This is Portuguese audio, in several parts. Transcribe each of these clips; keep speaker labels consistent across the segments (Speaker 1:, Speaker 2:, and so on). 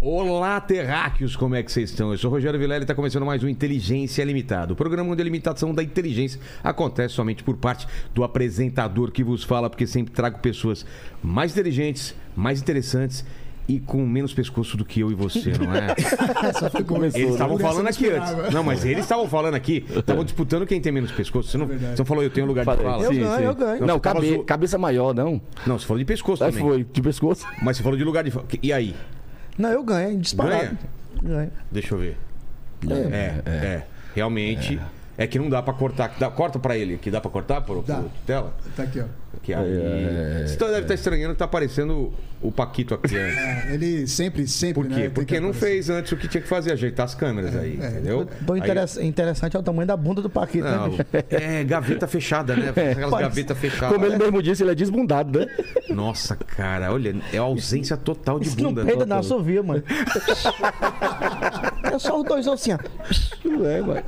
Speaker 1: Olá, terráqueos, como é que vocês estão? Eu sou o Rogério Vilela e está começando mais um Inteligência Limitada. O programa onde a limitação da inteligência acontece somente por parte do apresentador que vos fala, porque sempre trago pessoas mais inteligentes, mais interessantes e com menos pescoço do que eu e você, não é?
Speaker 2: Essa foi começou.
Speaker 1: Eles
Speaker 2: né?
Speaker 1: estavam
Speaker 2: Por essa
Speaker 1: falando
Speaker 2: eu
Speaker 1: aqui
Speaker 2: esperava.
Speaker 1: antes. Não, mas eles estavam falando aqui. Estavam disputando quem tem menos pescoço. Você não, você não falou, eu tenho lugar de fala.
Speaker 3: Eu ganho, eu ganho.
Speaker 1: Não,
Speaker 3: Não,
Speaker 1: você tava
Speaker 3: cabe-
Speaker 1: zo-
Speaker 3: cabeça maior, não.
Speaker 1: Não, você falou de pescoço
Speaker 3: Aí
Speaker 1: também.
Speaker 3: foi, de pescoço.
Speaker 1: Mas você falou de lugar de fala. E aí?
Speaker 2: Não, eu ganho, é disparado.
Speaker 1: Ganha?
Speaker 2: Ganho.
Speaker 1: Deixa eu ver. É, é. Realmente. É. que não dá pra cortar. Dá- corta pra ele, que dá pra cortar pro,
Speaker 2: Dá. É,
Speaker 1: pro tela.
Speaker 2: Tá aqui, ó.
Speaker 1: Que aí. você tá- deve estar estranhando que tá aparecendo o Paquito aqui. Né?
Speaker 2: É, Ele sempre, sempre,
Speaker 1: Por
Speaker 2: né?
Speaker 1: quê?
Speaker 2: tem
Speaker 1: Porque
Speaker 2: que
Speaker 1: não
Speaker 2: aparecer. É,
Speaker 1: fez antes o que tinha que fazer, ajeitar as câmeras aí, entendeu?
Speaker 2: Bom,
Speaker 1: Aí-
Speaker 2: interessa- interessante é o tamanho da bunda do Paquito, né,
Speaker 1: Não,
Speaker 2: bicho?
Speaker 1: é gaveta fechada, né?
Speaker 2: É,
Speaker 1: Aquelas
Speaker 3: Parece-
Speaker 1: gavetas fechadas.
Speaker 3: Como ele mesmo disse, ele é desbundado, né?
Speaker 1: Nossa, cara, olha, é ausência total de
Speaker 2: Isso não
Speaker 1: bunda.
Speaker 2: peida na assovia, mano. é só os dois assim, ó.
Speaker 3: Não é, vai.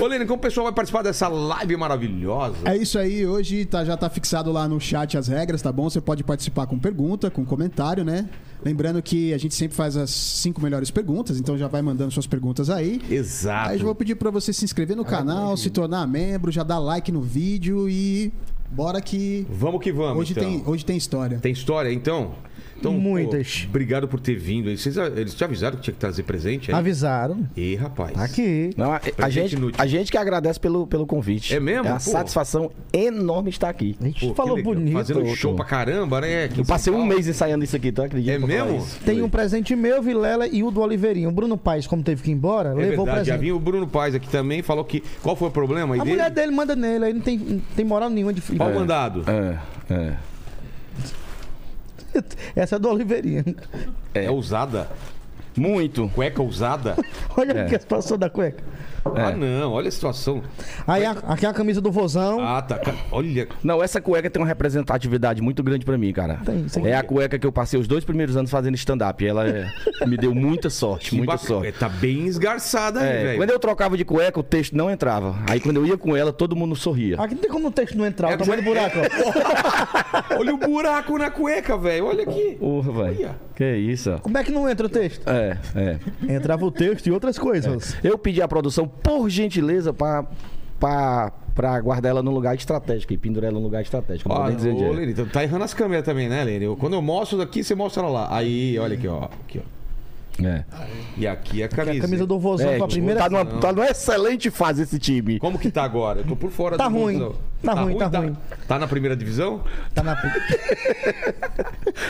Speaker 1: Ô, Lênin, como o pessoal vai participar dessa live maravilhosa?
Speaker 4: É isso aí, hoje tá, já tá fixado lá no chat as regras, tá bom? Você pode participar com pergunta, com comentário, né? Lembrando que a gente sempre faz as cinco melhores perguntas, então já vai mandando suas perguntas aí.
Speaker 1: Exato.
Speaker 4: Aí eu vou pedir pra você se inscrever
Speaker 1: Ah,
Speaker 4: no
Speaker 1: é
Speaker 4: canal, se tornar membro, já dar like no vídeo e bora que
Speaker 1: Vamos que vamos,
Speaker 4: hoje,
Speaker 1: então.
Speaker 4: tem, hoje tem história.
Speaker 1: Tem história, então? então
Speaker 2: Muitas.
Speaker 1: pô, obrigado por ter vindo. aí. Vocês, eles te avisaram que tinha que trazer presente? Aí?
Speaker 2: Avisaram.
Speaker 1: Ih, rapaz.
Speaker 2: Tá aqui.
Speaker 3: Não, a,
Speaker 1: Pra
Speaker 3: a
Speaker 1: gente
Speaker 3: gente,
Speaker 1: inútil.
Speaker 3: a gente que agradece pelo, pelo convite.
Speaker 1: É mesmo?
Speaker 3: É uma
Speaker 1: Pô.
Speaker 3: satisfação enorme estar aqui.
Speaker 2: Ixi,
Speaker 1: que
Speaker 2: falou
Speaker 1: legal.
Speaker 2: bonito.
Speaker 1: Fazendo show pra caramba, né? Aqui em
Speaker 3: Eu passei
Speaker 1: São
Speaker 3: um
Speaker 1: Paulo.
Speaker 3: mês ensaiando isso aqui, tá? Acredita?
Speaker 1: É
Speaker 3: pra falar
Speaker 1: mesmo?
Speaker 3: isso.
Speaker 2: Tem um presente meu, Vilela, e o do Oliveirinho. O Bruno Paes, como teve que ir embora,
Speaker 1: É verdade,
Speaker 2: levou o
Speaker 1: já
Speaker 2: presente.
Speaker 1: vinha o Bruno Paz aqui também, falou que... Qual foi o problema aí
Speaker 2: A
Speaker 1: dele?
Speaker 2: mulher dele manda nele, aí não tem, não tem moral nenhuma de
Speaker 1: Qual
Speaker 2: filho.
Speaker 1: o mandado?
Speaker 3: É, é.
Speaker 2: Essa é do Oliveirinho.
Speaker 1: É. ousada?
Speaker 3: Muito.
Speaker 1: Cueca ousada?
Speaker 2: Olha
Speaker 3: É.
Speaker 2: o que as passou da cueca.
Speaker 1: Ah, não. Olha a situação.
Speaker 2: Aí a- aqui é a camisa do Vozão.
Speaker 1: Ah, tá. Ca- Olha...
Speaker 3: Não, essa cueca tem uma representatividade muito grande pra mim, cara.
Speaker 2: Tem, sim.
Speaker 3: é a cueca que eu passei os dois primeiros anos fazendo stand-up. E ela é, me deu muita sorte,
Speaker 1: que
Speaker 3: muita
Speaker 1: bacana.
Speaker 3: sorte.
Speaker 1: É, Tá bem esgarçada aí,
Speaker 3: É,
Speaker 1: velho.
Speaker 3: quando eu trocava de cueca, o texto não entrava. Aí quando eu ia com ela, todo mundo sorria.
Speaker 2: Aqui não tem como o texto não entrar,
Speaker 1: Ah. É,
Speaker 2: o tamanho do buraco. ó.
Speaker 1: Olha o buraco na cueca, velho. Olha aqui.
Speaker 3: Porra, velho.
Speaker 1: Olha.
Speaker 3: Que isso? ó.
Speaker 2: Como é que não entra o texto?
Speaker 3: É, é.
Speaker 2: Entrava o texto e outras coisas.
Speaker 3: Eu pedi à produção, por gentileza, pra, pra, pra guardar ela num lugar estratégico e pendurar ela num lugar estratégico. Não vou
Speaker 1: Ó,
Speaker 3: nem dizer onde é.
Speaker 1: ô, Lene, tu tá errando as câmeras também, né, Lene? Eu- Quando eu mostro daqui, você mostra lá. Aí, olha aqui, ó. Aqui, ó.
Speaker 3: É.
Speaker 1: E aqui a camisa.
Speaker 2: A camisa do Vozão
Speaker 3: É,
Speaker 2: com a primeira.
Speaker 3: tá, numa, tá numa excelente fase esse time.
Speaker 1: Como que tá agora? Eu tô por fora
Speaker 2: Tá
Speaker 1: do
Speaker 2: ruim.
Speaker 1: mundo.
Speaker 2: Tá ruim, tá ruim.
Speaker 1: Tá na primeira divisão?
Speaker 2: Tá na.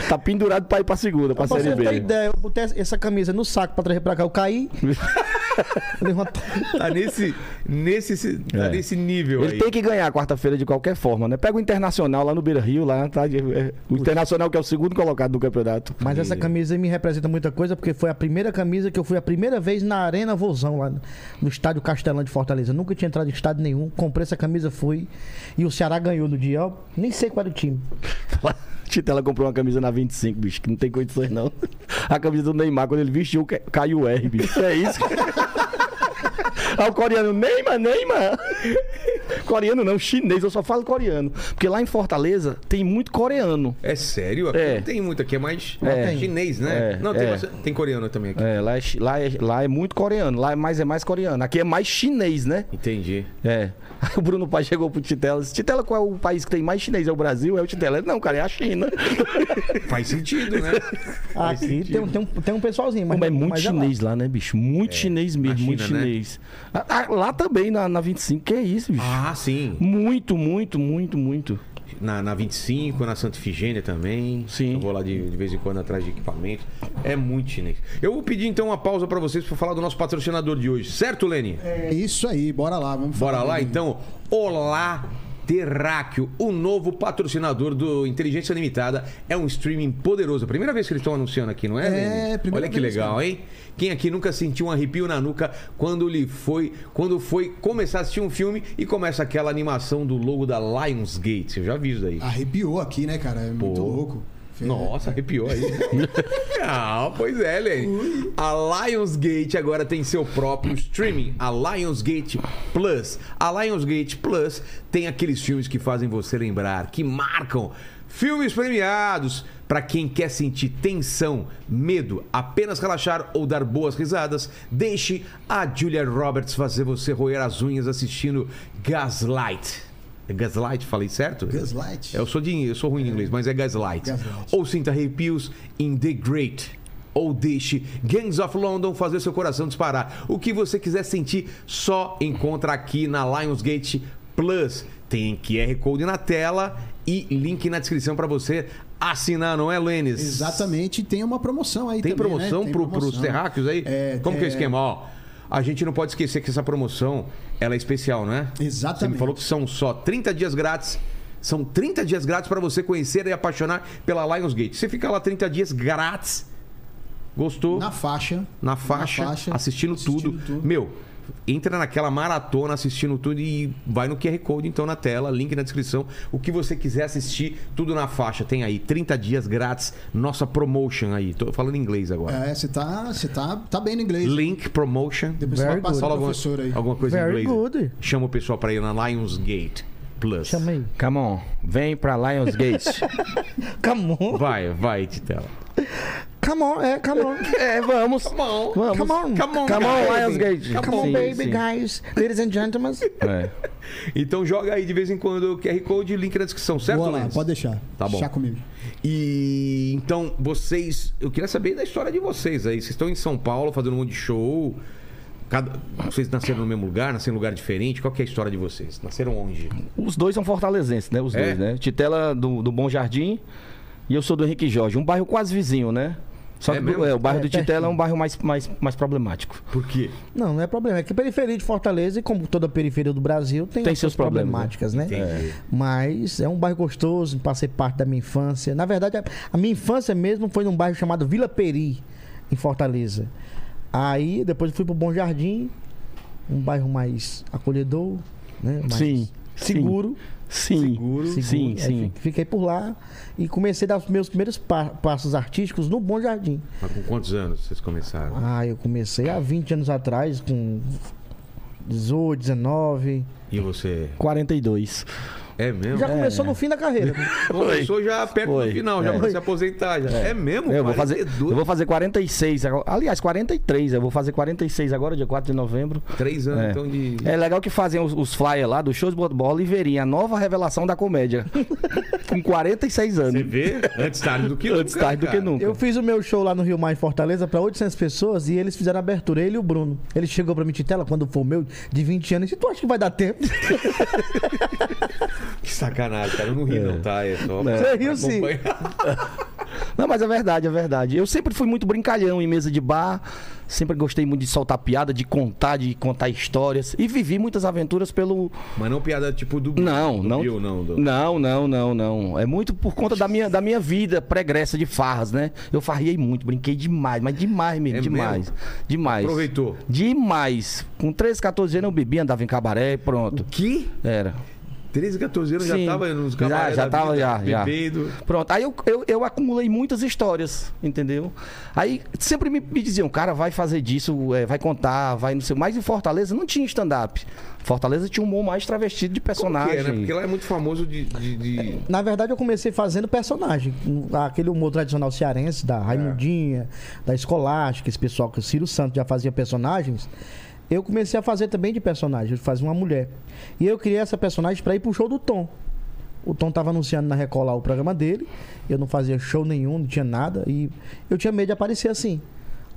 Speaker 3: Tá pendurado pra ir pra segunda, pra
Speaker 2: Pra
Speaker 3: série
Speaker 2: você ter
Speaker 3: B.
Speaker 2: ideia, eu botei essa camisa no saco pra trazer pra cá, eu caí. Eu levantei.
Speaker 1: Tá nesse, nesse, tá
Speaker 3: É.
Speaker 1: nesse nível
Speaker 3: Ele
Speaker 1: aí.
Speaker 3: tem que ganhar quarta-feira de qualquer forma, né? Pega o Internacional lá no Beira Rio, lá tá, de- é, o Internacional que é o segundo colocado do campeonato.
Speaker 2: Mas essa camisa aí me representa muita coisa, porque foi a primeira camisa que eu fui a primeira vez na Arena Vozão, lá no estádio Castelão de Fortaleza. Nunca tinha entrado em estádio nenhum. Comprei essa camisa, fui. E o Ceará ganhou no dia. ó. Nem sei qual era o time.
Speaker 3: Titela comprou uma camisa na 25, bicho, que não tem condições não. A camisa do Neymar, quando ele vestiu, ca- caiu o R, bicho. É isso. Aí o coreano, Neymar, Neymar. Coreano não, chinês, eu só falo coreano. Porque lá em Fortaleza tem muito coreano.
Speaker 1: É sério? Aqui
Speaker 3: É.
Speaker 1: Não tem muito aqui, é mais
Speaker 3: É.
Speaker 1: chinês, né?
Speaker 3: É,
Speaker 1: Não, tem,
Speaker 3: é.
Speaker 1: bastante- tem coreano também aqui.
Speaker 3: É, lá é, chi- lá é, lá é muito coreano, lá é mais, é mais coreano. Aqui é mais chinês, né?
Speaker 1: Entendi.
Speaker 3: É. Aí o Bruno Paz chegou pro Titela e disse, Titela, qual é o país que tem mais chinês? É o Brasil? É o Titela? Ele, não, cara, é a China.
Speaker 1: Faz sentido, né?
Speaker 3: é
Speaker 1: Faz
Speaker 2: Aqui
Speaker 1: sentido.
Speaker 2: tem, um- tem um, tem um pessoalzinho, mas,
Speaker 3: Mas, é muito
Speaker 2: mas lá.
Speaker 3: chinês lá. né, bicho? Muito chinês mesmo,
Speaker 1: na
Speaker 3: muito
Speaker 1: China, né?
Speaker 3: chinês. Ah, ah, Lá também, na, na 25, que é isso, bicho?
Speaker 1: Ah, sim.
Speaker 3: Muito, muito, muito, muito.
Speaker 1: Na, na 25, na Santa Ifigênia também.
Speaker 3: Sim.
Speaker 1: Eu vou lá de, de vez em quando atrás de equipamento. É muito chinês. Eu vou pedir então uma pausa pra vocês pra falar do nosso patrocinador de hoje, certo, Lene?
Speaker 4: É isso aí, bora lá, vamos
Speaker 1: Bora
Speaker 4: falar
Speaker 1: lá
Speaker 4: dele.
Speaker 1: então. Olá, Terráqueo, o novo patrocinador do Inteligência Limitada. É um streaming poderoso. Primeira vez que eles estão anunciando aqui, não é?
Speaker 4: É,
Speaker 1: Lene?
Speaker 4: primeira
Speaker 1: Olha que
Speaker 4: vez, né?
Speaker 1: legal,
Speaker 4: cara.
Speaker 1: hein? Quem aqui nunca sentiu um arrepio na nuca quando lhe foi, quando foi começar a assistir um filme e começa aquela animação do logo da Lionsgate? Eu já vi isso daí.
Speaker 4: Arrepiou aqui, né, cara? É
Speaker 1: Pô.
Speaker 4: muito louco.
Speaker 1: Nossa, arrepiou aí. né? ah, pois é, Lenny. A Lionsgate agora tem seu próprio streaming, a Lionsgate Plus. A Lionsgate Plus tem aqueles filmes que fazem você lembrar, que marcam filmes premiados, Para quem quer sentir tensão, medo, apenas relaxar ou dar boas risadas, deixe a Julia Roberts fazer você roer as unhas assistindo Gaslight. É Gaslight, falei certo? É
Speaker 4: Gaslight.
Speaker 1: Eu sou, de, eu sou ruim em inglês, mas é Gaslight.
Speaker 4: Gaslight.
Speaker 1: Ou sinta arrepios em The Great. Ou deixe Gangs of London fazer seu coração disparar. O que você quiser sentir, só encontra aqui na Lionsgate Plus. Tem QR Code na tela e link na descrição para você assinar, não é, Lênis?
Speaker 4: Exatamente, tem uma promoção aí
Speaker 1: Tem
Speaker 4: também, né?
Speaker 1: promoção
Speaker 4: Tem
Speaker 1: pro, pros terráqueos aí?
Speaker 4: É,
Speaker 1: Como que é o
Speaker 4: é-
Speaker 1: esquema? Ó, a gente não pode esquecer que essa promoção ela é especial, né? Você me
Speaker 4: Exatamente.
Speaker 1: falou que são só 30 dias grátis. São 30 dias grátis para você conhecer e apaixonar pela Lionsgate. Você fica lá 30 dias grátis. Gostou?
Speaker 4: Na faixa.
Speaker 1: na faixa, assistindo, tudo. Meu, entra naquela maratona assistindo tudo e vai no QR Code, então, na tela, link na descrição. O que você quiser assistir, tudo na faixa. Tem aí 30 dias grátis, nossa promotion aí. Tô falando em inglês agora.
Speaker 4: É, você tá, você tá, tá bem no inglês.
Speaker 1: Link promotion.
Speaker 4: Depois você
Speaker 2: Very
Speaker 4: vai passar
Speaker 1: Fala
Speaker 4: o
Speaker 1: alguma,
Speaker 4: professor aí.
Speaker 1: alguma coisa
Speaker 2: Very
Speaker 1: em inglês.
Speaker 2: good.
Speaker 1: Chama o pessoal pra ir na Lionsgate Plus.
Speaker 2: Chama aí.
Speaker 3: Come on, vem pra Lionsgate.
Speaker 2: Come on.
Speaker 1: Vai, vai, Titela.
Speaker 2: Come on, é, come on.
Speaker 3: é, vamos.
Speaker 1: Bom.
Speaker 3: Vamos.
Speaker 2: Come on.
Speaker 1: Come on,
Speaker 3: Come on,
Speaker 1: baby.
Speaker 3: Lionsgate.
Speaker 2: Come on,
Speaker 3: Sim,
Speaker 2: baby,
Speaker 3: sim.
Speaker 2: guys. Ladies and gentlemen.
Speaker 3: É.
Speaker 1: Então joga aí de vez em quando o QR Code e link na descrição, certo,
Speaker 4: Boa lá,
Speaker 1: Lênis?
Speaker 4: pode deixar.
Speaker 1: Tá bom.
Speaker 4: Chá comigo.
Speaker 1: E então, vocês. Eu queria saber da história de vocês aí. Vocês estão em São Paulo fazendo um monte de show. Cada- Vocês nasceram no mesmo lugar, nasceram em lugar diferente. Qual que é a história de vocês? Nasceram onde?
Speaker 3: Os dois são fortalezenses, né? Os
Speaker 1: É?
Speaker 3: dois, né? Titela do, do Bom Jardim e eu sou do Henrique Jorge, um bairro quase vizinho, né? Só
Speaker 1: É
Speaker 3: que do-
Speaker 1: mesmo?
Speaker 3: é, o bairro
Speaker 2: É,
Speaker 3: do Titela é um bairro mais, mais, mais problemático.
Speaker 1: Por quê?
Speaker 2: Não, não é problema. É que a periferia de Fortaleza, e como toda periferia do Brasil, tem,
Speaker 3: Tem
Speaker 2: as
Speaker 3: seus
Speaker 2: suas
Speaker 3: problemas,
Speaker 2: problemáticas, né?
Speaker 1: Entendi.
Speaker 2: Mas é um bairro gostoso, passei parte da minha infância. Na verdade, a- a minha infância mesmo foi num bairro chamado Vila Peri, em Fortaleza. Aí depois eu fui pro Bom Jardim, um bairro mais acolhedor, né? Mais
Speaker 3: Sim, sim.
Speaker 2: Seguro. é,
Speaker 3: Sim.
Speaker 1: Seguro.
Speaker 3: Sim,
Speaker 2: Aí
Speaker 3: sim.
Speaker 2: fi- Fiquei por lá e comecei a dar os meus primeiros pa- passos artísticos no Bom Jardim.
Speaker 1: Mas com quantos anos vocês começaram?
Speaker 2: Ah, eu comecei há 20 anos atrás, com 18, 19.
Speaker 1: E você?
Speaker 3: 42.
Speaker 1: É mesmo?
Speaker 2: Já começou no fim da carreira.
Speaker 1: Começou já perto do
Speaker 3: Foi.
Speaker 1: final, já
Speaker 3: É.
Speaker 1: pra se aposentar. Já. É. mesmo?
Speaker 3: Eu vou, fazer,
Speaker 1: 42?
Speaker 3: eu vou fazer 46. agora- Aliás, 43. Eu vou fazer 46 agora, dia 4 de novembro.
Speaker 1: Três anos,
Speaker 3: É.
Speaker 1: então, de.
Speaker 3: É legal que fazem os, os flyers lá do Shows Bot- Bola e Oliveirinha, a nova revelação da comédia. Com 46
Speaker 1: Você
Speaker 3: anos.
Speaker 1: vê? Antes tarde do que nunca.
Speaker 3: Antes tarde do
Speaker 1: cara.
Speaker 3: que nunca.
Speaker 2: Eu fiz o meu show lá no Rio Mar em Fortaleza pra 800 pessoas e eles fizeram a abertura, ele e o Bruno. Ele chegou pra mim, Titela, quando for meu, de 20 anos, e tu acha que vai dar tempo?
Speaker 1: Que sacanagem, cara. Eu não ri, não, tá? É só. pra-
Speaker 3: Você
Speaker 1: pra
Speaker 2: riu, sim.
Speaker 1: acompanhar.
Speaker 3: Não, mas é verdade, é verdade. Eu sempre fui muito brincalhão em mesa de bar, sempre gostei muito de soltar piada, de contar, de contar histórias e vivi muitas aventuras pelo
Speaker 1: Mas não piada tipo do.
Speaker 3: não,
Speaker 1: do
Speaker 3: não,
Speaker 1: Bill, não. do-
Speaker 3: não, não, não, não. É muito por conta da minha, da minha vida pregressa de farras, né? Eu farriei muito, brinquei demais, mas demais mesmo,
Speaker 1: É
Speaker 3: demais,
Speaker 1: mesmo?
Speaker 3: demais.
Speaker 1: Aproveitou.
Speaker 3: Demais. Com 13, 14 anos eu bebia, andava em cabaré, pronto.
Speaker 1: Que?
Speaker 3: Era.
Speaker 1: 13, 14 anos
Speaker 3: Sim.
Speaker 1: já tava nos
Speaker 3: Já,
Speaker 1: cabaré
Speaker 3: já
Speaker 1: da
Speaker 3: tava,
Speaker 1: vida,
Speaker 3: já, já.
Speaker 1: bebido.
Speaker 3: Pronto, aí eu, eu, eu acumulei muitas histórias, entendeu? Aí sempre me, me diziam, cara, vai fazer disso, é, vai contar, vai não sei. Mas em Fortaleza não tinha stand-up. Fortaleza tinha um humor mais travestido de
Speaker 1: Como que
Speaker 3: personagem.
Speaker 1: é, né? Porque lá é muito famoso de. de, de-
Speaker 2: Na verdade, eu comecei fazendo personagem. um- Aquele humor tradicional cearense, da Raimundinha, da Escolástica, esse pessoal que o Ciro Santos já fazia personagens. Eu comecei a fazer também de personagem, eu fazia uma mulher. E eu criei essa personagem pra ir pro show do Tom. O Tom tava anunciando na Record lá o programa dele. Eu não fazia show nenhum, não tinha nada. E eu tinha medo de aparecer assim.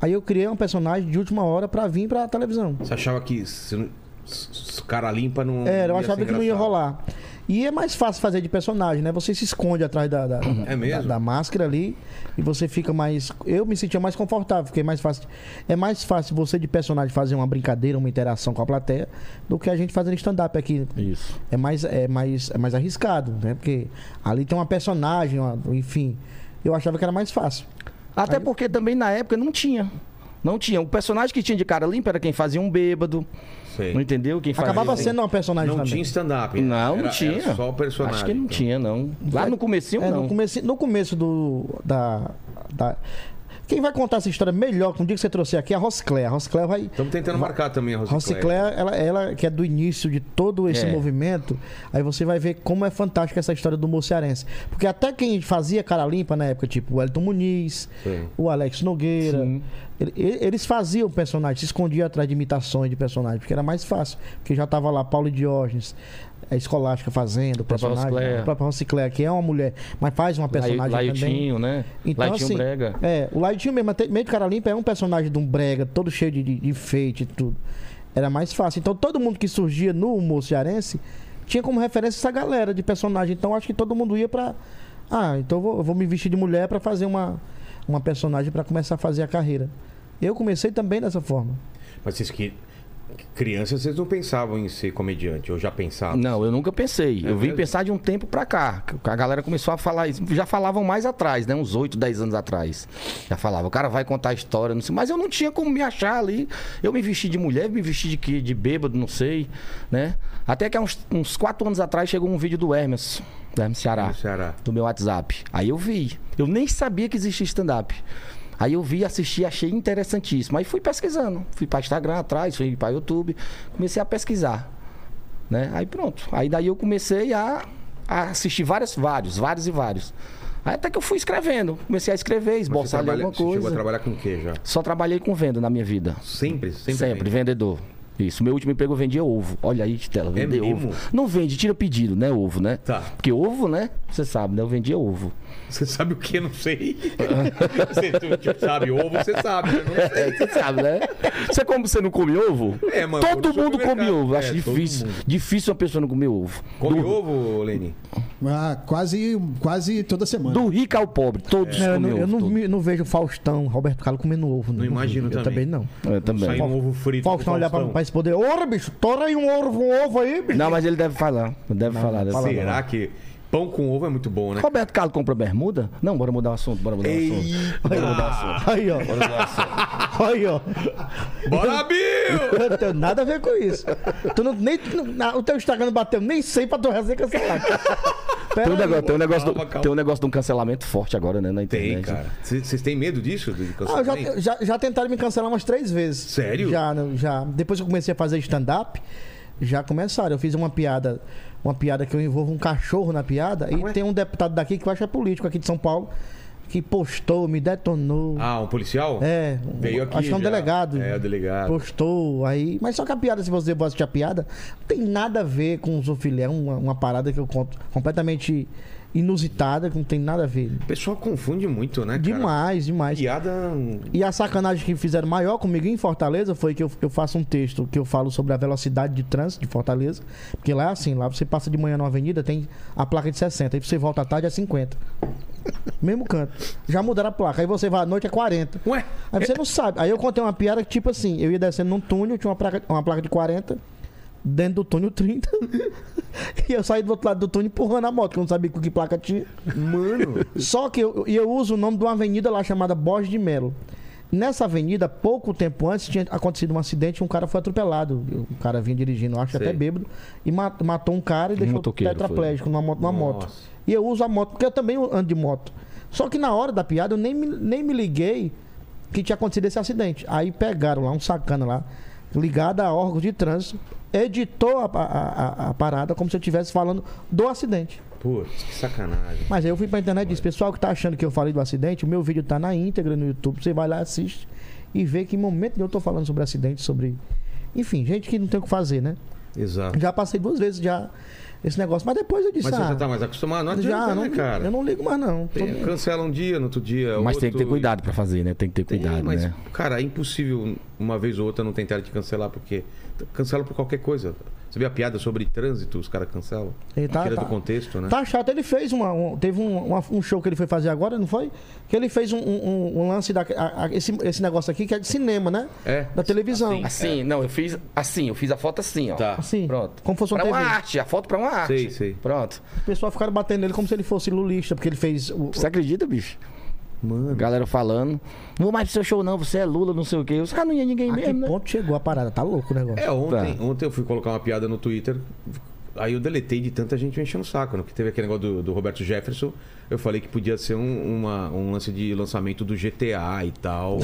Speaker 2: Aí eu criei um personagem de última hora pra vir pra televisão.
Speaker 1: Você achava que se não- se- se cara limpa não.
Speaker 2: Era, É, eu
Speaker 1: ia
Speaker 2: achava
Speaker 1: ser
Speaker 2: que não ia
Speaker 1: engraçado.
Speaker 2: rolar. E é mais fácil fazer de personagem, né? Você se esconde atrás da, da,
Speaker 1: É mesmo?
Speaker 2: da- da máscara ali e você fica mais. Eu me sentia mais confortável, porque é mais fácil. É mais fácil você de personagem fazer uma brincadeira, uma interação com a plateia, do que a gente fazendo stand-up aqui.
Speaker 3: Isso.
Speaker 2: É mais, é, mais, é mais arriscado, né? Porque ali tem uma personagem, uma- enfim. Eu achava que era mais fácil.
Speaker 3: Até porque também na época não tinha. Não tinha. O personagem que tinha de cara limpa era quem fazia um bêbado.
Speaker 1: Sei.
Speaker 3: Não entendeu? Quem fazia
Speaker 2: Acabava
Speaker 3: um-
Speaker 2: sendo uma personagem
Speaker 1: Não
Speaker 2: também.
Speaker 1: tinha stand-up. né?
Speaker 3: Não, não
Speaker 1: É. Era-
Speaker 3: tinha.
Speaker 1: Era só o personagem.
Speaker 3: Acho que não
Speaker 1: então.
Speaker 3: tinha, um não. Lá no comecinho,
Speaker 2: É,
Speaker 3: não.
Speaker 2: No começo, no começo do. Da, da- Quem vai contar essa história melhor, que um dia que você trouxe aqui, é a Rosclé. A Rosclé vai.
Speaker 1: Estamos tentando marcar também a Rosicléia.
Speaker 2: Rosiclé, ela, ela que é do início de todo esse
Speaker 3: É.
Speaker 2: movimento, aí você vai ver como é fantástica essa história do humor cearense. Porque até quem fazia cara limpa na época, tipo o Elton Muniz,
Speaker 1: Sim.
Speaker 2: o Alex Nogueira, ele- e- eles faziam personagens, se escondiam atrás de imitações de personagens, porque era mais fácil, porque já tava lá Paulo Diógenes. A escolástica fazendo, o
Speaker 5: própria
Speaker 2: personagem.
Speaker 5: Rosicléia.
Speaker 2: A própria Rosicléia, que é uma mulher, mas faz uma personagem também.
Speaker 5: Laitinho, né?
Speaker 2: Então,
Speaker 3: um
Speaker 5: Laitinho
Speaker 2: assim,
Speaker 5: Brega.
Speaker 2: É, o Laitinho mesmo, até meio de cara limpa, é um personagem de um brega, todo cheio de, de, de enfeite e tudo. Era mais fácil. Então todo mundo que surgia no humor cearense tinha como referência essa galera de personagem. Então acho que todo mundo ia pra. Ah, então eu vou, eu vou me vestir de mulher pra fazer uma, uma personagem pra começar a fazer a carreira. Eu comecei também dessa forma.
Speaker 1: Mas vocês que. Crianças, vocês não pensavam em ser comediante, ou já pensavam?
Speaker 3: Não, eu nunca pensei. eu vim
Speaker 1: mesmo?
Speaker 3: pensar de um tempo pra cá. que A galera começou a falar isso. Já falavam mais atrás, né? Uns 8, 10 anos atrás. Já falava, o cara vai contar a história, não sei. Mas eu não tinha como me achar ali. Eu me vesti de mulher, me vesti de quê? De bêbado, não sei, né? Até que há uns, uns 4 anos atrás chegou um vídeo do Hermes, do Hermes
Speaker 2: Ah.
Speaker 3: Ceará.
Speaker 1: Do Ceará.
Speaker 3: Do meu WhatsApp. Aí eu vi. Eu nem sabia que existia stand-up. Aí eu vi, assisti, achei interessantíssimo. Aí fui pesquisando. Fui pra Instagram atrás, fui pra YouTube. Comecei a pesquisar né? Aí pronto. Aí daí eu comecei a, a assistir vários, vários, vários e vários. Aí até que eu fui escrevendo. Comecei a escrever,
Speaker 1: Mas você
Speaker 3: esboçar ali
Speaker 1: trabalha-
Speaker 3: alguma
Speaker 1: você Chegou a
Speaker 3: coisa.
Speaker 1: trabalhar com o quê já?
Speaker 3: Só trabalhei com venda na minha vida.
Speaker 1: Sempre? Sempre.
Speaker 3: Sempre, vendedor. Isso. Meu último emprego eu vendia ovo. Olha aí, Titela, vender
Speaker 1: É mesmo?
Speaker 3: ovo. Não vende, tira pedido, né? Ovo, né?
Speaker 1: Tá.
Speaker 3: Porque ovo, né? Você sabe, né? Eu vendia ovo.
Speaker 1: Você sabe o que? Não sei. você tu, tipo, sabe ovo, você sabe. Eu não sei.
Speaker 3: É, você sabe, né? Você, como, você não come ovo?
Speaker 1: É, mano,
Speaker 3: Todo
Speaker 1: no
Speaker 3: mundo come
Speaker 1: supermercado.
Speaker 3: ovo. Acho
Speaker 1: É, todo
Speaker 3: difícil.
Speaker 1: mundo.
Speaker 3: Difícil uma pessoa não comer ovo.
Speaker 1: Come
Speaker 3: do,
Speaker 1: ovo, Leni?
Speaker 4: Ah, quase, quase toda semana.
Speaker 3: do rico ao pobre, todos
Speaker 2: É, eu
Speaker 3: comem
Speaker 2: não, eu
Speaker 3: ovo.
Speaker 2: não,
Speaker 3: todos.
Speaker 2: me- não vejo Faustão, Roberto Carlos comendo ovo.
Speaker 1: Não imagino
Speaker 2: eu
Speaker 1: também.
Speaker 2: também. não.
Speaker 3: Eu É, também.
Speaker 1: Sai um ovo frito.
Speaker 2: Faustão
Speaker 1: do
Speaker 2: olhar pra,
Speaker 1: Faustão.
Speaker 2: pra esse poder. Ora, bicho, tora aí um ovo, um ovo aí, bicho.
Speaker 3: Não, mas ele deve falar. Deve falar. Deve falar.
Speaker 1: Será
Speaker 2: né?
Speaker 1: que pão com ovo é muito bom, né?
Speaker 3: Roberto Carlos compra bermuda? Não, bora mudar o assunto, bora
Speaker 2: é
Speaker 3: mudar o assunto. Bora mudar o assunto.
Speaker 2: Aí, ó. Aí, ó.
Speaker 1: Bora, Bill!
Speaker 2: Eu não tenho nada a ver com isso. Tu não, nem, tu não- na- o teu Instagram não bateu nem 100 pra tu resenha cancelar.
Speaker 3: Tem
Speaker 2: Pera
Speaker 3: um,
Speaker 2: aí.
Speaker 3: negócio, tem, um negócio
Speaker 1: Calma,
Speaker 3: do,
Speaker 1: calma.
Speaker 3: tem um negócio de um cancelamento forte agora, né, na internet.
Speaker 1: Tem, cara. C- Vocês têm medo disso? de
Speaker 2: Ah, já,
Speaker 1: cancelamento?
Speaker 2: já, já tentaram me cancelar umas três vezes.
Speaker 1: Sério?
Speaker 2: Já, não, já. Depois que eu comecei a fazer stand-up, já começaram. Eu fiz uma piada, uma piada que eu envolvo um cachorro na piada. e tem um deputado daqui que eu acho que é político aqui de São Paulo, que postou, me detonou.
Speaker 1: Ah, um policial?
Speaker 2: É,
Speaker 1: Veio aqui
Speaker 2: acho que é um
Speaker 1: já.
Speaker 2: delegado.
Speaker 1: É, o delegado.
Speaker 2: Postou aí. Mas só que a piada, se você for assistir a piada, não tem nada a ver com o Zofilé. É uma, uma parada que eu conto completamente inusitada, que não tem nada a ver.
Speaker 1: O pessoal confunde muito, né, cara?
Speaker 2: Demais, demais.
Speaker 1: Piada... hum,
Speaker 2: E a sacanagem que fizeram maior comigo em Fortaleza foi que eu, eu faço um texto que eu falo sobre a velocidade de trânsito de Fortaleza. Porque lá é assim, lá você passa de manhã numa avenida, tem a placa de 60. Aí você volta à tarde é 50. Mesmo canto. Já mudaram a placa. Aí você vai à noite é 40.
Speaker 1: Ué?
Speaker 2: Aí você não sabe. Aí eu contei uma piada que, tipo assim, eu ia descendo num túnel, tinha uma placa, uma placa de 40, dentro do túnel 30. e eu saí do outro lado do túnel empurrando a moto, que eu não sabia que placa tinha.
Speaker 1: Mano...
Speaker 2: Só que eu, e eu uso o nome de uma avenida lá chamada Borges de Melo. Nessa avenida, pouco tempo antes, tinha acontecido um acidente e um cara foi atropelado. O cara vinha dirigindo, eu acho
Speaker 1: Sei.
Speaker 2: até bêbado, e ma- matou um cara e deixou
Speaker 3: motoqueiro foi.
Speaker 2: tetraplégico numa, moto, numa moto.
Speaker 1: Nossa.
Speaker 2: E eu uso a moto, porque eu também ando de moto. Só que na hora da piada eu nem me, nem me liguei que tinha acontecido esse acidente. Aí pegaram lá um sacana lá, ligado a órgãos de trânsito, editou a, a- a- a parada como se eu estivesse falando do acidente.
Speaker 1: Putz, que sacanagem.
Speaker 2: Mas aí eu fui pra internet e disse, pessoal que tá achando que eu falei do acidente, o meu vídeo tá na íntegra no YouTube, você vai lá, assiste e vê que em momento nenhum eu tô falando sobre acidente, sobre. Enfim, gente que não tem o que fazer, né?
Speaker 1: Exato.
Speaker 2: Já passei duas vezes já esse negócio, mas depois eu disse,
Speaker 1: Mas você
Speaker 2: ah,
Speaker 1: já tá mais acostumado? Não adianta,
Speaker 2: já, não,
Speaker 1: né, cara?
Speaker 2: eu não ligo mais não. Tô-
Speaker 1: Tem- Cancela um dia, no outro dia.
Speaker 3: Mas tem que ter
Speaker 1: outro, e-
Speaker 3: cuidado pra fazer, né? Tem que ter
Speaker 1: Tem,
Speaker 3: cuidado,
Speaker 1: mas,
Speaker 3: né?
Speaker 1: cara, é impossível uma vez ou outra não tentar te cancelar, porque t- cancela por qualquer coisa. Você vê a piada sobre trânsito, os caras cancelam.
Speaker 2: E tá-
Speaker 1: Tira
Speaker 2: tá.
Speaker 1: do contexto, né?
Speaker 2: Tá chato, ele fez uma, um- teve um, uma- um show que ele foi fazer agora, não foi? Que ele fez um, um- um lance da a- a- esse, esse negócio aqui que é de cinema, né?
Speaker 1: É.
Speaker 2: Da televisão.
Speaker 3: Assim, não, eu fiz assim, eu fiz a foto assim, ó.
Speaker 1: Tá.
Speaker 2: Assim,
Speaker 3: Pronto.
Speaker 2: como fosse uma
Speaker 3: pra uma
Speaker 2: TV.
Speaker 3: arte, a foto pra uma arte.
Speaker 1: Sei, sei.
Speaker 3: Pronto.
Speaker 2: O pessoal ficaram batendo nele como se ele fosse lulista, porque ele fez o,
Speaker 3: Você acredita, bicho?
Speaker 1: Mano.
Speaker 3: Galera falando. Não vou mais pro seu show, não. Você é Lula, não sei o quê. Eu disse, ah, não ia ninguém
Speaker 2: A que
Speaker 3: mesmo, né?
Speaker 2: ponto chegou a parada? Tá louco o negócio.
Speaker 1: É, ontem,
Speaker 3: Tá.
Speaker 1: ontem eu fui colocar uma piada no Twitter, aí eu deletei de tanta gente me enchendo o saco, né? Porque teve aquele negócio do, do Roberto Jefferson. Eu Eu falei que podia ser um, uma- um lance de lançamento do GTA e tal.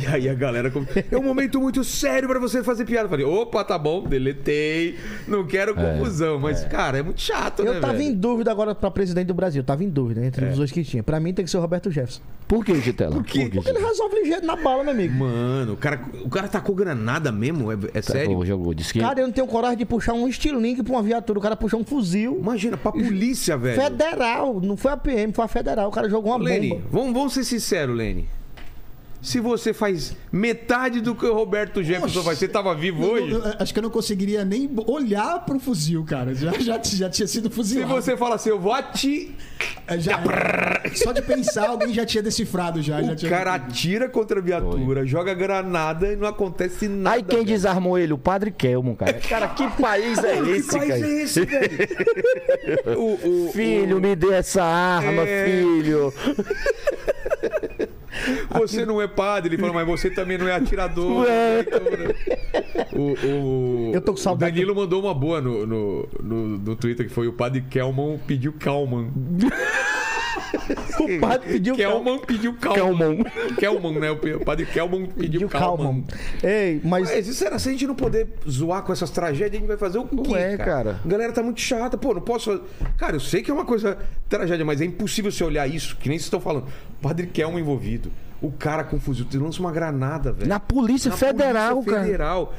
Speaker 1: e aí a galera. com- É um momento muito sério pra você fazer piada. Eu falei, opa, tá bom, deletei. Não quero confusão. Mas, cara, é muito chato, né?
Speaker 2: Eu tava
Speaker 1: velho? É.
Speaker 2: em dúvida agora pra presidente do Brasil. Tava em dúvida entre os dois que tinha. Pra mim tem que ser o Roberto Jefferson.
Speaker 3: Por que, Gitela?
Speaker 1: quê?
Speaker 3: Por que,
Speaker 2: Porque ele
Speaker 3: Gitela?
Speaker 2: resolve ligeiro na bala, meu amigo.
Speaker 1: Mano, o cara, o cara tacou granada mesmo? É, é
Speaker 2: Tá
Speaker 1: sério?
Speaker 3: Jogou, jogou. Disse que
Speaker 2: Cara, eu não tenho coragem de puxar um estilingue pra uma viatura. O cara puxou um fuzil.
Speaker 1: Imagina, pra polícia, velho.
Speaker 2: É, Federal. Não foi a PM, foi a federal. O cara jogou uma
Speaker 1: Lene,
Speaker 2: bomba.
Speaker 1: vamos, vamos ser sinceros, Lene. Se você faz metade do que o Roberto Jefferson
Speaker 4: Oxe.
Speaker 1: faz, você tava vivo
Speaker 4: Eu-
Speaker 1: hoje?
Speaker 4: eu- eu acho que eu não conseguiria nem olhar pro fuzil, cara. Já, já, já tinha sido
Speaker 1: Se
Speaker 4: fuzilado.
Speaker 1: você fala assim, eu vou ati...
Speaker 4: É, já- só de pensar, alguém já tinha decifrado já. já
Speaker 1: O
Speaker 4: tinha-
Speaker 1: cara atira contra a viatura, joga granada e não acontece nada.
Speaker 3: Aí quem
Speaker 1: velho.
Speaker 3: desarmou ele? O padre Kelmo, cara. Cara, que país é
Speaker 1: Mano,
Speaker 3: esse,
Speaker 1: que país
Speaker 3: cara?
Speaker 1: é esse, velho? o, o-
Speaker 3: Filho, me dê essa arma,
Speaker 1: É.
Speaker 3: filho.
Speaker 1: o- você não é padre, ele fala, mas você também não é atirador.
Speaker 3: Ué.
Speaker 1: O, o-
Speaker 2: Eu tô com saudade
Speaker 1: O Danilo mandou uma boa no, no, no, no Twitter, que foi o padre Kelman pediu Calman.
Speaker 2: O padre pediu calma.
Speaker 1: Kelman pediu Calman.
Speaker 3: Calmão.
Speaker 1: Kelman, né? O padre Kelman um pediu
Speaker 2: Pediu
Speaker 1: Calman.
Speaker 2: calma. Ei, mas
Speaker 1: Mas isso era, se a gente não poder zoar com essas tragédias, a gente vai fazer o quê,
Speaker 3: é, cara.
Speaker 1: A galera tá muito chata. Pô, não posso... fazer- Cara, eu sei que é uma coisa tragédia, mas é impossível você olhar isso, que nem vocês estão falando. O padre quer um envolvido. O cara com fuzil, tu lança uma granada, velho.
Speaker 3: Na Polícia
Speaker 1: Na
Speaker 3: Federal,
Speaker 1: Polícia
Speaker 3: cara.
Speaker 1: Federal.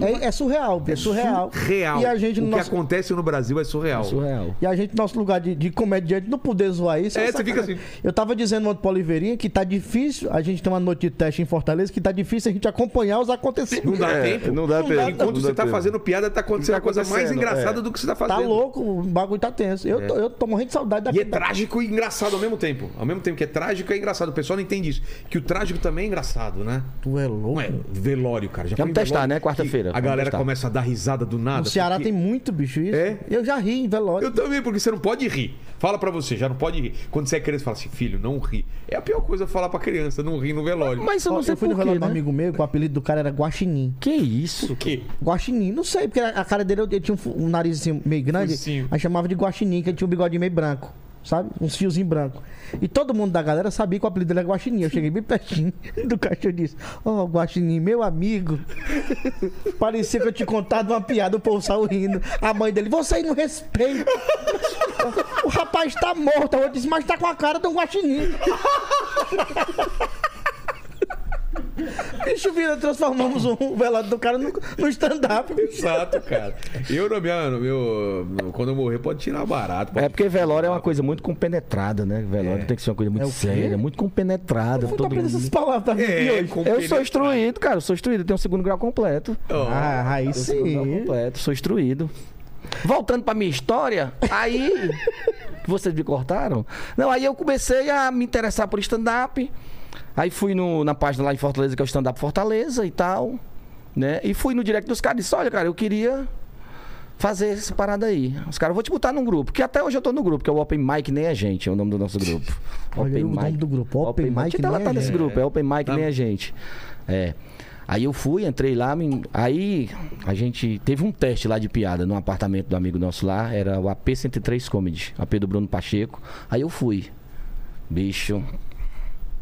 Speaker 2: é, é surreal. É surreal.
Speaker 1: Real.
Speaker 2: E a gente
Speaker 1: o
Speaker 2: no
Speaker 1: que
Speaker 2: nosso...
Speaker 1: acontece no Brasil é surreal.
Speaker 3: Surreal.
Speaker 2: E a gente, nosso lugar de, de comediante, não poder zoar isso.
Speaker 1: É,
Speaker 2: uma
Speaker 1: você fica
Speaker 2: sacanagem.
Speaker 1: assim.
Speaker 2: Eu tava dizendo ontem pra Oliveirinha que tá difícil. A gente tem uma noite de teste em Fortaleza que tá difícil a gente acompanhar os
Speaker 1: Não
Speaker 2: acontecimentos.
Speaker 1: dá
Speaker 3: É,
Speaker 1: tempo.
Speaker 3: não dá
Speaker 1: Não
Speaker 3: tempo,
Speaker 1: Enquanto
Speaker 3: não
Speaker 1: você
Speaker 3: dá
Speaker 1: tá
Speaker 3: tempo.
Speaker 1: fazendo piada, tá acontecendo
Speaker 3: Tá
Speaker 1: a coisa mais
Speaker 3: acontecendo,
Speaker 1: engraçada
Speaker 3: é.
Speaker 1: do que você tá fazendo. É.
Speaker 2: Tá louco, o bagulho tá tenso. Eu, tô, eu tô morrendo de saudade
Speaker 1: E
Speaker 2: daqui.
Speaker 1: é trágico e engraçado ao mesmo tempo. Ao mesmo tempo que é trágico, é engraçado. O pessoal não entende isso. Que o trágico também é engraçado, né?
Speaker 2: Tu é louco.
Speaker 1: Ué, velório, cara. Já foi
Speaker 3: Vamos
Speaker 1: em
Speaker 3: testar,
Speaker 1: velório
Speaker 3: né?
Speaker 1: que
Speaker 3: Quarta-feira.
Speaker 1: A
Speaker 3: Vamos
Speaker 1: galera
Speaker 3: testar.
Speaker 1: começa a dar risada do nada.
Speaker 2: No Ceará
Speaker 1: porque-
Speaker 2: tem muito bicho isso.
Speaker 1: É?
Speaker 2: Eu já ri em velório.
Speaker 1: Eu também, porque você não pode rir. Fala pra você, já não pode rir. Quando você é criança, fala assim, filho, não ri. É a pior coisa falar pra criança, não ri no velório.
Speaker 3: Mas eu
Speaker 2: Ó,
Speaker 3: não
Speaker 2: Eu,
Speaker 3: sei
Speaker 2: fui no
Speaker 3: por quê,
Speaker 2: relógio de um
Speaker 3: né?
Speaker 2: amigo meu, que o apelido do cara era Guaxinim.
Speaker 3: Que isso?
Speaker 1: que?
Speaker 2: Guaxinim, não sei, porque a cara dele, ele tinha um, fu- um nariz assim, meio grande,
Speaker 1: Focinho.
Speaker 2: aí chamava de Guaxinim, que ele tinha um bigode meio branco, sabe? Uns fiozinhos branco. E todo mundo da galera sabia que o apelido dele era Guaxinim. Eu cheguei bem pertinho do caixa e disse, ó, Guaxinim, meu amigo. Parecia que eu tinha contado uma piada, o povo saiu rindo. A mãe dele, você aí não respeita. O rapaz tá morto. Eu disse, mas tá com a cara de um Guaxinim. Bicho, vira, transformamos um velado do cara no, no stand-up.
Speaker 1: Exato, cara. Eu, no meu, no meu- no- Quando eu morrer, pode tirar barato. pode-
Speaker 3: É porque velório é uma coisa muito compenetrada, né? Velório tem que ser uma coisa muito
Speaker 2: É o quê?
Speaker 3: séria, muito compenetrada.
Speaker 2: Muito
Speaker 3: Todo
Speaker 2: aprendendo
Speaker 3: mundo...
Speaker 2: essas palavras pra mim
Speaker 1: É,
Speaker 2: hoje.
Speaker 1: com
Speaker 3: Eu
Speaker 1: pene-
Speaker 3: sou instruído, cara. Eu sou instruído. Eu tenho um segundo grau completo.
Speaker 1: Ó,
Speaker 2: Ah, aí
Speaker 3: Segundo grau
Speaker 2: sim.
Speaker 3: completo, sou instruído. Voltando pra minha história, aí. que Vocês me cortaram? Não, aí eu comecei a me interessar por stand-up. Aí fui no- na página lá de Fortaleza, que é o Stand-up Fortaleza e tal. Né? E fui no direct dos caras e disse: Olha, cara, eu queria fazer essa parada aí. Os caras, eu vou te botar num grupo, que até hoje eu tô no grupo, que é o Open Mic Nem a Gente, é o nome do nosso grupo.
Speaker 2: Olha aí o nome do grupo, Open Mic
Speaker 3: Então ela
Speaker 2: Nem a
Speaker 3: tá nesse
Speaker 2: Gente.
Speaker 3: grupo, é Open Mic Nem a Gente. É. Aí eu fui, entrei lá, me- aí a gente teve um teste lá de piada num apartamento do amigo nosso lá, era o AP 103 Comedy, AP do Bruno Pacheco. Aí eu fui. Bicho,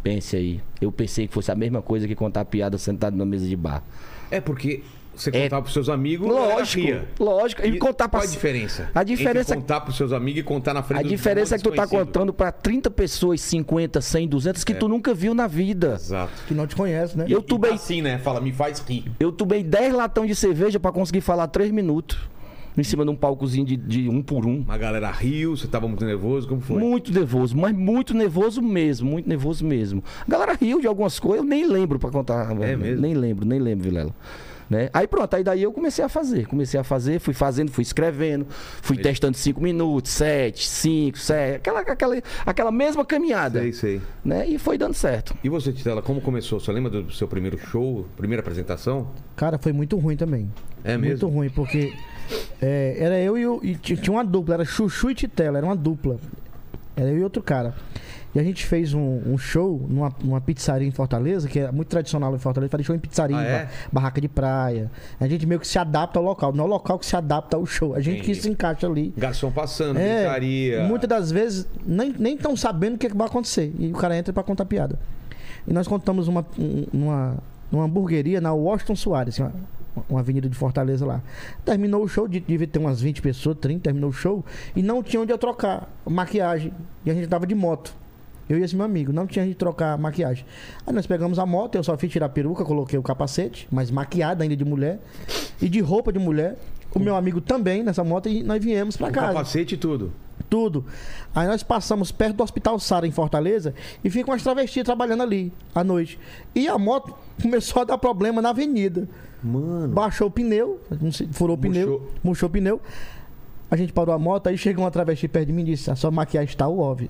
Speaker 3: pense aí. Eu pensei que fosse a mesma coisa que contar piada sentado numa mesa de bar.
Speaker 1: É porque você
Speaker 3: É.
Speaker 1: contava pros seus amigos. a galera
Speaker 3: Lógico,
Speaker 1: ria.
Speaker 3: lógico. E, contar pra...
Speaker 1: Qual a diferença?
Speaker 3: A diferença,
Speaker 1: Entre contar pros seus amigos e contar na frente
Speaker 3: a
Speaker 1: do-
Speaker 3: diferença é que tu tá
Speaker 1: desconhecido. É.
Speaker 3: contando pra 30 pessoas, 50, 100, 200 que tu nunca viu na vida.
Speaker 1: Exato.
Speaker 2: Que não te conhece, né?
Speaker 3: Eu
Speaker 1: Tu bem
Speaker 3: tubei,
Speaker 1: assim, né? Fala, me faz rir.
Speaker 3: eu tubei 10 latão de cerveja pra conseguir falar 3 minutos em cima de um palcozinho de, de um por um.
Speaker 1: Mas a galera riu, você tava muito nervoso, como foi?
Speaker 3: Muito nervoso, mas muito nervoso mesmo, muito nervoso mesmo. A galera riu de algumas coisas, eu nem lembro pra contar.
Speaker 1: É mesmo?
Speaker 3: Nem lembro, nem lembro, Vilela. Né? Aí pronto, aí daí eu comecei a fazer. Comecei a fazer, fui fazendo, fui escrevendo, fui testando 5 minutos, 7, 5, 7, aquela, aquela, aquela mesma caminhada.
Speaker 1: É isso aí.
Speaker 3: Né? E foi dando certo.
Speaker 1: E você, Titela, como começou? Você lembra do seu primeiro show, primeira apresentação?
Speaker 2: Cara, foi muito ruim também.
Speaker 1: É
Speaker 2: Muito
Speaker 1: mesmo?
Speaker 2: ruim, porque é, era eu e, o, e ti- tinha uma dupla, era Chuchu e Titela, era uma dupla. Era eu e outro cara. E a gente fez um, um show numa, numa pizzaria em Fortaleza, que é muito tradicional em Fortaleza, faz show em pizzaria,
Speaker 1: Ah, é?
Speaker 2: ba- barraca de praia. A gente meio que se adapta ao local, não é o local que se adapta ao show. A gente
Speaker 1: Entendi.
Speaker 2: que se encaixa ali.
Speaker 1: Garçom passando,
Speaker 3: É,
Speaker 1: gritaria.
Speaker 2: É, Muitas das vezes nem nem estão sabendo o que, é que vai acontecer. E o cara entra pra contar piada. E nós contamos uma, um- uma, uma hamburgueria na Washington Soares, uma, uma avenida de Fortaleza lá. Terminou o show, de- devia ter umas 20 pessoas, 30, terminou o show, e não tinha onde eu trocar maquiagem. E a gente tava de moto. Eu e esse meu amigo, não tinha onde trocar maquiagem. Aí nós pegamos a moto, eu só fui tirar a peruca, coloquei o capacete, mas maquiada ainda de mulher, e de roupa de mulher. O meu amigo também nessa moto, e nós viemos pra
Speaker 1: Com
Speaker 2: casa
Speaker 1: capacete e tudo.
Speaker 2: tudo. Aí nós passamos perto do Hospital Sara, em Fortaleza, e ficam as travestis trabalhando ali à noite. E a moto começou a dar problema na avenida.
Speaker 1: Mano.
Speaker 2: Baixou o pneu, não sei, furou o pneu,
Speaker 1: Murchou.
Speaker 2: murchou o pneu. A gente parou a moto, aí chegou uma travesti perto de mim e disse: A sua maquiagem está óbvio.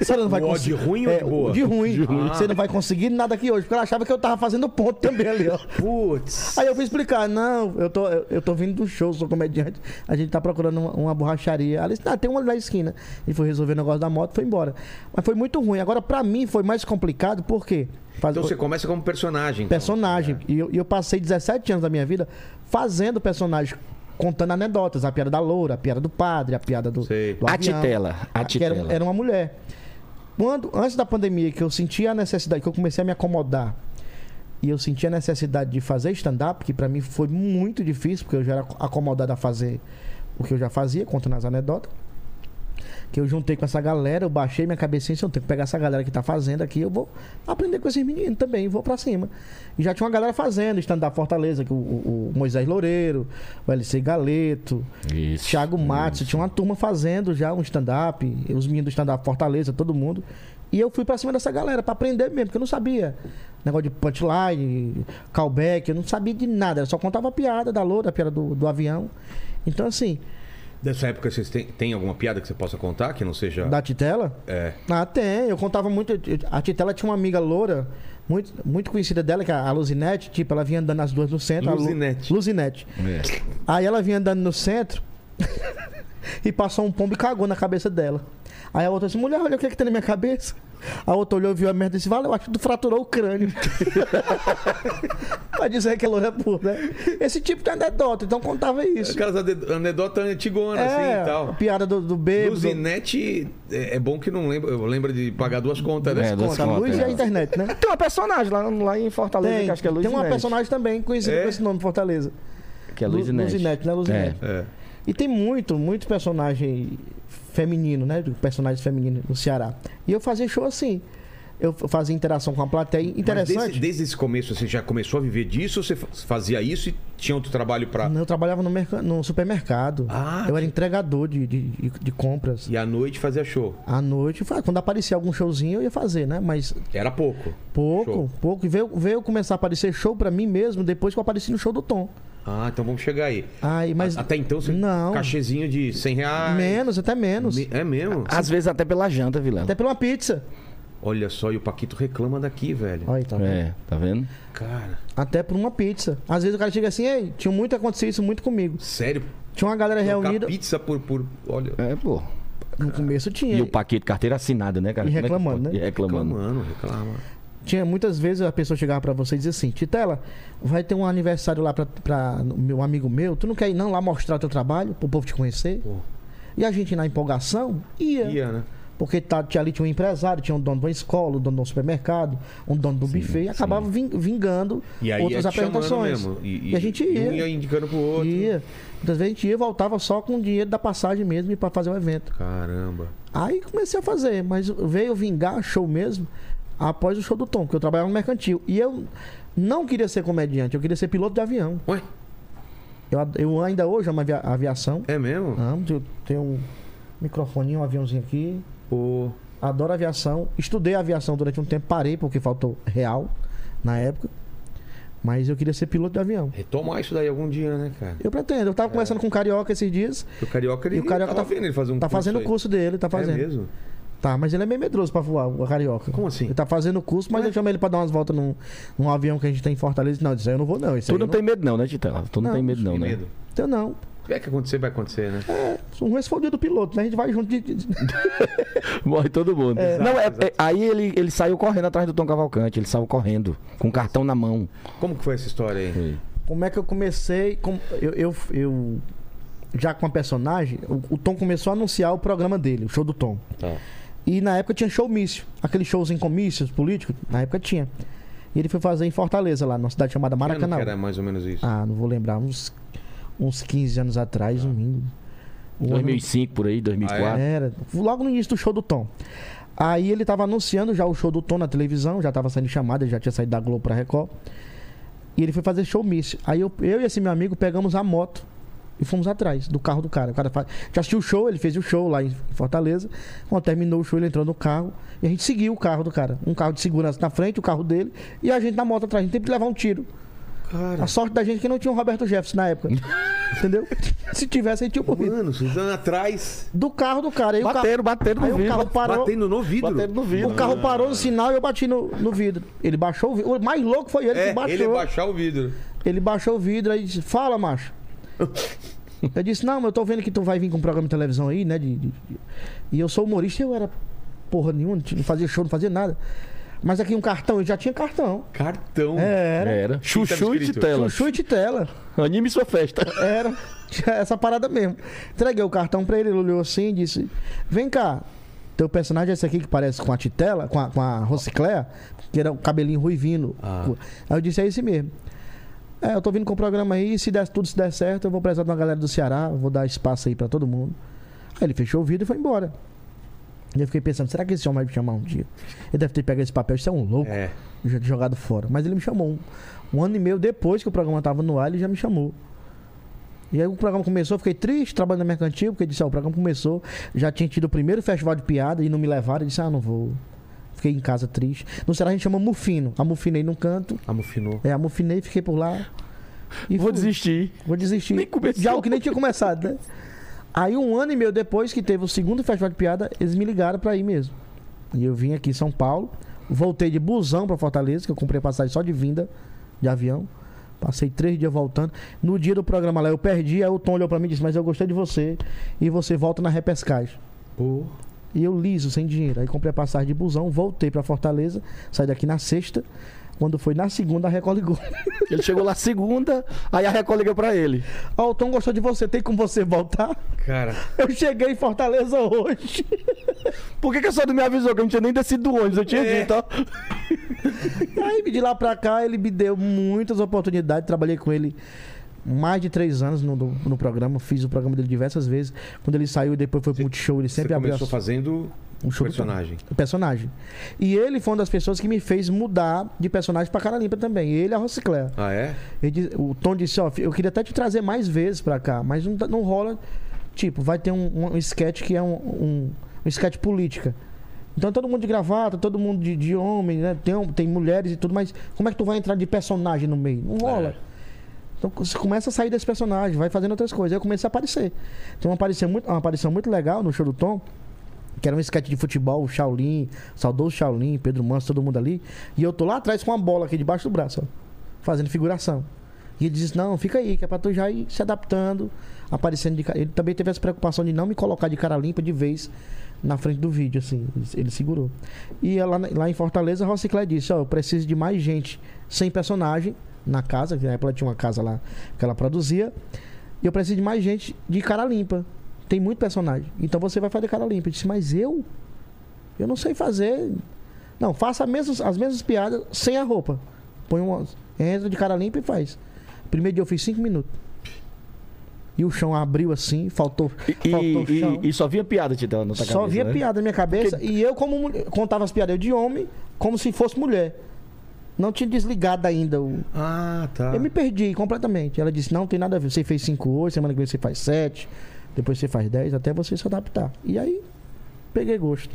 Speaker 2: Você não vai
Speaker 1: O ó de
Speaker 2: conseguir. É,
Speaker 1: ruim ou de boa?
Speaker 2: De ruim.
Speaker 1: ruim.
Speaker 2: Você não vai conseguir nada aqui hoje, porque ela achava que eu tava fazendo ponto também ali, ó.
Speaker 1: Putz.
Speaker 2: Aí eu fui explicar, não, eu tô, eu, eu tô vindo do show, sou comediante, a gente tá procurando uma, uma borracharia. Ela disse, ah, tem uma ali na esquina. E foi resolver o negócio da moto, foi embora. Mas foi muito ruim. Agora, pra mim, foi mais complicado, por quê? Faz-
Speaker 1: Então você começa como personagem. então.
Speaker 2: personagem. E eu, e eu passei 17 anos da minha vida fazendo personagem, contando anedotas, a piada da loura, a piada do padre, a piada do,
Speaker 1: Sei.
Speaker 2: do
Speaker 3: A
Speaker 2: avião.
Speaker 3: titela, a
Speaker 2: Ah, Que era, um-
Speaker 3: titela.
Speaker 2: era uma mulher. Quando, antes da pandemia, que eu sentia a necessidade, que eu comecei a me acomodar, e eu sentia a necessidade de fazer stand-up, que pra mim foi muito difícil, porque eu já era acomodado a fazer o que eu já fazia, contando as anedotas. Que eu juntei com essa galera, eu baixei minha cabecinha, se eu tenho que pegar essa galera que tá fazendo aqui, eu vou aprender com esses meninos também, vou pra cima. E já tinha uma galera fazendo, stand-up Fortaleza, que o, o- o Moisés Loureiro, o LC Galeto,
Speaker 3: Isso.
Speaker 2: Thiago Matos, tinha uma turma fazendo já um stand-up, os meninos do stand-up Fortaleza, todo mundo. E eu fui pra cima dessa galera pra aprender mesmo, porque eu não sabia. Negócio de punchline, callback, eu não sabia de nada. Eu só contava a piada da loura, a piada do, do avião. Então, assim,
Speaker 1: É. Dessa época vocês têm, tem alguma piada que você possa contar que não seja.
Speaker 2: da Titela.
Speaker 1: É.
Speaker 2: Ah, tem. Eu contava muito. eu- A Titela tinha uma amiga loura, muito, muito conhecida dela, que é a Luzinete. Tipo, ela vinha andando nas duas no centro. a Lu-
Speaker 1: Luzinete.
Speaker 2: Luzinete. Aí ela vinha andando no centro e passou um pombo e cagou na cabeça dela. Aí a outra disse, mulher, olha o que, é que tem na minha cabeça. A outra olhou, viu a merda e disse, vale, eu acho que tu fraturou o crânio. pra dizer que é loura pura, né? Esse tipo de anedota, então contava isso. É,
Speaker 1: Aquelas ade- anedotas antigonas,
Speaker 3: É.
Speaker 1: assim e tal.
Speaker 2: piada do, do bêbado.
Speaker 1: Luzinete é, é bom que não lembra. Eu lembro de pagar duas contas, né?
Speaker 3: É, duas
Speaker 2: Conta, a luz
Speaker 3: contas,
Speaker 2: e a
Speaker 3: é.
Speaker 2: internet, né?
Speaker 3: Tem uma personagem lá, lá em Fortaleza,
Speaker 2: Tem,
Speaker 3: que acho que é Luiz
Speaker 2: tem uma
Speaker 3: Inete,
Speaker 2: personagem também conhecida
Speaker 1: É?
Speaker 2: com esse nome, Fortaleza.
Speaker 3: Que é
Speaker 2: Lu-
Speaker 3: Luiz Inete.
Speaker 2: Luzinete, né? Luzinete.
Speaker 1: É.
Speaker 2: E tem muito, muito personagem feminino, né? Personagens femininos no Ceará. E eu fazia show assim. Eu f- fazia interação com a plateia.
Speaker 1: Mas
Speaker 2: Interessante.
Speaker 1: Desde, desde esse começo, você já começou a viver disso? ou Você fa- fazia isso e tinha outro trabalho pra.
Speaker 2: Eu trabalhava no, merca- no supermercado.
Speaker 1: Ah,
Speaker 2: eu era entregador de, de, de- de compras.
Speaker 1: E à noite fazia show.
Speaker 2: À noite, fa- quando aparecia algum showzinho, eu ia fazer, né? Mas
Speaker 1: Era pouco.
Speaker 2: pouco,
Speaker 1: Show.
Speaker 2: pouco. E veio, veio começar a aparecer show pra mim mesmo depois que eu apareci no show do Tom.
Speaker 1: Ah, então vamos chegar aí.
Speaker 2: Aí, mas
Speaker 1: A- Até então você.
Speaker 2: Não.
Speaker 1: Cachezinho de 100 reais.
Speaker 2: menos, até menos.
Speaker 1: Me- É mesmo?
Speaker 2: Ah,
Speaker 3: Às vezes até pela janta, Vilela.
Speaker 2: Até pela uma pizza.
Speaker 1: Olha só, e o Paquito reclama daqui, velho.
Speaker 2: Olha, tá vendo?
Speaker 3: É, tá vendo?
Speaker 1: Cara,
Speaker 2: Até por uma pizza. Às vezes o cara chega assim, ei, tinha muito acontecido isso muito comigo.
Speaker 1: sério?
Speaker 2: Tinha uma galera
Speaker 1: Trocar
Speaker 2: reunida.
Speaker 1: pizza por, por. Olha.
Speaker 3: É, pô.
Speaker 2: No começo tinha.
Speaker 3: E o Paquito, carteira assinada, né, cara?
Speaker 2: E
Speaker 3: Como é que
Speaker 2: reclamando,
Speaker 3: pode?
Speaker 2: né?
Speaker 3: E reclamando.
Speaker 1: Reclamando, reclama.
Speaker 2: Tinha muitas vezes a pessoa chegava pra você e dizia assim, Titela, vai ter um aniversário lá pra, pra meu amigo meu, tu não quer ir não lá mostrar teu trabalho, pro povo te conhecer?
Speaker 1: Pô.
Speaker 2: E a gente na empolgação ia.
Speaker 1: Ia, né?
Speaker 2: Porque tá- tinha, ali tinha um empresário, tinha um dono de uma escola, um dono de um supermercado, um dono do buffet, e acabava vin- vingando
Speaker 1: E aí
Speaker 2: outras
Speaker 1: ia te chamando
Speaker 2: apresentações.
Speaker 1: mesmo.
Speaker 2: E a gente ia.
Speaker 1: Um ia indicando pro outro.
Speaker 2: Ia. Muitas vezes a gente ia e voltava só com o dinheiro da passagem mesmo para fazer o evento.
Speaker 1: Caramba.
Speaker 2: Aí comecei a fazer, mas veio vingar show mesmo após o show do Tom, porque eu trabalhava no mercantil. E eu não queria ser comediante, eu queria ser piloto de avião.
Speaker 1: Ué,
Speaker 2: Eu, ad- eu ainda hoje amo avia- aviação.
Speaker 1: é mesmo?
Speaker 2: Amo, eu tenho um microfoninho, um aviãozinho aqui.
Speaker 1: Pô.
Speaker 2: Adoro aviação. Estudei aviação durante um tempo, parei porque faltou real na época. Mas eu queria ser piloto de avião.
Speaker 1: Retomar isso daí algum dia, né, cara?
Speaker 2: Eu pretendo. Eu tava conversando com um carioca esses dias.
Speaker 1: Porque o Carioca, ele
Speaker 2: E o Carioca
Speaker 1: tava
Speaker 2: tá-
Speaker 1: vendo ele fazer um
Speaker 2: tá fazendo o
Speaker 1: aí.
Speaker 2: curso dele, tá fazendo.
Speaker 1: É mesmo?
Speaker 2: Tá, mas ele é meio medroso pra voar, o carioca.
Speaker 1: Como assim?
Speaker 2: Ele tá fazendo o curso, mas eu chamei ele pra dar umas voltas num, num avião que a gente tem em Fortaleza. Não, isso aí eu não vou, não. Isso
Speaker 3: Tu
Speaker 2: aí
Speaker 3: não
Speaker 2: eu
Speaker 3: tem medo, não, né, Titela? Tu não,
Speaker 2: Não,
Speaker 3: tem medo, não,
Speaker 1: Tem
Speaker 3: né?
Speaker 1: medo.
Speaker 2: Tenho não. É,
Speaker 1: que é que acontecer, vai acontecer, né?
Speaker 2: O ruim esse foi o dia do piloto, né? A gente vai junto de. de-
Speaker 3: Morre todo mundo. não, é,
Speaker 1: Exato,
Speaker 3: é- aí ele, ele saiu correndo atrás do Tom Cavalcante, ele saiu correndo, com o cartão na mão.
Speaker 2: É.
Speaker 1: Como que foi essa história aí?
Speaker 2: Como é que eu comecei? como- Eu, eu, eu- Já com a personagem, o, o Tom começou a anunciar o programa dele, o show do Tom. E na época tinha showmício. Aqueles shows em comícios políticos, na época tinha. E ele foi fazer em Fortaleza, lá, numa cidade chamada
Speaker 1: Que ano
Speaker 2: Maracanã.
Speaker 1: que era mais ou menos isso.
Speaker 2: Ah, não vou lembrar, uns, uns 15 anos atrás, um mínimo. O ano-
Speaker 3: 2005 por aí, 2004.
Speaker 1: Ah,
Speaker 2: Era, logo no início do show do Tom. Aí ele tava anunciando já o show do Tom na televisão, já tava saindo chamada, ele já tinha saído da Globo pra Record. E ele foi fazer showmício. Aí eu, eu e esse meu amigo pegamos a moto e fomos atrás do carro do cara. O cara faz, já assistiu o show, ele fez o show lá em Fortaleza. Quando terminou o show, ele entrou no carro e a gente seguiu o carro do cara. Um carro de segurança na frente, o carro dele, e a gente na moto atrás. A gente teve que levar um tiro. A sorte da gente é que não tinha o Roberto Jefferson na época. Entendeu? Se tivesse, aí tinha morrido.
Speaker 1: Mano, vocês andam atrás,
Speaker 2: Do carro do cara. Aí o carro...
Speaker 3: Bateram, bateram
Speaker 2: Aí
Speaker 3: no
Speaker 2: o
Speaker 3: vidro.
Speaker 2: carro parou.
Speaker 1: batendo no vidro.
Speaker 3: Bateram no vidro.
Speaker 2: O carro parou no sinal e eu bati no, no vidro. Ele baixou o vidro. O mais louco foi ele
Speaker 1: É,
Speaker 2: que baixou.
Speaker 1: ele
Speaker 2: Ele,
Speaker 1: ia baixar o vidro.
Speaker 2: baixou o vidro aí disse: Fala, macho. Eu disse: Não, mas eu tô vendo que tu vai vir com um programa de televisão aí, né? de- de- de- E eu sou humorista eu era porra nenhuma, não tinha- não fazia show, não fazia nada. Mas aqui um cartão, eu já tinha cartão. É,
Speaker 1: Cartão.
Speaker 2: Era.
Speaker 3: Era. Chuchu e
Speaker 1: escrito?
Speaker 3: titela.
Speaker 2: Chuchu e de tela.
Speaker 3: Anime sua festa.
Speaker 2: Era. Tinha essa parada mesmo. Entreguei o cartão pra ele, ele olhou assim e disse: Vem cá, teu personagem é esse aqui que parece com a Titela, com a, com a Rocicléa, que era o cabelinho ruivino. Aí eu disse: É esse mesmo. É, eu tô vindo com o programa aí, se der tudo, se der certo, eu vou precisar de uma galera do Ceará, vou dar espaço aí pra todo mundo. Aí ele fechou o vidro e foi embora. E eu fiquei pensando, será que esse homem vai me chamar um dia? Ele deve ter pegado esse papel, isso é um louco
Speaker 1: É.
Speaker 2: já jogado fora. Mas ele me chamou um, um ano e meio depois que o programa tava no ar, ele já me chamou. E aí o programa começou, eu fiquei triste trabalhando na mercantil, porque disse, ó, o programa começou, já tinha tido o primeiro festival de piada e não me levaram, eu disse, ah, não vou. Fiquei em casa triste. No Ceará a gente chama Mufino. Amufinei num canto,
Speaker 1: Amofinou.
Speaker 2: é, amufinei, fiquei por lá. E
Speaker 3: Vou
Speaker 2: fui.
Speaker 3: desistir.
Speaker 2: Vou desistir.
Speaker 3: Nem começou.
Speaker 2: Já o que nem tinha começado, né? Aí um ano e meio depois que teve o segundo festival de piada, eles me ligaram pra ir mesmo. E eu vim aqui em São Paulo, voltei de busão pra Fortaleza, que eu comprei passagem só de vinda de avião. Passei três dias voltando. No dia do programa lá eu perdi, aí o Tom olhou pra mim e disse, mas eu gostei de você. E você volta na repescagem.
Speaker 1: Pô.
Speaker 2: E eu liso, sem dinheiro. Aí comprei a passagem de busão, voltei pra Fortaleza, saí daqui na sexta. Quando foi na segunda, a Record ligou.
Speaker 3: Ele chegou lá segunda, aí a Record ligou pra ele.
Speaker 2: Ó, o Tom gostou de você, tem como você voltar?
Speaker 1: Cara,
Speaker 2: Eu cheguei em Fortaleza hoje.
Speaker 3: Por que, que a senhora não me avisou que eu não tinha nem descido do ônibus? Eu tinha
Speaker 1: É.
Speaker 3: dito, ó.
Speaker 2: Aí de lá pra cá ele me deu muitas oportunidades. Trabalhei com ele mais de três anos no, no- no programa. Fiz o programa dele diversas vezes. Quando ele saiu e depois foi pro Multishow, ele sempre
Speaker 1: você
Speaker 2: abriu
Speaker 1: começou
Speaker 2: as-
Speaker 1: fazendo
Speaker 2: um show do
Speaker 1: personagem.
Speaker 2: Tom. personagem. E ele foi uma das pessoas que me fez mudar de personagem pra cara limpa também. Ele e a Rocicler.
Speaker 1: Ah, é?
Speaker 2: Ele diz- o Tom disse, ó, eu queria até te trazer mais vezes pra cá, mas não, tá- não rola. Tipo, vai ter um, um sketch que é um, um, um sketch política. Então todo mundo de gravata, todo mundo de, de homem, né? Tem, hom- tem mulheres e tudo, mas como é que tu vai entrar de personagem no meio? Não rola.
Speaker 1: É.
Speaker 2: Então você começa a sair desse personagem, vai fazendo outras coisas. Aí eu comecei a aparecer. Tem uma aparição muito, uma aparição muito legal no show do Tom, que era um sketch de futebol, o Shaolin, o saudoso Shaolin, Pedro Manso, todo mundo ali. E eu tô lá atrás com uma bola aqui debaixo do braço, ó, fazendo figuração. E ele disse, não, fica aí, que é pra tu já ir se adaptando, aparecendo de cara. Ele também teve essa preocupação de não me colocar de cara limpa de vez na frente do vídeo, assim. Ele- Ele segurou. E lá, na- lá em Fortaleza, a Rociclé disse, ó, eu preciso de mais gente sem personagem na casa, que na época ela tinha uma casa lá que ela produzia. E eu preciso de mais gente de cara limpa. Tem muito personagem. Então você vai fazer cara limpa. Eu disse, mas eu? Eu não sei fazer. Não, faça as mesmas, as mesmas piadas sem a roupa. Põe uma. Entra de cara limpa e faz. Primeiro dia eu fiz cinco minutos. E o chão abriu assim, faltou.
Speaker 3: E,
Speaker 2: faltou
Speaker 3: e- e só via piada, Titela, na tua
Speaker 2: Só
Speaker 3: cabeça,
Speaker 2: via
Speaker 3: né?
Speaker 2: piada na minha cabeça. E eu, como mulher- contava as piadas eu de homem, como se fosse mulher. Não tinha desligado ainda o.
Speaker 1: Ah, tá.
Speaker 2: Eu me perdi completamente. Ela disse: não tem nada a ver. Você fez 5 hoje, semana que vem você faz 7, depois você faz 10, até você se adaptar. E aí, peguei gosto.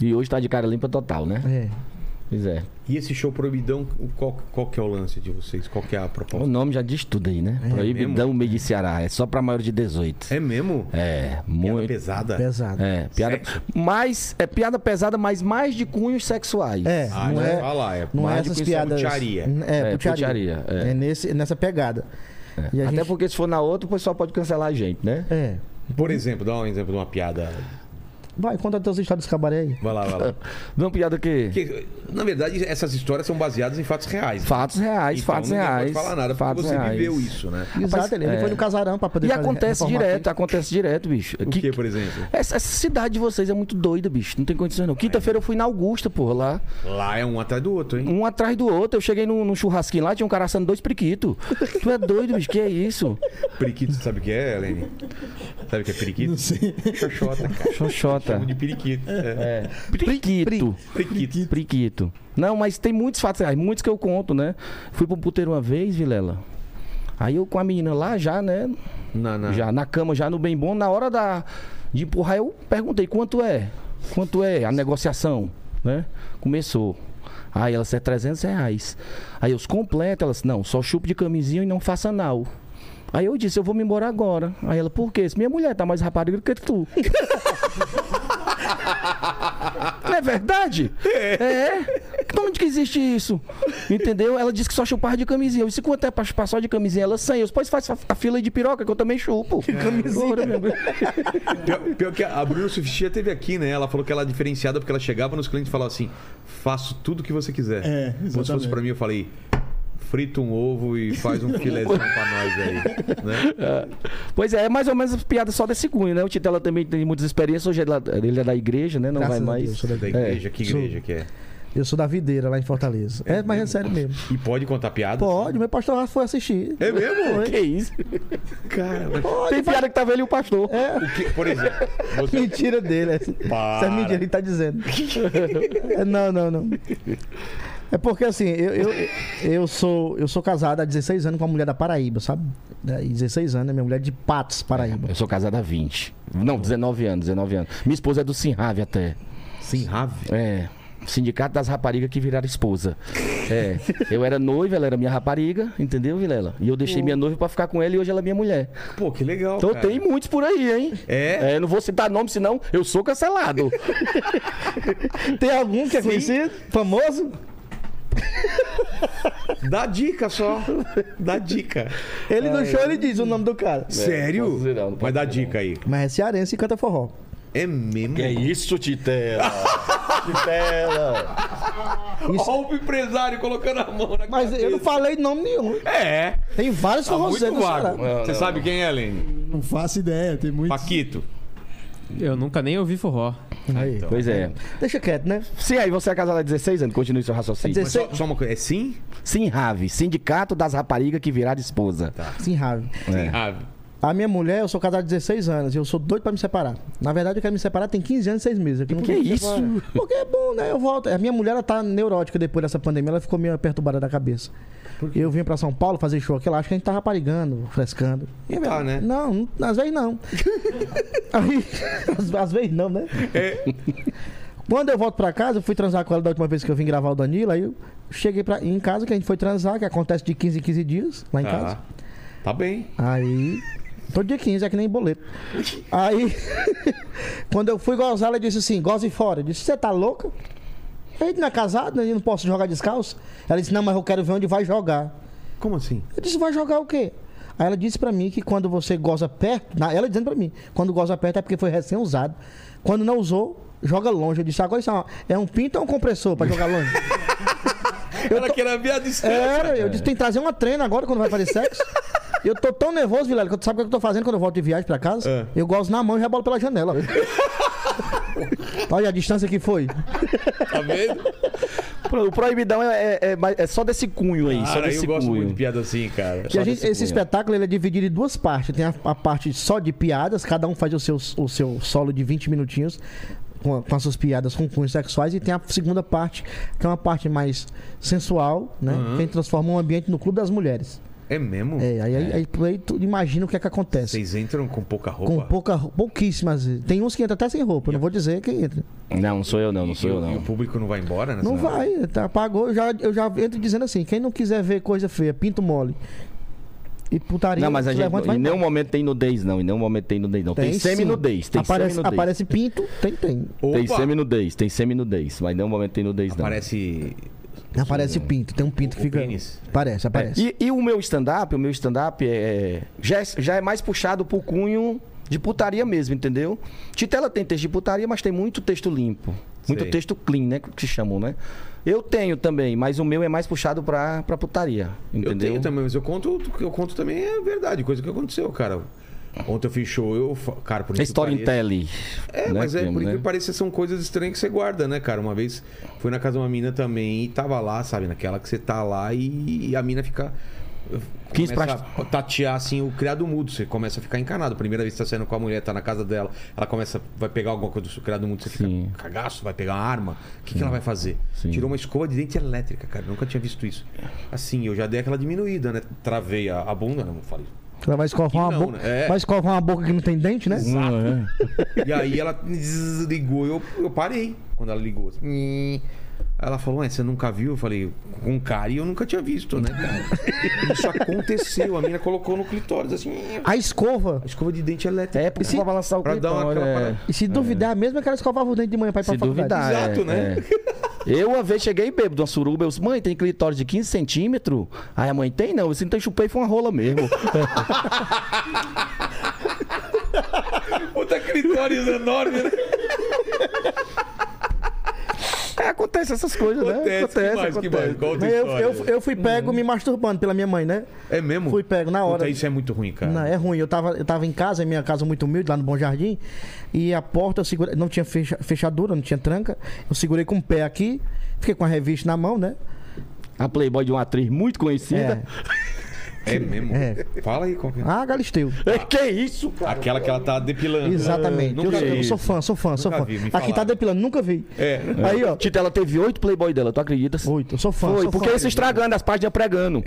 Speaker 3: E hoje tá de cara limpa total, né?
Speaker 2: É.
Speaker 3: Pois é.
Speaker 1: E esse show Proibidão, o- qual, qual que é o lance de vocês? Qual que é a
Speaker 3: O
Speaker 1: proposta?
Speaker 3: nome já diz tudo aí, né? Proibidão meio de Ceará. É só pra maior de 18.
Speaker 1: É mesmo?
Speaker 3: É,
Speaker 1: Piada
Speaker 3: muito.
Speaker 1: pesada?
Speaker 2: Pesado. É,
Speaker 3: É, piada.
Speaker 1: Sexo.
Speaker 3: Mas é piada pesada, mas mais de cunhos sexuais.
Speaker 1: Ah,
Speaker 2: não
Speaker 1: já
Speaker 2: é.
Speaker 1: ia falar, é
Speaker 2: Não é
Speaker 1: mais de
Speaker 2: essas
Speaker 1: conhecer
Speaker 2: piadas.
Speaker 1: putiaria.
Speaker 2: É,
Speaker 3: É,
Speaker 2: putiaria.
Speaker 3: putiaria, é.
Speaker 2: É nesse, nessa pegada. E a
Speaker 3: Até
Speaker 2: gente-
Speaker 3: porque se for na outra, o pessoal pode cancelar a gente, né?
Speaker 2: É.
Speaker 1: Por exemplo, dá um exemplo de uma piada.
Speaker 2: Vai, conta teus estados cabaré aí.
Speaker 1: Vai lá, vai lá.
Speaker 3: Não é uma piada que...
Speaker 1: Porque, na verdade, essas histórias são baseadas em fatos reais. né?
Speaker 3: Fatos reais,
Speaker 1: Então,
Speaker 3: fatos
Speaker 1: ninguém
Speaker 3: reais.
Speaker 1: pode falar nada, porque
Speaker 3: fatos
Speaker 1: você
Speaker 3: reais.
Speaker 1: viveu isso, né?
Speaker 2: Exato, ele, ele
Speaker 3: é.
Speaker 2: foi no casarão pra poder
Speaker 3: E
Speaker 2: fazer-
Speaker 3: acontece
Speaker 2: reformar
Speaker 3: direto,
Speaker 2: aquilo.
Speaker 3: acontece direto, bicho.
Speaker 1: O que, por exemplo?
Speaker 3: Essa, essa cidade de vocês é muito doida, bicho. Não tem condições, não. Quinta-feira eu fui na Augusta, porra, lá.
Speaker 1: Lá é um atrás do outro, hein?
Speaker 3: Um atrás do outro. Eu cheguei num, num churrasquinho lá, tinha um cara assando dois priquitos. Tu é doido, bicho. Que é isso?
Speaker 1: Periquito, você sabe o que é, Helene? Sabe o que é periquito?
Speaker 4: Não sei.
Speaker 1: Xoxota, cara.
Speaker 3: Xoxota.
Speaker 1: Chama de periquito. É.
Speaker 3: Priquito.
Speaker 1: Periquito.
Speaker 3: Priquito. Não, mas tem muitos fatos reais, muitos que eu conto, né? Fui pro puteiro uma vez, Vilela. Aí eu com a menina lá já, né?
Speaker 1: Não, não.
Speaker 3: Já na cama, já no bem bom, na hora da, de empurrar, eu perguntei quanto é? Quanto é a negociação? Né? Começou. Aí ela disse, é 300 reais. Aí eu, os completa, ela disse, não, só chupa de camisinha e não faça anal. Aí eu disse, eu vou me embora agora. Aí ela, por quê? Disse, Minha mulher tá mais rapariga que tu. Não é verdade? É. Que nome de que existe isso? Entendeu? Ela disse que só chupava de camisinha. Eu disse, quanto é pra chupar só de camisinha? Ela, 100. Eu disse, pois faz a a fila aí de piroca que eu também chupo. De camisinha.
Speaker 1: Pior, pior que a a Bruna Sufistia teve aqui, né? Ela falou que ela é diferenciada porque ela chegava nos clientes e falava assim: faço tudo que você quiser.
Speaker 4: É,
Speaker 1: Como se fosse
Speaker 4: exatamente.
Speaker 1: pra mim, eu falei. Frita um ovo e faz um filézinho pra nós aí. Né?
Speaker 3: Pois é, é mais ou menos as piadas só desse cunho, né? O Tito, ela também tem muitas experiências. Hoje ela- ele é da igreja, né? Não
Speaker 2: Graças a
Speaker 3: vai
Speaker 2: Deus,
Speaker 3: mais.
Speaker 2: sou da
Speaker 1: Da igreja, que igreja que é?
Speaker 2: Eu sou da videira lá em Fortaleza. É, mas é sério mesmo.
Speaker 1: E pode contar piada?
Speaker 2: Pode, meu pastor Rafa foi assistir.
Speaker 1: É mesmo?
Speaker 3: Que isso?
Speaker 1: Cara, mas-
Speaker 3: Tem piada que tá velho e o pastor.
Speaker 2: É.
Speaker 1: o que, por exemplo, você.
Speaker 2: Mentira dele. é-
Speaker 1: Para.
Speaker 2: Isso é mentira, ele tá dizendo. É, não, não, não. É porque assim, eu, eu, eu, sou, eu sou casado há 16 anos com uma mulher da Paraíba, sabe? É, 16 anos, é minha mulher de Patos, Paraíba.
Speaker 3: Eu sou casado há 20. Não, 19 anos, 19 anos. Minha esposa é do Sinrave até.
Speaker 1: Sim, Rave.
Speaker 3: É. Sindicato das raparigas que viraram esposa. É. Eu era noivo, ela era minha rapariga, entendeu, Vilela? E eu deixei minha noiva pra ficar com ela e hoje ela é minha mulher.
Speaker 1: Pô, que legal.
Speaker 3: Então
Speaker 1: cara.
Speaker 3: tem muitos por aí, hein?
Speaker 1: É?
Speaker 3: não vou citar nome, senão eu sou cancelado.
Speaker 2: Tem algum que é conhecido? Famoso?
Speaker 1: Dá dica só. Dá dica.
Speaker 2: Ele no show ele diz o nome do cara.
Speaker 1: Sério?
Speaker 3: É, posso dizer não, não
Speaker 1: Mas
Speaker 3: posso
Speaker 1: dá
Speaker 3: dizer
Speaker 1: dica aí.
Speaker 2: Mas é cearense e canta forró.
Speaker 1: É mesmo?
Speaker 3: isso, Titela?
Speaker 1: Olha o empresário colocando a mão na
Speaker 2: Mas eu não falei nome nenhum.
Speaker 1: É.
Speaker 2: Tem né, vários
Speaker 1: Tá
Speaker 2: forrozeiros
Speaker 1: muito
Speaker 2: no
Speaker 1: vago.
Speaker 2: Ceará.
Speaker 1: Você sabe quem é, Lene?
Speaker 4: Não faço ideia, tem muito.
Speaker 1: Paquito.
Speaker 5: Eu nunca nem ouvi forró.
Speaker 2: Aí.
Speaker 3: Pois é.
Speaker 2: Deixa quieto, né?
Speaker 3: Sim, aí você é casado há 16 anos, continue seu raciocínio.
Speaker 1: Mas só, só uma coisa. É sim?
Speaker 3: Sinrave, Sindicato das Raparigas que viraram esposa.
Speaker 1: Tá.
Speaker 2: Sim, Ravi.
Speaker 3: É.
Speaker 1: Rave.
Speaker 2: A minha mulher, eu sou casado há 16 anos e eu sou doido pra me separar. Na verdade, eu quero me separar tem 15 anos e 6 meses. Eu não
Speaker 3: que
Speaker 2: quero me
Speaker 3: isso?
Speaker 2: separar. Porque é bom, né? Eu volto. A minha mulher, ela tá neurótica depois dessa pandemia, ela ficou meio perturbada da cabeça. Eu vim pra São Paulo fazer show aqui, ela acha que a gente tá raparigando, frescando.
Speaker 1: E tá, né?
Speaker 2: Não, n- às vezes não. Aí, às, às vezes não, né?
Speaker 1: É.
Speaker 2: Quando eu volto pra casa, eu fui transar com ela da última vez que eu vim gravar o Danilo, aí eu cheguei pra, em casa, que a gente foi transar, que acontece de 15 em 15 dias lá em casa.
Speaker 1: Tá. Tá bem.
Speaker 2: Aí. Todo dia 15, é que nem boleto. Aí, quando eu fui gozar, ela disse assim: goze fora. Eu disse: Você tá louca? Eu não é casado, né? eu não posso jogar descalço. Ela disse: Não, mas eu quero ver onde vai jogar.
Speaker 1: Como assim?
Speaker 2: Eu disse: Vai jogar o quê? Aí ela disse pra mim que quando você goza perto, na- ela dizendo pra mim: Quando goza perto é porque foi recém-usado. Quando não usou, joga longe. Eu disse: Agora isso é uma- é um pinto ou um compressor pra jogar longe?
Speaker 1: Ela quer ver
Speaker 2: É.
Speaker 1: a distância.
Speaker 2: Era, eu disse, tem que trazer uma treina agora quando vai fazer sexo. Eu tô tão nervoso, Vilela, que tu sabe o que eu tô fazendo quando eu volto de viagem pra casa?
Speaker 1: É.
Speaker 2: Eu gosto na mão e rebolo pela janela. Olha a distância que foi.
Speaker 1: Tá vendo?
Speaker 3: O Proibidão é, é- é mais- é só desse cunho aí, só
Speaker 1: Cara, eu
Speaker 3: desse
Speaker 1: gosto
Speaker 3: cunho.
Speaker 1: muito de piada assim, cara.
Speaker 2: Ah, Que a gente-
Speaker 3: desse
Speaker 2: esse
Speaker 3: punho.
Speaker 2: espetáculo ele é dividido em duas partes. Tem a, a parte só de piadas, cada um faz o seu, o seu solo de 20 minutinhos com, a- com as suas piadas com cunhos sexuais. E tem a segunda parte, que é uma parte mais sensual, né? Que a gente transforma um ambiente no clube das mulheres.
Speaker 1: É mesmo?
Speaker 2: É, aí, aí, aí, aí tu imagina o que é que acontece.
Speaker 1: Vocês entram com pouca roupa.
Speaker 2: Com pouca, rou- pouquíssimas. Tem uns que entram até sem roupa, não vou dizer que entra.
Speaker 3: Não, não sou eu não, não sou
Speaker 1: E
Speaker 3: eu
Speaker 1: o, e o
Speaker 3: não.
Speaker 1: público não vai embora, né?
Speaker 2: Não vai, tá, pagou. Eu já, eu já entro dizendo assim: quem não quiser ver coisa feia, pinto mole e putaria,
Speaker 3: Não, mas a
Speaker 2: se
Speaker 3: gente,
Speaker 2: levanta e vai
Speaker 3: em nenhum
Speaker 2: embora.
Speaker 3: momento tem nudez não, em nenhum momento tem nudez não. Tem,
Speaker 2: sim.
Speaker 3: semi-nudez, tem
Speaker 2: aparece,
Speaker 3: semi-nudez.
Speaker 2: aparece pinto, tem, né? tem.
Speaker 1: Opa,
Speaker 3: Tem semi-nudez, tem semi-nudez, mas em nenhum momento tem nudez não.
Speaker 1: Parece
Speaker 2: Aparece o pinto, tem um pinto que fica.
Speaker 1: pênis?
Speaker 2: Aparece, aparece.
Speaker 3: E, e o meu stand-up, o meu stand-up é, já, é- já é mais puxado pro cunho de putaria mesmo, entendeu? Titela tem texto de putaria, mas tem muito texto limpo. Muito
Speaker 1: Sei.
Speaker 3: texto clean, né? Que se chamam, né? Eu tenho também, mas o meu é mais puxado pra, pra putaria, entendeu?
Speaker 1: Eu tenho também, mas eu conto, eu conto também é verdade, coisa que aconteceu, cara. Ontem eu fiz show, eu, fa- cara, por
Speaker 3: É
Speaker 1: incrível que pareça-
Speaker 3: storytelling.
Speaker 1: É,
Speaker 3: né,
Speaker 1: mas é,
Speaker 3: que
Speaker 1: por
Speaker 3: né?
Speaker 1: incrível que pareça, são coisas estranhas que você guarda, né, cara? Uma vez fui na casa de uma mina também e tava lá, sabe, naquela que você tá lá e, e a mina fica.
Speaker 3: Quis
Speaker 1: Começa a tatear assim o criado mudo, você começa a ficar encanado. Primeira vez que você tá saindo com a mulher, tá na casa dela, ela começa, vai pegar alguma coisa do criado mudo, você
Speaker 3: Sim.
Speaker 1: fica cagaço, vai pegar uma arma. O que, que ela vai fazer? Tirou uma escova de dente elétrica, cara. Nunca tinha visto isso. Assim, eu já dei aquela diminuída, né? Travei a, a bunda, não falei.
Speaker 2: Ela vai escovar uma
Speaker 1: não,
Speaker 2: boca.
Speaker 1: né? É.
Speaker 2: Vai escovar uma boca que não tem dente, né?
Speaker 1: E aí ela ligou, eu, eu parei quando ela ligou. assim. Aí Ela falou, ué, você nunca viu? Eu falei, com cara e eu nunca tinha visto, né, cara? Isso aconteceu, a mina colocou no clitóris, assim, a
Speaker 2: A escova.
Speaker 1: escova de dente elétrica.
Speaker 3: É, porque se balançar o
Speaker 1: Pra dar uma
Speaker 3: clitóris,
Speaker 1: aquela
Speaker 3: é.
Speaker 1: parada.
Speaker 2: E se duvidar, mesmo é que ela escovava o dente de manhã pra ir pra
Speaker 3: Se
Speaker 2: faculdade.
Speaker 3: duvidar.
Speaker 1: Exato,
Speaker 3: é,
Speaker 1: né?
Speaker 3: é. Eu uma vez cheguei bêbado, uma suruba. Eu disse, mãe, tem clitóris de 15 centímetros? Aí a mãe, tem não. Eu disse, então eu chupei, foi uma rola mesmo.
Speaker 1: Puta clitóris enorme, né?
Speaker 3: É, acontece essas coisas, né?
Speaker 1: Acontece, que mais, que mais? Qual outra
Speaker 2: Mas Eu,
Speaker 1: história?
Speaker 2: eu, eu fui pego me masturbando pela minha mãe, né?
Speaker 1: É mesmo?
Speaker 2: Fui pego na hora.
Speaker 1: Puta, isso é muito ruim, cara.
Speaker 2: Não, é ruim. Eu tava, eu tava em casa, em minha casa muito humilde, lá no Bom Jardim, e a porta eu segurei, não tinha fecha- fechadura, não tinha tranca. Eu segurei com o pé aqui, fiquei com a revista na mão, né?
Speaker 3: A Playboy de uma atriz muito conhecida.
Speaker 1: É mesmo?
Speaker 2: É.
Speaker 1: Fala aí, qual que é?
Speaker 2: Ah, Galisteu.
Speaker 3: É. Que isso, cara?
Speaker 1: Aquela que ela tá depilando.
Speaker 2: Exatamente.
Speaker 1: Nunca
Speaker 2: eu, eu
Speaker 1: vi.
Speaker 2: sou fã, sou fã, sou
Speaker 1: Nunca
Speaker 2: fã.
Speaker 1: vi, me
Speaker 2: aqui tá
Speaker 1: falaram.
Speaker 2: depilando, nunca vi.
Speaker 1: É.
Speaker 2: Aí, ó.
Speaker 3: Tita, ela teve oito Playboy dela, tu acreditas?
Speaker 2: Oito, eu sou fã.
Speaker 3: Foi,
Speaker 2: sou
Speaker 3: porque
Speaker 2: fã.
Speaker 3: eles estragando as páginas pregando.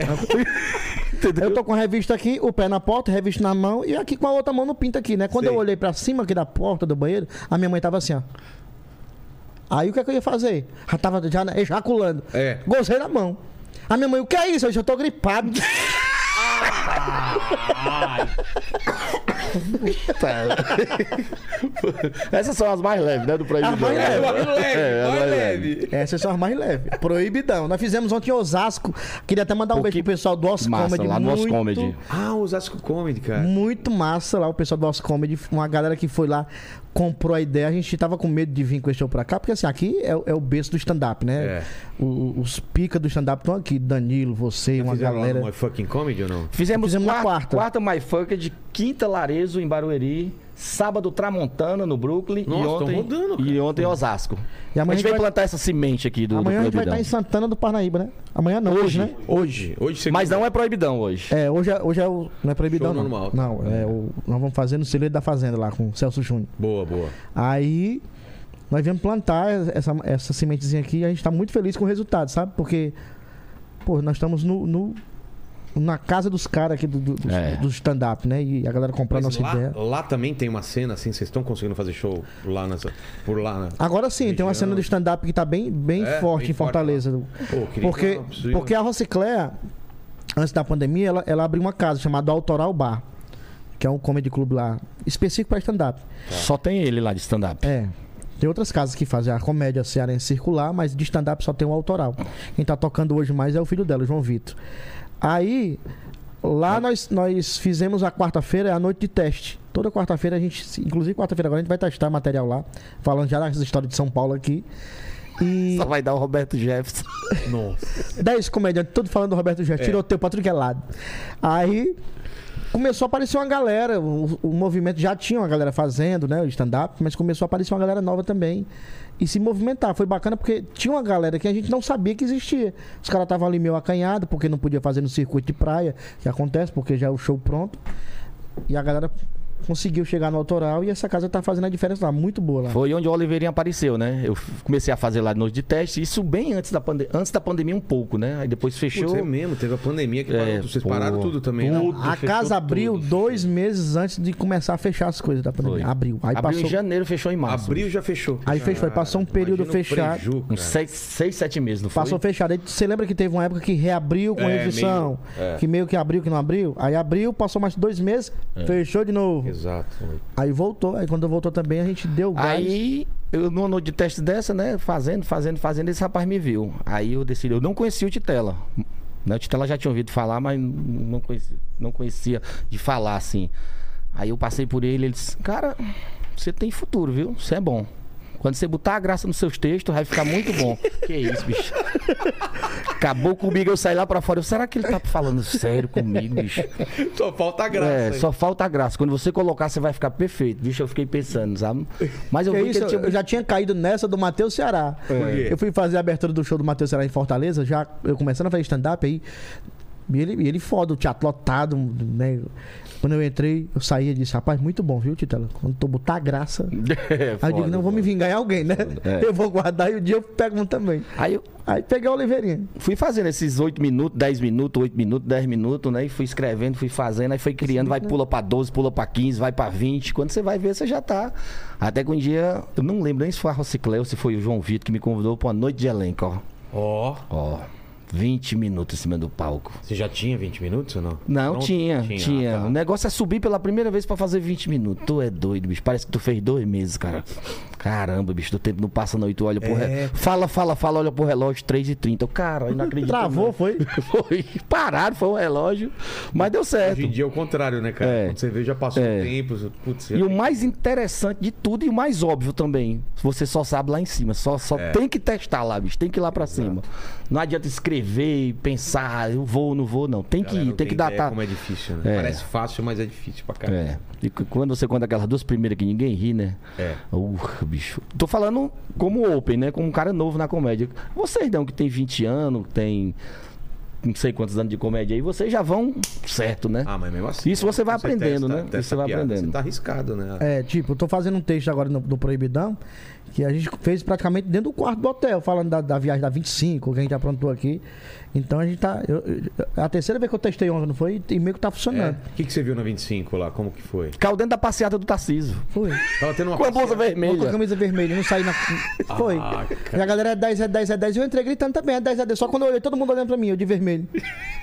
Speaker 2: Eu tô com a revista aqui, o pé na porta, revista na mão e aqui com a outra mão no pinto aqui, né? Quando
Speaker 1: Sei.
Speaker 2: eu olhei pra cima aqui da porta do banheiro, a minha mãe tava assim, ó. Aí o que é que eu ia fazer? Já tava já ejaculando.
Speaker 1: É.
Speaker 2: Gozei na mão. A minha mãe, o que é isso? Eu já tô gripado.
Speaker 3: Essas são as mais leves, né? Do proibido.
Speaker 2: As mais
Speaker 1: É,
Speaker 2: leves.
Speaker 1: vai leve,
Speaker 3: É,
Speaker 1: vai
Speaker 3: vai
Speaker 1: leve.
Speaker 2: Essa é só a mais leve. Proibidão. Nós fizemos ontem em Osasco. Queria até mandar um
Speaker 3: Pô,
Speaker 2: beijo
Speaker 3: que
Speaker 2: pro pessoal do Os
Speaker 3: Massa,
Speaker 2: Comedy.
Speaker 3: lá no Os
Speaker 2: muito-
Speaker 3: Comedy.
Speaker 1: Ah, o Osasco Comedy, cara.
Speaker 2: Muito massa lá, o pessoal do nosso comedy, uma galera que foi lá, comprou a ideia. A gente tava com medo de vir com esse show pra cá, porque assim, aqui é, o- é o berço do stand-up, né?
Speaker 1: É.
Speaker 2: O- os pica do stand-up estão aqui, Danilo, você, uma
Speaker 1: Fizeram lá no My
Speaker 2: galera.
Speaker 1: Fucking Comedy ou não?
Speaker 3: Fizemos,
Speaker 2: Fizemos na
Speaker 3: quarta, quarta
Speaker 2: quarta.
Speaker 3: My Fucked, quinta Larezo em Barueri, sábado Tramontana no Brooklyn
Speaker 1: Nossa,
Speaker 3: e
Speaker 1: tão
Speaker 3: ontem
Speaker 1: rodando, cara.
Speaker 3: e ontem em Osasco.
Speaker 2: E amanhã
Speaker 3: a gente
Speaker 2: a gente
Speaker 3: vai
Speaker 2: vai-
Speaker 3: plantar essa semente aqui do,
Speaker 2: Amanhã a
Speaker 3: do
Speaker 2: gente vai
Speaker 3: proibidão.
Speaker 2: estar em Santana do Parnaíba, né? Amanhã não, hoje, né?
Speaker 1: Hoje, hoje você
Speaker 3: Mas não é proibidão hoje.
Speaker 2: É, hoje é, hoje é o. Não é proibidão.
Speaker 1: Show
Speaker 2: não.
Speaker 1: normal.
Speaker 2: Não, é o, nós vamos fazer no Silêncio da Fazenda lá com o Celso Júnior.
Speaker 1: um- Boa, boa.
Speaker 2: Aí nós viemos plantar essa, essa sementezinha aqui e a gente tá muito feliz com o resultado, sabe? Porque, pô, nós estamos no, no- na casa dos caras aqui do, do, do-
Speaker 3: É.
Speaker 2: do stand-up, né? E a galera comprando
Speaker 1: Mas lá,
Speaker 2: nossa ideia.
Speaker 1: lá também tem uma cena assim, vocês estão conseguindo fazer show lá nessa, por lá, né?
Speaker 2: Agora sim, tem uma
Speaker 1: Região.
Speaker 2: cena do stand-up que tá bem, bem
Speaker 1: É,
Speaker 2: forte
Speaker 1: bem
Speaker 2: em Fortaleza.
Speaker 1: Pô, queria ir
Speaker 2: porque,
Speaker 1: lá, preciso ir
Speaker 2: porque a Rocicléa, antes da pandemia, ela, ela abriu uma casa chamada Autoral Bar, que é um comedy club lá, específico para stand-up.
Speaker 3: Só tem ele lá de stand-up.
Speaker 2: É. Tem outras casas que fazem a comédia cearense circular, mas de stand-up só tem um autoral. Quem tá tocando hoje mais é o filho dela, o João Vitor. Aí, lá nós, nós fizemos a quarta-feira, é a noite de teste. Toda quarta-feira a gente, se- inclusive quarta-feira agora, a gente vai testar material lá, falando já das histórias de São Paulo aqui. E
Speaker 3: Só vai dar o Roberto Jefferson.
Speaker 1: Nossa.
Speaker 2: 10 comediantes, tudo falando do Roberto Jefferson, tiroteio pra tudo que é lado. Aí começou a aparecer uma galera, o, o movimento já tinha uma galera fazendo, né, o stand-up, mas começou a aparecer uma galera nova também e se movimentar. Foi bacana porque tinha uma galera que a gente não sabia que existia. Os caras estavam ali meio acanhados porque não podia fazer no circuito de praia, que acontece porque já é o show pronto. E a galera conseguiu chegar no autoral e essa casa tá fazendo a diferença lá, muito boa lá.
Speaker 3: Foi onde o Oliveirinha apareceu, né? Eu f- comecei a fazer lá noite de teste, isso bem antes da, pande antes da pandemia um pouco, né? Aí depois fechou.
Speaker 1: Putz, é mesmo, teve a pandemia que
Speaker 3: É,
Speaker 1: parou, vocês
Speaker 3: pô,
Speaker 1: pararam tudo também, né?
Speaker 3: tudo.
Speaker 2: A
Speaker 3: fechou
Speaker 2: casa abriu
Speaker 3: tudo.
Speaker 2: dois meses antes de começar a fechar as coisas da pandemia.
Speaker 3: Foi.
Speaker 2: Abriu. Aí
Speaker 3: Abriu em
Speaker 2: passou.
Speaker 3: janeiro, fechou em março.
Speaker 1: Abril já fechou.
Speaker 2: Aí fechou, aí passou um período
Speaker 1: imagina o
Speaker 2: fechado.
Speaker 1: preju, cara.
Speaker 3: Uns seis, seis, sete meses, não foi?
Speaker 2: Passou fechado. Aí Você lembra que teve uma época que reabriu com
Speaker 1: É,
Speaker 2: edição?
Speaker 1: meio- é.
Speaker 3: É.
Speaker 2: Que meio que abriu, que não abriu? Aí abriu, passou mais dois meses, fechou de novo.
Speaker 1: Exato.
Speaker 2: Aí voltou. Aí quando voltou também, a gente deu gás.
Speaker 3: Aí, eu numa noite de teste dessa, né? Fazendo, fazendo, fazendo, esse rapaz me viu. Aí eu decidi, eu não conhecia o Titela. Né, o Titela já tinha ouvido falar, mas n- não conhecia, não conhecia de falar assim. Aí eu passei por ele, ele disse, cara, você tem futuro, viu? Você é bom. Quando você botar a graça nos seus textos, vai ficar muito bom. que isso, bicho. Acabou comigo, eu saí lá pra fora. Eu, Será que ele tá falando sério comigo, bicho?
Speaker 1: Só falta tá graça.
Speaker 3: É,
Speaker 1: hein?
Speaker 3: só falta a graça. Quando você colocar, você vai ficar perfeito. Bicho, eu fiquei pensando, sabe? Mas eu
Speaker 2: Que
Speaker 3: vi que
Speaker 2: isso,
Speaker 3: ele tinha...
Speaker 2: Eu já tinha caído nessa do Matheus Ceará.
Speaker 1: quê?
Speaker 2: Eu fui fazer a abertura do show do Matheus Ceará em Fortaleza, já eu começando a fazer stand-up aí. E ele, e ele foda, o teatro lotado, né? Quando eu entrei, eu saí e disse, rapaz, muito bom, viu, Titela? Quando tu botar a graça.
Speaker 3: É,
Speaker 2: Aí eu digo,
Speaker 3: foda,
Speaker 2: não, vou me
Speaker 3: foda.
Speaker 2: vingar em alguém, né?
Speaker 3: É.
Speaker 2: Eu vou guardar e o dia eu pego um também.
Speaker 3: Aí eu
Speaker 2: Aí peguei o Oliveirinha.
Speaker 3: fui fazendo esses 8 minutos, 10 minutos, 8 minutos, 10 minutos, né? E fui escrevendo, fui fazendo, aí foi criando,
Speaker 2: né?
Speaker 3: vai pula pra 12, pula pra 15, vai pra 20. Quando você vai ver, você já tá. Até que um dia, eu não lembro nem se foi a Rociclé ou se foi o João Vitor que me convidou pra uma noite de elenco, ó.
Speaker 1: Ó,
Speaker 3: Ó, 20 minutos em cima do palco.
Speaker 1: você já tinha 20 minutos ou não?
Speaker 3: Não,
Speaker 1: Pronto?
Speaker 3: tinha, tinha.
Speaker 1: Ah, tá.
Speaker 3: O negócio é subir pela primeira vez pra fazer 20 minutos. Tu é doido, bicho. Parece que tu fez dois meses, cara. Caramba, bicho, do tempo não passa não. E tu olha pro
Speaker 1: É.
Speaker 3: relógio. Fala, fala, fala, olha pro relógio, 3h30. Cara, eu não acredito.
Speaker 2: Travou,
Speaker 3: não.
Speaker 2: foi?
Speaker 3: Foi. Pararam, foi um relógio. Mas deu certo.
Speaker 1: Hoje em dia é o contrário, né, cara?
Speaker 3: É.
Speaker 1: Quando você vê, já passou
Speaker 3: É.
Speaker 1: um tempo. você- Putz, você
Speaker 3: E o mais interessante de tudo e o mais óbvio também, você só sabe lá em cima, só, só
Speaker 1: É.
Speaker 3: tem que testar lá, bicho, tem que ir lá pra cima. Não adianta escrever e pensar, eu vou, não vou, não. Tem que
Speaker 1: Galera,
Speaker 3: ir,
Speaker 1: não
Speaker 3: tem, que
Speaker 1: ideia
Speaker 3: datar.
Speaker 1: Como é difícil, né?
Speaker 3: É.
Speaker 1: Parece fácil, mas é difícil pra caramba.
Speaker 3: É. E c- quando você conta aquelas duas primeiras que ninguém ri, né?
Speaker 1: É.
Speaker 3: Uh, bicho. Tô falando como open, né? Como um cara novo na comédia. Vocês não, que tem 20 anos, que tem não sei quantos anos de comédia aí, vocês já vão certo, né?
Speaker 1: Ah, mas mesmo assim.
Speaker 3: Isso você vai
Speaker 1: quando
Speaker 3: aprendendo,
Speaker 1: testa-
Speaker 3: né?
Speaker 1: testa
Speaker 3: Isso você
Speaker 1: a
Speaker 3: vai
Speaker 1: piada,
Speaker 3: aprendendo.
Speaker 1: Você tá arriscado, né?
Speaker 2: É, tipo, eu tô fazendo um texto agora no- do Proibidão, que a gente fez praticamente dentro do quarto do hotel, falando da, da viagem da 25, que a gente aprontou aqui. Então a gente tá. eu- eu- é a terceira vez que eu testei ontem, não foi? E meio que tá
Speaker 1: É.
Speaker 2: funcionando.
Speaker 3: né?
Speaker 1: O que, que você viu na 25 lá? Como que foi?
Speaker 3: Caiu dentro da passeada do Tarciso.
Speaker 2: Foi.
Speaker 1: Tava tendo uma.
Speaker 3: Com a blusa
Speaker 2: Ou com a
Speaker 3: vermelha.
Speaker 2: camisa vermelha, não saí na. Foi. e a galera é 10, é 10, é 10. E eu entrei gritando também, é 10, é 10. Só quando eu olhei, todo mundo olhando pra mim, eu de vermelho.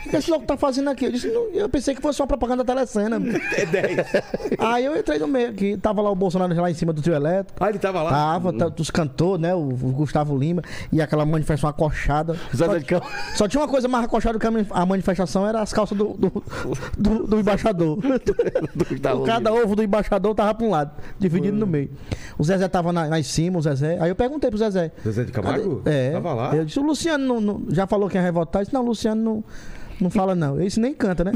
Speaker 2: O que esse louco tá fazendo aqui? Eu disse, não, eu pensei que fosse uma propaganda da telecena.
Speaker 1: É 10.
Speaker 2: Aí eu entrei no meio aqui, tava lá o Bolsonaro lá em cima do trio elétrico.
Speaker 1: ah, ele tava lá?
Speaker 2: Tava, tá, dos cantores, né? O, o Gustavo Lima e aquela manifestação acochada.
Speaker 3: Zé
Speaker 2: Só,
Speaker 3: Zé de Cão.
Speaker 2: só tinha uma coisa mais acochada que a mani- a manifestação era as calças do, do, do- do embaixador.
Speaker 3: Tá
Speaker 2: Cada
Speaker 3: ouvindo.
Speaker 2: ovo do embaixador tava pra um lado, dividido no meio. O Zezé tava na, lá em cima, o Zezé. Aí eu perguntei pro Zezé.
Speaker 1: Zezé de
Speaker 2: cadê-
Speaker 1: Camargo?
Speaker 2: É.
Speaker 1: Tava lá.
Speaker 2: Eu disse, o Luciano não, não- já falou que ia revoltar? Eu disse, não, o Luciano não, não fala não. Esse nem canta, né?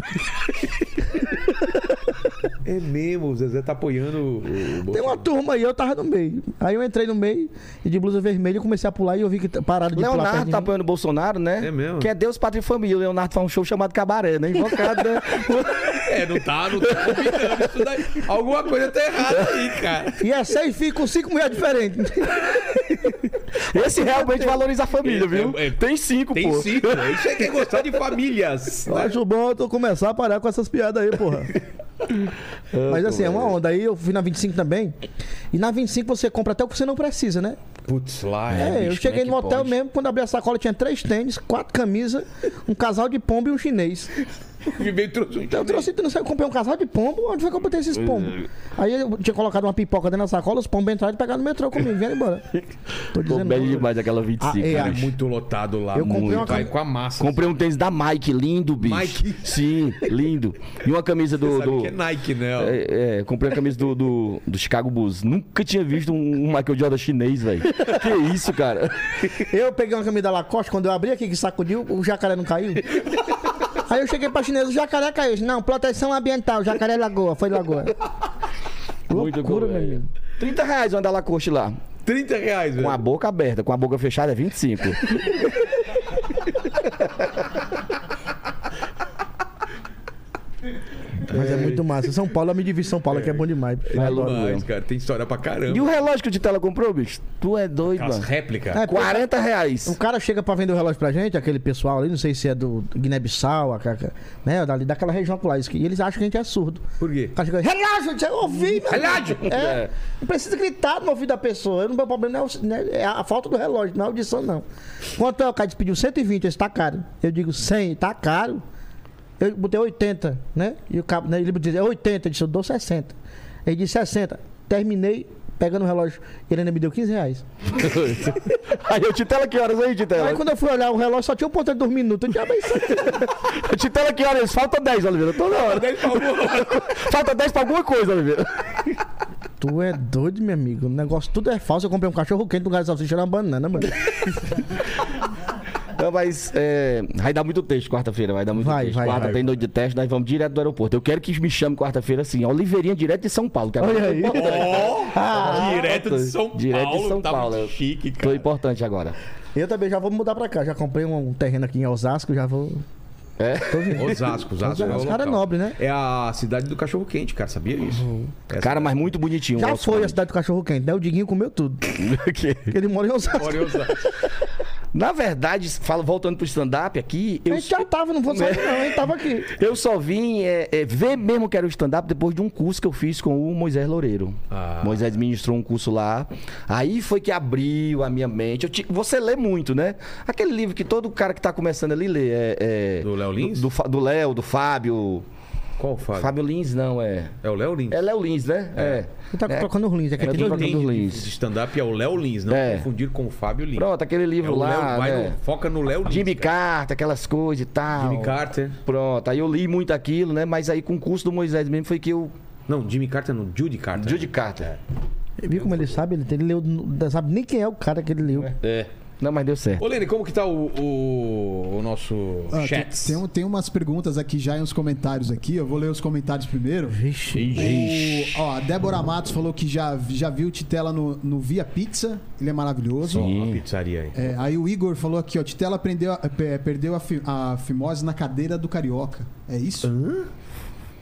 Speaker 1: É mesmo, o Zezé tá apoiando o. o
Speaker 2: Tem uma
Speaker 1: Bolsonaro.
Speaker 2: turma aí, eu tava no meio. Aí eu entrei no meio e de blusa vermelha eu comecei a pular e eu vi que t- pararam de pular. perto
Speaker 3: Leonardo
Speaker 2: de
Speaker 3: tá
Speaker 2: mim.
Speaker 3: apoiando o Bolsonaro, né?
Speaker 1: É mesmo.
Speaker 3: Que é Deus, Pátria e Família. O Leonardo faz um show chamado Cabaré, né? Invocado, né?
Speaker 1: É, não tá, não tá combinando isso daí. Alguma coisa tá errada aí, cara.
Speaker 2: E é seis filhos com cinco mulheres diferentes.
Speaker 3: Esse realmente valoriza a família,
Speaker 1: É,
Speaker 3: viu?
Speaker 1: é, é.
Speaker 3: Tem cinco,
Speaker 1: Tem
Speaker 3: pô.
Speaker 1: cinco, né? Isso é que é gostar de famílias.
Speaker 2: Eu
Speaker 1: né?
Speaker 2: acho bom tu começar a parar com essas piadas aí, porra. Mas assim, é uma onda. Aí eu fui na 25 também. E na 25 você compra até o que você não precisa, né?
Speaker 1: Putz, lá.
Speaker 2: É, eu
Speaker 3: bicho,
Speaker 2: cheguei
Speaker 3: como
Speaker 2: no
Speaker 3: é que
Speaker 2: hotel
Speaker 3: pode?
Speaker 2: mesmo, quando abri a sacola tinha três tênis, quatro camisas, um casal de pombo e um chinês.
Speaker 1: Vivei trouxe um
Speaker 2: Então eu trouxe, não sei, eu comprei um casal de pombo, onde foi que eu botei esses pombos? Aí eu tinha colocado uma pipoca dentro da sacola, os pombos entraram e pegaram no metrô comigo, vieram embora. Tô
Speaker 3: Pô,
Speaker 2: dizendo.
Speaker 3: belo demais aquela 25.
Speaker 2: Ah, é,
Speaker 3: né,
Speaker 2: a
Speaker 1: É
Speaker 3: bicho?
Speaker 1: muito lotado lá.
Speaker 2: Eu comprei
Speaker 1: muito.
Speaker 2: uma
Speaker 1: Vai
Speaker 2: cam-
Speaker 1: com a massa.
Speaker 3: Comprei um tênis da Mike, lindo, bicho.
Speaker 1: Mike?
Speaker 3: Sim, lindo. E uma camisa do.
Speaker 1: Sabe
Speaker 3: do-
Speaker 1: que é Nike, né? ó.
Speaker 3: É, é, comprei a camisa do, do, do Chicago Bulls. Nunca tinha visto um, um Michael Jordan chinês, velho. Que isso, cara?
Speaker 2: Eu peguei uma camisa da Lacoste, quando eu abri aqui que sacudiu, o jacaré não caiu. Aí eu cheguei pra chinesa, o jacaré caiu. Eu disse, Não, proteção ambiental, jacaré lagoa, foi lagoa.
Speaker 3: Muito
Speaker 2: Loucura, meu
Speaker 3: velho.
Speaker 2: amigo.
Speaker 3: 30 reais uma da Lacoste lá.
Speaker 1: 30 reais, velho.
Speaker 3: Com a boca aberta, com a boca fechada é 25.
Speaker 2: Mas é muito massa. São Paulo, eu me divido em São Paulo, que é bom demais. Eu adoro.
Speaker 1: Mas, cara, tem história pra caramba.
Speaker 3: E o relógio que o Titela comprou, bicho? Tu é doido,
Speaker 1: Aquelas
Speaker 3: mano.
Speaker 1: réplicas.
Speaker 2: É,
Speaker 3: 40
Speaker 2: O
Speaker 3: reais.
Speaker 2: cara chega pra vender o relógio pra gente, aquele pessoal ali, não sei se é do Guiné-Bissau, a- a- né, dali, daquela região por lá, isso que- e eles acham que a gente é surdo.
Speaker 1: Por quê?
Speaker 2: O cara chega, relógio, eu disse, eu ouvi, meu
Speaker 1: Relógio!
Speaker 2: amigo." É, não precisa gritar no ouvido da pessoa, o meu problema não é, o- né, é a falta do relógio, não é a audição, não. Quanto é, o cara despediu 120, esse tá caro. Eu digo, 100, tá caro. Eu botei 80, né? E o cabo, né? Ele dizia, é 80, eu disse, eu dou 60. Ele disse 60. Terminei pegando o relógio. Ele ainda me deu 15 reais.
Speaker 3: Aí eu Titela que horas aí,
Speaker 2: Aí
Speaker 3: Titela?
Speaker 2: quando eu fui olhar o relógio, só tinha o ponto de 2 minutos. Eu disse, ah, mas isso aqui-
Speaker 3: Titela que horas? Falta 10, Oliveira. Toda hora. né? Falta 10 pra alguma coisa, Oliveira.
Speaker 2: Tu é doido, meu amigo. O negócio tudo é falso. Eu comprei um cachorro quente, um gás de salsicha era uma banana, mano.
Speaker 3: Não, mas é, vai dar muito texto quarta-feira, vai dar muito
Speaker 2: Vai,
Speaker 3: texto.
Speaker 2: vai,
Speaker 3: Quarta
Speaker 2: vai.
Speaker 3: tem noite de teste, nós vamos direto do aeroporto. Eu quero que me chame quarta-feira assim, Oliveirinha direto de São Paulo. Que agora
Speaker 2: Olha
Speaker 3: eu tô
Speaker 2: aí.
Speaker 3: importante.
Speaker 6: direto de São
Speaker 3: Ah, Direto de
Speaker 6: Paulo.
Speaker 3: São
Speaker 6: tá
Speaker 3: Paulo.
Speaker 6: muito chique,
Speaker 3: Tô
Speaker 6: cara.
Speaker 3: importante agora.
Speaker 2: Eu também já vou mudar pra cá. Já comprei um terreno aqui em Osasco, já vou.
Speaker 3: É?
Speaker 1: Osasco, Osasco.
Speaker 2: Osasco,
Speaker 1: o
Speaker 2: cara
Speaker 1: local.
Speaker 2: nobre, né?
Speaker 1: É a cidade do cachorro quente, cara. Sabia isso? Essa-
Speaker 3: Uhum. Cara, mas muito bonitinho. o
Speaker 2: Já
Speaker 3: nosso
Speaker 2: foi assim. a
Speaker 3: país.
Speaker 2: cidade do cachorro quente, né? O Diguinho comeu tudo.
Speaker 3: Que-
Speaker 2: Porque ele mora em Osasco.
Speaker 6: Olha, os-
Speaker 3: Na verdade, falo, voltando pro stand-up aqui,
Speaker 2: A
Speaker 3: eu,
Speaker 2: gente já tava, não vou sair não, a gente tava aqui.
Speaker 3: eu só vim é, é, ver mesmo que era o stand-up depois de um curso que eu fiz com o Moisés Loureiro.
Speaker 1: Ah.
Speaker 3: Moisés ministrou um curso lá. Aí foi que abriu a minha mente. Eu ti- Você lê muito, né? Aquele livro que todo cara que tá começando ali lê. É, é-
Speaker 1: Do Léo Lins?
Speaker 3: Do Fa- do Léo, do Fábio.
Speaker 1: Qual o Fábio?
Speaker 3: Fábio Lins, não, é.
Speaker 1: É o Léo Lins.
Speaker 3: É Léo Lins, né? É.
Speaker 2: Ele tá
Speaker 3: É.
Speaker 2: trocando os links aqui.
Speaker 1: É
Speaker 2: É,
Speaker 1: quem
Speaker 3: Trocando
Speaker 1: entende
Speaker 3: Lins.
Speaker 1: de- de stand-up é o Léo Lins, não
Speaker 3: É.
Speaker 1: confundir com o Fábio Lins.
Speaker 3: Pronto, aquele
Speaker 1: É
Speaker 3: livro
Speaker 1: o Léo-
Speaker 3: lá.
Speaker 1: vai
Speaker 3: né?
Speaker 1: no- foca no Léo Lins.
Speaker 3: Jimmy
Speaker 1: cara.
Speaker 3: Carter, aquelas coisas e tal.
Speaker 1: Jimmy Carter.
Speaker 3: Pronto, aí eu li muito aquilo, né? Mas aí com o curso do Moisés mesmo foi que eu.
Speaker 1: Não, Jimmy Carter não, Judy Carter.
Speaker 3: Judy Carter.
Speaker 2: Viu como ele sabe? Ele, ele leu, não sabe nem quem é o cara que ele leu.
Speaker 1: É.
Speaker 3: Não, mas deu certo.
Speaker 1: Ô, Lene, como que tá o, o, o nosso
Speaker 4: Ah, tem,
Speaker 1: chat?
Speaker 4: tem um- tem umas perguntas aqui já e uns comentários aqui. Eu vou ler os comentários primeiro.
Speaker 2: Vixe.
Speaker 4: O- ó, a Débora Matos falou que já, já viu o Titela no, no Via Pizza. Ele é maravilhoso.
Speaker 1: Ó, uma pizzaria aí.
Speaker 4: É, aí o Igor falou aqui, ó, Titela prendeu a- pe- perdeu a, fi- a fimose na cadeira do carioca. É isso?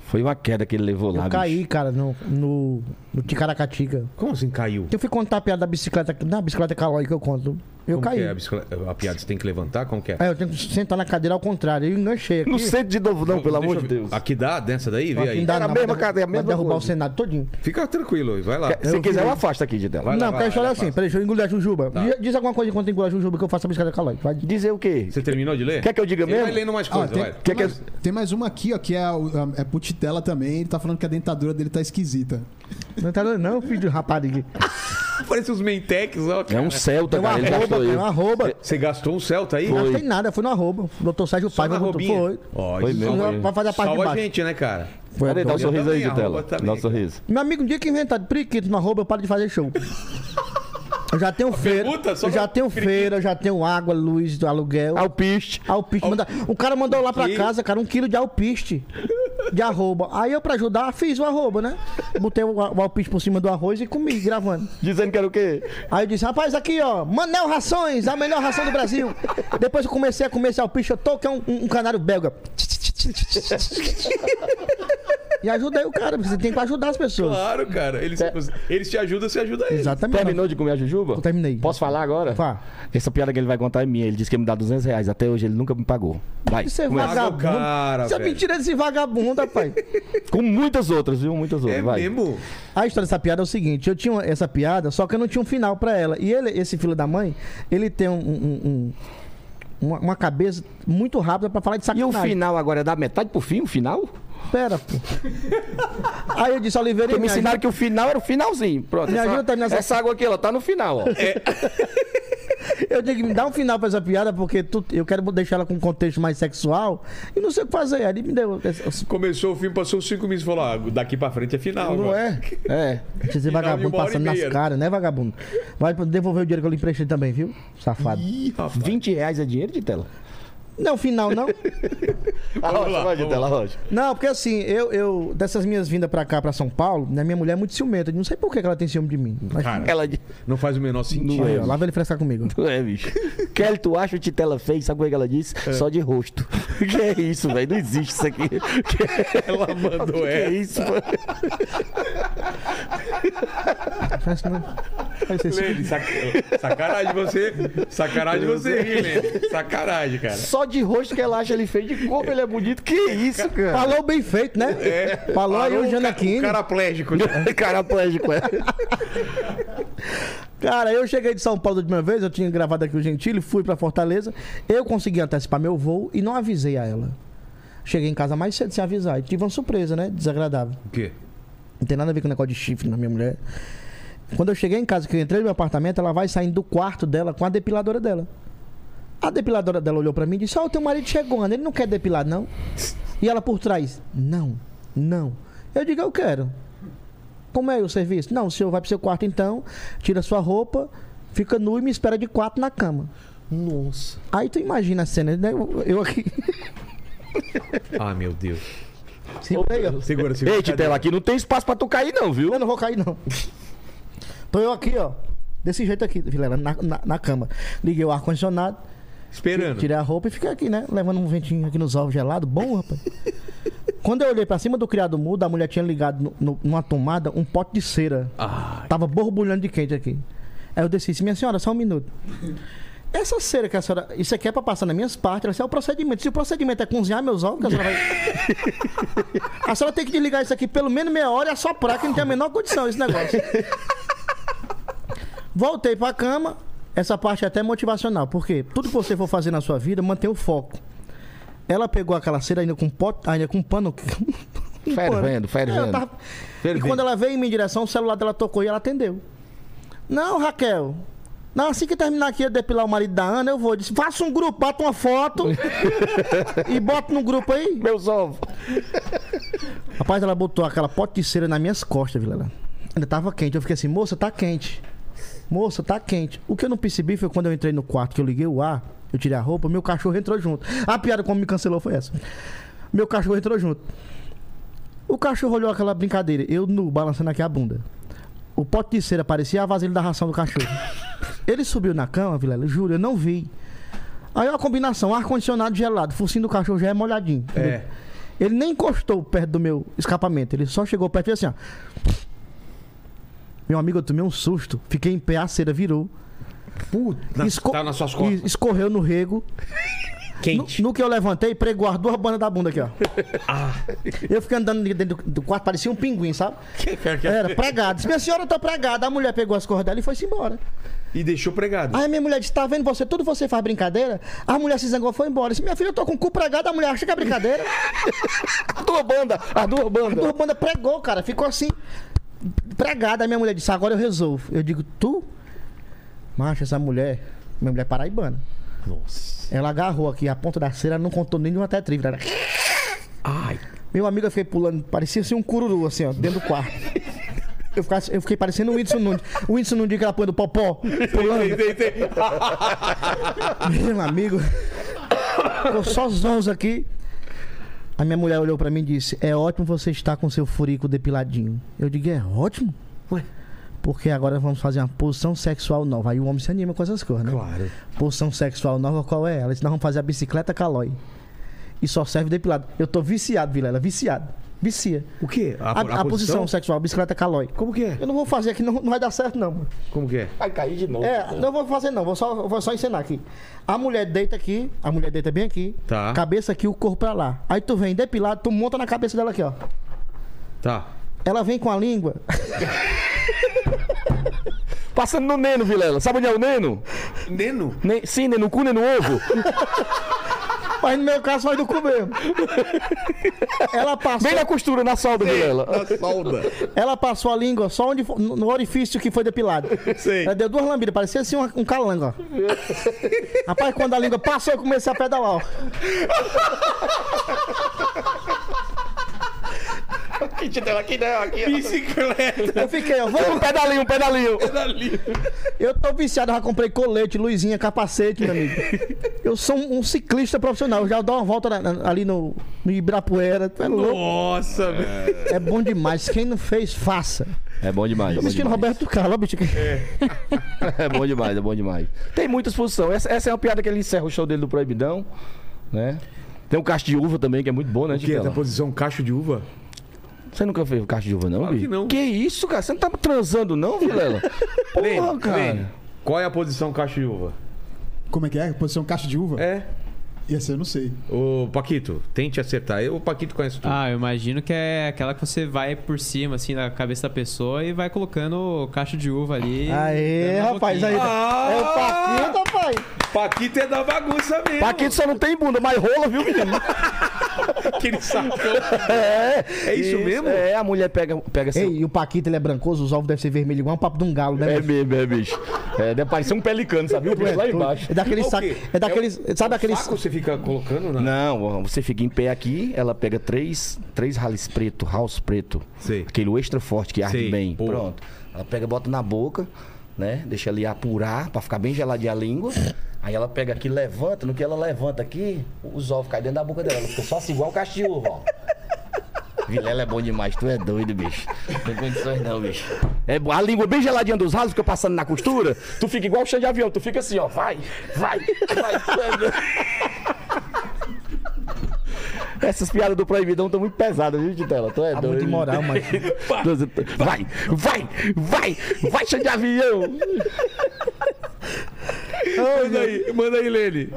Speaker 3: Foi uma queda que ele levou lá.
Speaker 2: Eu
Speaker 3: bicho.
Speaker 2: caí, cara, no, no, no Ticaracatica.
Speaker 1: Como assim caiu?
Speaker 2: Eu fui contar a piada da bicicleta, da bicicleta calói que eu conto. Eu
Speaker 1: Como
Speaker 2: caí.
Speaker 1: que é a, bicicleta- a piada? Você tem que levantar? Como que é?
Speaker 2: Aí eu tenho que sentar na cadeira ao contrário. Eu enganchei aqui.
Speaker 3: Não sente de novo, não,
Speaker 1: Deixa
Speaker 3: pelo amor
Speaker 1: eu
Speaker 3: de
Speaker 1: ver.
Speaker 3: Deus.
Speaker 1: Aqui dá dessa daí? Vê
Speaker 2: Aqui
Speaker 1: aí.
Speaker 2: dá,
Speaker 3: Era a
Speaker 2: não,
Speaker 3: mesma
Speaker 2: vai der-
Speaker 3: cadeira, a mesma
Speaker 2: vai derrubar
Speaker 3: coisa.
Speaker 2: o Senado todinho.
Speaker 1: Fica tranquilo, aí, vai lá.
Speaker 3: Se
Speaker 2: Eu
Speaker 3: quiser,
Speaker 2: vi.
Speaker 3: eu afasto aqui de dela.
Speaker 1: Vai lá, vai
Speaker 2: não, porque a
Speaker 1: lá,
Speaker 2: história é
Speaker 1: vai,
Speaker 2: assim.
Speaker 1: passa.
Speaker 2: Peraí, deixa eu engolir a Jujuba.
Speaker 1: Tá.
Speaker 2: Diz- Diz alguma coisa enquanto engolir a Jujuba que eu faço a bicicleta calói. Vai.
Speaker 3: Dizer o quê?
Speaker 1: Você terminou de ler?
Speaker 3: Quer que eu diga
Speaker 1: Ele
Speaker 3: mesmo?
Speaker 1: Vai lendo mais
Speaker 4: Ah,
Speaker 1: coisas,
Speaker 4: tem,
Speaker 1: vai.
Speaker 4: tem
Speaker 3: Que que é-
Speaker 4: mais, tem mais uma aqui, ó, que é, o- a- é pro Titela também. Ele tá falando que a dentadura dele tá esquisita.
Speaker 2: Não tá dando não, filho de rapariga.
Speaker 1: Parece uns mentex, ó.
Speaker 3: É
Speaker 1: cara.
Speaker 3: um Celta,
Speaker 2: Tem uma
Speaker 3: Então, cara. Ele
Speaker 2: arroba,
Speaker 3: gastou
Speaker 2: tem
Speaker 3: eu.
Speaker 2: uma arroba.
Speaker 1: Você gastou um Celta aí?
Speaker 3: Foi.
Speaker 2: Não tem nada, foi no arroba. Doutor Sérgio
Speaker 1: Só na
Speaker 2: Paiva botou-
Speaker 1: robinha.
Speaker 2: foi.
Speaker 1: Ó,
Speaker 3: Foi
Speaker 1: isso
Speaker 3: mesmo,
Speaker 1: salva-
Speaker 3: foi.
Speaker 2: Pra fazer a parte de
Speaker 1: Salva a
Speaker 2: baixo.
Speaker 1: gente, né, cara?
Speaker 2: Foi
Speaker 3: Peraí, dá um
Speaker 2: doido.
Speaker 3: sorriso aí
Speaker 1: também,
Speaker 3: de tela.
Speaker 1: arroba também,
Speaker 3: Dá um sorriso.
Speaker 2: Meu amigo, um dia que inventar de periquito no arroba, eu paro de fazer show. Eu já tenho feira.
Speaker 1: pergunta só
Speaker 2: eu já
Speaker 1: pra-
Speaker 2: tenho feira, eu já tenho água, luz, aluguel.
Speaker 3: Alpiste.
Speaker 2: Alpiste. Manda... O cara mandou lá pra
Speaker 1: Que?
Speaker 2: casa, cara, um quilo de alpiste. De arroba. Aí eu, pra ajudar, fiz o arroba, né? Botei o, o alpiste por cima do arroz e comi, gravando.
Speaker 3: Dizendo que era o quê?
Speaker 2: Aí eu disse, rapaz, aqui, ó, Manel Rações, a melhor ração do Brasil. Depois eu comecei a comer esse alpiste, eu tô que é um, um canário belga. E ajudei o cara, porque você tem que ajudar as pessoas.
Speaker 1: Claro, cara. Eles,
Speaker 3: É.
Speaker 1: eles te ajudam, você ajuda eles.
Speaker 2: Exatamente.
Speaker 3: Terminou de comer a jujuba?
Speaker 2: Eu terminei.
Speaker 3: Posso falar agora?
Speaker 2: Vá.
Speaker 3: Essa piada que ele vai contar é minha. Ele disse que ia me dar 200 reais. Até hoje ele nunca me pagou. Vai.
Speaker 2: Isso é
Speaker 1: Mas,
Speaker 2: vagabundo.
Speaker 1: ô, cara,
Speaker 2: Isso é
Speaker 1: velho.
Speaker 2: mentira desse vagabundo, rapaz.
Speaker 3: Com muitas outras, viu? Muitas outras.
Speaker 1: É
Speaker 3: vai.
Speaker 1: mesmo?
Speaker 2: A história dessa piada é o seguinte: eu tinha uma- essa piada, só que eu não tinha um final pra ela. E ele, esse filho da mãe, ele tem um- um- um- uma, uma cabeça muito rápida pra falar de
Speaker 3: E o
Speaker 2: sacanagem.
Speaker 3: final agora é da metade pro fim, o final?
Speaker 2: Pera, pô. Aí eu disse, Oliveira,
Speaker 3: Porque me
Speaker 2: me ajuda-
Speaker 3: ensinaram que o final era o finalzinho. Pronto.
Speaker 2: Me
Speaker 3: essa,
Speaker 2: ajuda a terminar essa-
Speaker 3: essa água aqui, ela tá no final, ó.
Speaker 2: eu tenho que me dar um final pra essa piada, porque tu- eu quero deixar ela com um contexto mais sexual e não sei o que fazer. Aí ele me deu. esse-
Speaker 1: Começou o filme, passou cinco minutos e falou: ah, daqui pra frente é final.
Speaker 3: Não
Speaker 1: agora.
Speaker 3: é? É.
Speaker 1: Final
Speaker 2: Esse
Speaker 1: de
Speaker 2: vagabundo
Speaker 1: uma hora
Speaker 2: passando
Speaker 1: e
Speaker 2: nas
Speaker 1: meia.
Speaker 2: caras, né, vagabundo? Vai devolver o dinheiro que eu lhe emprestei também, viu? Safado.
Speaker 3: 20 reais é dinheiro de tela?
Speaker 2: Não, final não.
Speaker 3: A
Speaker 1: Vamos lá,
Speaker 3: rocha, vai de
Speaker 1: vamos
Speaker 3: tela, rocha.
Speaker 2: Não, porque assim, eu, eu dessas minhas vindas pra cá, pra São Paulo, né, minha mulher é muito ciumenta. Não sei por que que ela tem ciúme de mim. Mas,
Speaker 1: Cara,
Speaker 3: Ela de...
Speaker 1: não faz o menor sentido.
Speaker 2: Aí, ó, lá vai ele frescar comigo.
Speaker 3: É, bicho. Kelly, tu acha o Titela feio? Sabe o que ela disse? Só de rosto. Que é isso, velho? Não existe isso aqui. Que,
Speaker 1: Ela mandou
Speaker 3: que é
Speaker 1: essa.
Speaker 3: isso, mano?
Speaker 2: Faz isso, né? não. Faz isso.
Speaker 1: Lene, sac- sacanagem você. Sacanagem você, hein, Lene? Sacanagem, cara.
Speaker 3: Só de rosto que ela acha ele feio, de como ele é bonito. Que isso, cara?
Speaker 2: Falou bem feito, né? Falou aí
Speaker 1: Parou
Speaker 2: o
Speaker 1: ca-
Speaker 2: Janaquini.
Speaker 1: É. O paraplégico.
Speaker 3: Cara, plégico, é.
Speaker 2: Cara, eu cheguei de São Paulo da última vez, eu tinha gravado aqui o Gentili, fui pra Fortaleza, eu consegui antecipar meu voo e não avisei a ela. Cheguei em casa mais cedo sem avisar. E tive uma surpresa, né? Desagradável.
Speaker 1: O quê?
Speaker 2: Não tem nada a ver com o negócio de chifre na minha mulher. Quando eu cheguei em casa, que eu entrei no meu apartamento, ela vai saindo do quarto dela com a depiladora dela. A depiladora dela olhou pra mim e disse: Ó, o teu marido chegou, Ana, ele não quer depilar, não. E ela por trás: Não, não. Eu digo: Eu quero. Como é o serviço? Não, o senhor vai pro seu quarto então, tira sua roupa, fica nu e me espera de quatro na cama.
Speaker 1: Nossa.
Speaker 2: Aí tu imagina a cena, né? Eu- Eu aqui.
Speaker 1: Ah, meu Deus.
Speaker 2: Segura aí, ó.
Speaker 1: Segura, segura.
Speaker 3: Ei, Titela, aqui não tem espaço pra tu cair, não, viu?
Speaker 2: Eu não vou cair, não. Tô eu aqui, ó. Desse jeito aqui, Vilela, na, na, na cama. Liguei o ar-condicionado,
Speaker 1: Esperando.
Speaker 2: tirei a roupa e fiquei aqui, né? Levando um ventinho aqui nos ovos gelados. Bom, rapaz. Quando eu olhei pra cima do criado mudo, a mulher tinha ligado no- no- numa tomada um pote de cera. Tava borbulhando de quente aqui. Aí eu desci e disse, minha senhora, só um minuto. Essa cera que a senhora. Isso aqui é pra passar nas minhas partes, ela disse, é o procedimento. Se o procedimento é cozinhar meus ovos, que a senhora vai. a senhora tem que desligar isso aqui pelo menos meia hora e assoprar, que não tem a menor condição esse negócio. Voltei pra cama. Essa parte é até motivacional, porque tudo que você for fazer na sua vida, mantém o foco. Ela pegou aquela cera ainda com pote, ainda com pano. um
Speaker 7: Fervendo,
Speaker 2: pano.
Speaker 7: fervendo.
Speaker 2: Ela tava- E
Speaker 1: Fervendo.
Speaker 2: quando ela veio em minha direção, o celular dela tocou e ela atendeu. Não, Raquel. Não, assim que terminar aqui eu depilar o marido da Ana, eu vou. Eu Disse, faça um grupo, bota uma foto e bota no grupo aí.
Speaker 3: Meus ovos.
Speaker 2: Rapaz, ela botou aquela pote de cera nas minhas costas, Vilela. Ainda tava quente. Eu fiquei assim, moça, tá quente. Moça, tá quente. O que eu não percebi foi quando eu entrei no quarto, que eu liguei o ar, eu tirei a roupa, meu cachorro entrou junto. A piada como me cancelou foi essa. Meu cachorro entrou junto. O cachorro olhou aquela brincadeira, eu nu, balançando aqui a bunda. O pote de cera parecia a vasilha da ração do cachorro. Ele subiu na cama, Vilela, juro, eu não vi. Aí ó, a combinação, ar-condicionado gelado, focinho do cachorro já é molhadinho. entendeu?
Speaker 1: É.
Speaker 2: Ele nem encostou perto do meu escapamento. Ele só chegou perto e fez assim, ó. Meu amigo, eu tomei um susto. Fiquei em pé, a cera virou.
Speaker 1: Puta, tá nas suas costas.
Speaker 2: e- Escorreu no rego. No,
Speaker 1: Quente. Ah.
Speaker 2: no que eu levantei, pregou as duas bandas da bunda aqui, ó. Eu fiquei andando dentro do, do quarto, parecia um pinguim, sabe?
Speaker 1: é.
Speaker 2: Era pregado. Disse, minha senhora, eu tô pregada. A mulher pegou as cordas dela e foi-se embora.
Speaker 1: E deixou pregado.
Speaker 2: Aí minha mulher disse, tá vendo você? Tudo você faz brincadeira. A mulher se zangou, foi embora. Disse, minha filha, eu tô com o cu pregado. A mulher acha que é brincadeira.
Speaker 3: A duas bandas, a duas
Speaker 2: A
Speaker 3: bandas.
Speaker 2: tua banda pregou, cara. Ficou assim, pregada. Aí minha mulher disse, agora eu resolvo. Eu digo, tu? Macho, essa mulher, minha mulher é paraibana.
Speaker 1: Nossa.
Speaker 2: Ela agarrou aqui a ponta da cera, não contou nem de uma tetrívida. Era...
Speaker 1: Ai.
Speaker 2: Meu amigo, eu fiquei pulando, parecia assim um cururu, assim, ó, dentro do quarto. Eu, ficasse- eu fiquei parecendo o Whindersson Nunes. O Whindersson Nunes de aquela porra do popó. Pulando. Meu amigo. Ficou só zonzo aqui. A minha mulher olhou pra mim e disse: É ótimo você estar com seu furico depiladinho. Eu digo: É ótimo?
Speaker 1: Ué.
Speaker 2: Porque agora vamos fazer uma posição sexual nova. Aí o homem se anima com essas coisas, né?
Speaker 1: Claro.
Speaker 2: Posição sexual nova, qual é ela? Disse, Nós vamos fazer a bicicleta calói. E só serve depilado. Eu tô viciado, Vilela, viciado. Vicia.
Speaker 1: O quê?
Speaker 2: A, a posição sexual, bicicleta calói.
Speaker 1: Como que é?
Speaker 2: Eu não vou fazer aqui, não, não vai dar certo, não.
Speaker 1: Como que é?
Speaker 3: Vai cair de novo.
Speaker 2: É, não vou fazer não, vou só, vou só ensinar aqui. A mulher deita aqui, a mulher deita bem aqui,
Speaker 1: Tá.
Speaker 2: cabeça aqui, o corpo pra lá. Aí tu vem depilado, tu monta na cabeça dela aqui, ó.
Speaker 1: Tá.
Speaker 2: Ela vem com a língua,
Speaker 3: Passando no Neno, Vilela. Sabe onde é o Neno?
Speaker 1: Neno?
Speaker 3: Ne- Sim, Neno cu, Neno ovo.
Speaker 2: mas no meu caso faz do cu mesmo. Ela passou,
Speaker 3: Bem na costura, na solda, Vilela.
Speaker 1: solda.
Speaker 2: ela passou a língua só onde, fo- no no orifício que foi depilado.
Speaker 1: Sei.
Speaker 2: Ela deu É duas lambidas, parecia assim uma- um calango, ó. Rapaz, quando a língua passou, eu comecei a pedalar, ó.
Speaker 3: Aqui, Titela, aqui, né? Aqui, ó.
Speaker 1: Bicicleta
Speaker 2: Eu fiquei, ó, vamos
Speaker 3: Um pedalinho, um pedalinho.
Speaker 1: ali.
Speaker 2: Eu tô viciado, eu já comprei colete, luzinha, capacete, meu amigo. Eu sou um, um ciclista profissional, eu já dou uma volta na- na- ali no, no Ibirapuera. Tu é louco?
Speaker 1: Nossa, velho.
Speaker 2: É bom demais. Quem não fez, faça.
Speaker 7: É bom demais.
Speaker 2: Tô assistindo Roberto Carlos, ó, bicho.
Speaker 7: É bom demais, é bom demais.
Speaker 3: Tem muita exposição. Essa, essa é uma piada que ele encerra o show dele do Proibidão, né? Tem o cacho de uva também, que é muito bom, né,
Speaker 1: O que é? Da
Speaker 3: Titela?
Speaker 1: posição cacho de uva?
Speaker 3: Você nunca fez o cacho de uva, não,
Speaker 1: Claro que
Speaker 3: bicho?
Speaker 1: não.
Speaker 3: Que isso, cara? Você não tá transando, não, Vilela? Porra,
Speaker 1: Lene,
Speaker 3: cara.
Speaker 1: Lene, Qual é a posição cacho de uva?
Speaker 4: Como é que é? Posição caixa de uva?
Speaker 1: É.
Speaker 4: E essa eu não sei.
Speaker 1: Ô, Paquito, tente acertar. Eu, o Paquito conhece tudo.
Speaker 5: Ah, eu imagino que é aquela que você vai por cima, assim, na cabeça da pessoa e vai colocando o cacho de uva ali.
Speaker 2: Aê,
Speaker 5: dando na
Speaker 2: rapaz, aí.
Speaker 5: boquinha.
Speaker 1: Ah!
Speaker 2: É o Paquito, rapaz.
Speaker 1: Paquito é da bagunça mesmo.
Speaker 3: Paquito só não tem bunda, mas rola, viu, menino?
Speaker 8: Aquele sacão.
Speaker 9: É,
Speaker 1: É isso mesmo?
Speaker 9: É, a mulher pega, pega
Speaker 2: Ei,
Speaker 9: seu.
Speaker 2: e o Paquito, ele é brancoso, os ovos devem ser vermelhos, igual um papo de um galo, né?
Speaker 9: É
Speaker 2: bicho?
Speaker 9: mesmo, é, bicho. É, deve parecer um pelicano, sabe? O bicho lá embaixo.
Speaker 2: É daquele
Speaker 1: É o
Speaker 2: saco.
Speaker 1: quê?
Speaker 2: É daquele. sabe aquele.
Speaker 1: Saco você fica colocando na.
Speaker 9: Não,
Speaker 3: Você fica em pé aqui, ela pega três, três ralis preto, house preto.
Speaker 1: Sei.
Speaker 3: Aquele extra forte que arde
Speaker 1: Sei.
Speaker 3: bem.
Speaker 1: Pô.
Speaker 3: Pronto. Ela pega, bota na boca, né? Deixa ali apurar pra ficar bem geladinha a língua. Aí ela pega aqui, levanta. No que ela levanta aqui, os ovos caem dentro da boca dela. Ela fica só assim, igual o cachorro, ó. Vilela é bom demais, tu é doido, bicho. Não tem condições não, bicho.
Speaker 9: É, a língua bem geladinha dos ralos, fica passando na costura. Tu fica igual o chão de avião, tu fica assim, ó. Vai, vai, vai. tu é doido. Essas piadas do proibidão estão muito pesadas, viu, Titela? Tu é
Speaker 2: Tá
Speaker 9: doido.
Speaker 2: muito imoral, mas.
Speaker 9: Vai, vai, vai, vai, chão de avião.
Speaker 1: Manda aí, manda aí, Lene.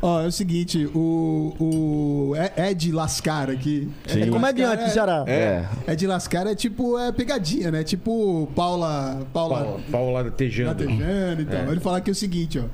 Speaker 4: Ó, é o seguinte, o, o é, é de lascar aqui.
Speaker 2: É comediante do Ceará.
Speaker 1: É.
Speaker 4: É de lascar é tipo é pegadinha, né? Tipo Paula Paula
Speaker 1: Paula Tejando.
Speaker 4: Gatejano e tal. Ele fala aqui o seguinte, ó.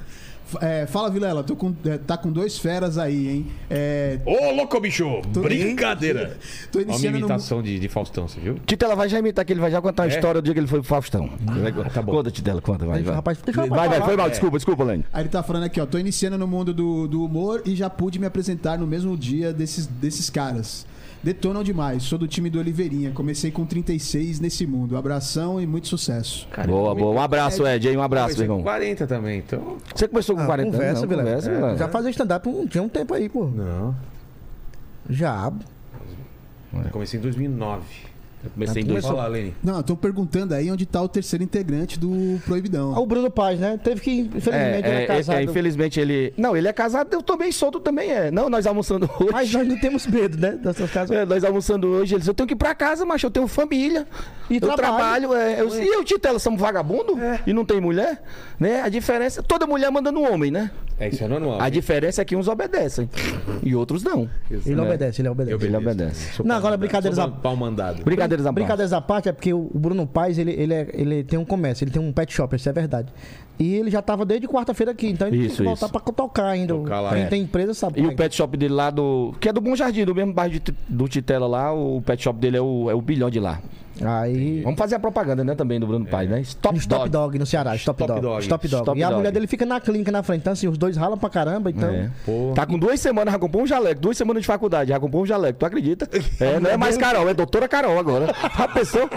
Speaker 4: F- é, fala, Vilela, tô com, é, tá com dois feras aí, hein? É,
Speaker 8: Ô, louco, bicho!
Speaker 4: Tô-
Speaker 8: Brincadeira!
Speaker 4: tô
Speaker 1: Olha uma
Speaker 4: iniciando no...
Speaker 1: imitação de, de Faustão, você viu?
Speaker 3: Titela vai já imitar que ele vai já contar a história do dia que ele foi pro Faustão. Ah,
Speaker 1: tá bom.
Speaker 3: Conta, Titela, conta, vai,
Speaker 2: Deixa o
Speaker 3: vai.
Speaker 2: rapaz, deixa o rapaz
Speaker 3: Vai, vai,
Speaker 2: falar.
Speaker 3: foi mal, desculpa, desculpa, Lane.
Speaker 4: Aí ele tá falando aqui, ó. Tô iniciando no mundo do, do humor e já pude me apresentar no mesmo dia desses, desses caras. Detonam demais. Sou do time do Oliveirinha. Comecei com 36 nesse mundo. Abração e muito sucesso.
Speaker 3: boa, boa. Um abraço, Ed, hein? Um abraço, meu
Speaker 1: Mas é
Speaker 3: irmão.
Speaker 1: 40 também, então.
Speaker 3: Você começou com
Speaker 2: Ah,
Speaker 3: 40
Speaker 2: conversa,
Speaker 3: anos?
Speaker 2: Vilela.
Speaker 3: Conversa, Vilela. É.
Speaker 2: Já fazia stand-up um, tinha um tempo aí, pô.
Speaker 1: Não.
Speaker 2: Já.
Speaker 1: Eu comecei em 2009.
Speaker 3: Eu comecei em
Speaker 1: Então,
Speaker 3: dois.
Speaker 1: Fala, lá, Lene.
Speaker 4: Não, estão perguntando aí onde tá o terceiro integrante do
Speaker 2: Ah,
Speaker 4: Proibidão.
Speaker 2: o Bruno Paz, né? Teve que,
Speaker 3: É,
Speaker 2: infelizmente, ele
Speaker 3: é,
Speaker 2: é
Speaker 3: é,
Speaker 2: casado.
Speaker 3: é, infelizmente ele. Não, ele é casado, eu também sou, tu também é. Não, nós almoçando hoje.
Speaker 2: Mas nós não temos medo, né? Dessas casas.
Speaker 3: É, nós almoçando hoje, ele disse, eu tenho que ir pra casa, mas eu tenho família.
Speaker 2: E
Speaker 3: eu
Speaker 2: trabalho. É.
Speaker 3: trabalho. é, eu, e eu, Titela, somos vagabundo? E não tem mulher? Né? A diferença. Toda mulher manda no homem, né?
Speaker 1: É, isso é normal.
Speaker 3: A diferença é que uns obedecem e outros não.
Speaker 2: Ele obedece, ele obedece.
Speaker 3: Ele obedece.
Speaker 1: é. Sou
Speaker 2: Não,
Speaker 1: pau
Speaker 2: agora,
Speaker 1: mandado.
Speaker 2: brincadeiras
Speaker 1: Sou
Speaker 2: à-
Speaker 1: pau- pau mandado.
Speaker 3: Brincadeiras à parte.
Speaker 2: Brincadeiras à parte é porque o Bruno Paz, ele, ele, é- ele tem um comércio, ele tem um pet shop, isso é verdade. E ele já tava desde quarta-feira aqui, então ele
Speaker 3: Isso,
Speaker 2: tem que voltar
Speaker 3: isso.
Speaker 2: pra tocar ainda.
Speaker 1: Tocar lá,
Speaker 2: Quem
Speaker 1: é.
Speaker 2: tem empresa sabe.
Speaker 3: E
Speaker 2: pai.
Speaker 3: o pet shop dele lá do. Que é do Bom Jardim, do mesmo bairro de- do Titela lá, o pet shop dele é o, é o bilhão de lá.
Speaker 2: Aí.
Speaker 3: Vamos fazer a propaganda, né, também do Bruno Pai, né? Stop,
Speaker 2: É. Stop
Speaker 3: Dog.
Speaker 2: dog. no Ceará, Stop,
Speaker 1: Stop
Speaker 2: dog.
Speaker 1: Dog.
Speaker 2: Stop dog.
Speaker 3: Stop
Speaker 2: e a
Speaker 3: Dog.
Speaker 2: mulher dele fica na clínica na frente, então assim, os dois ralam pra caramba, então.
Speaker 3: É.
Speaker 1: Pô.
Speaker 3: Tá com duas semanas, já comprou um jaleco, duas semanas de faculdade, já comprou um jaleco, tu acredita? É, não é mais Carol, é doutora Carol agora. A pessoa.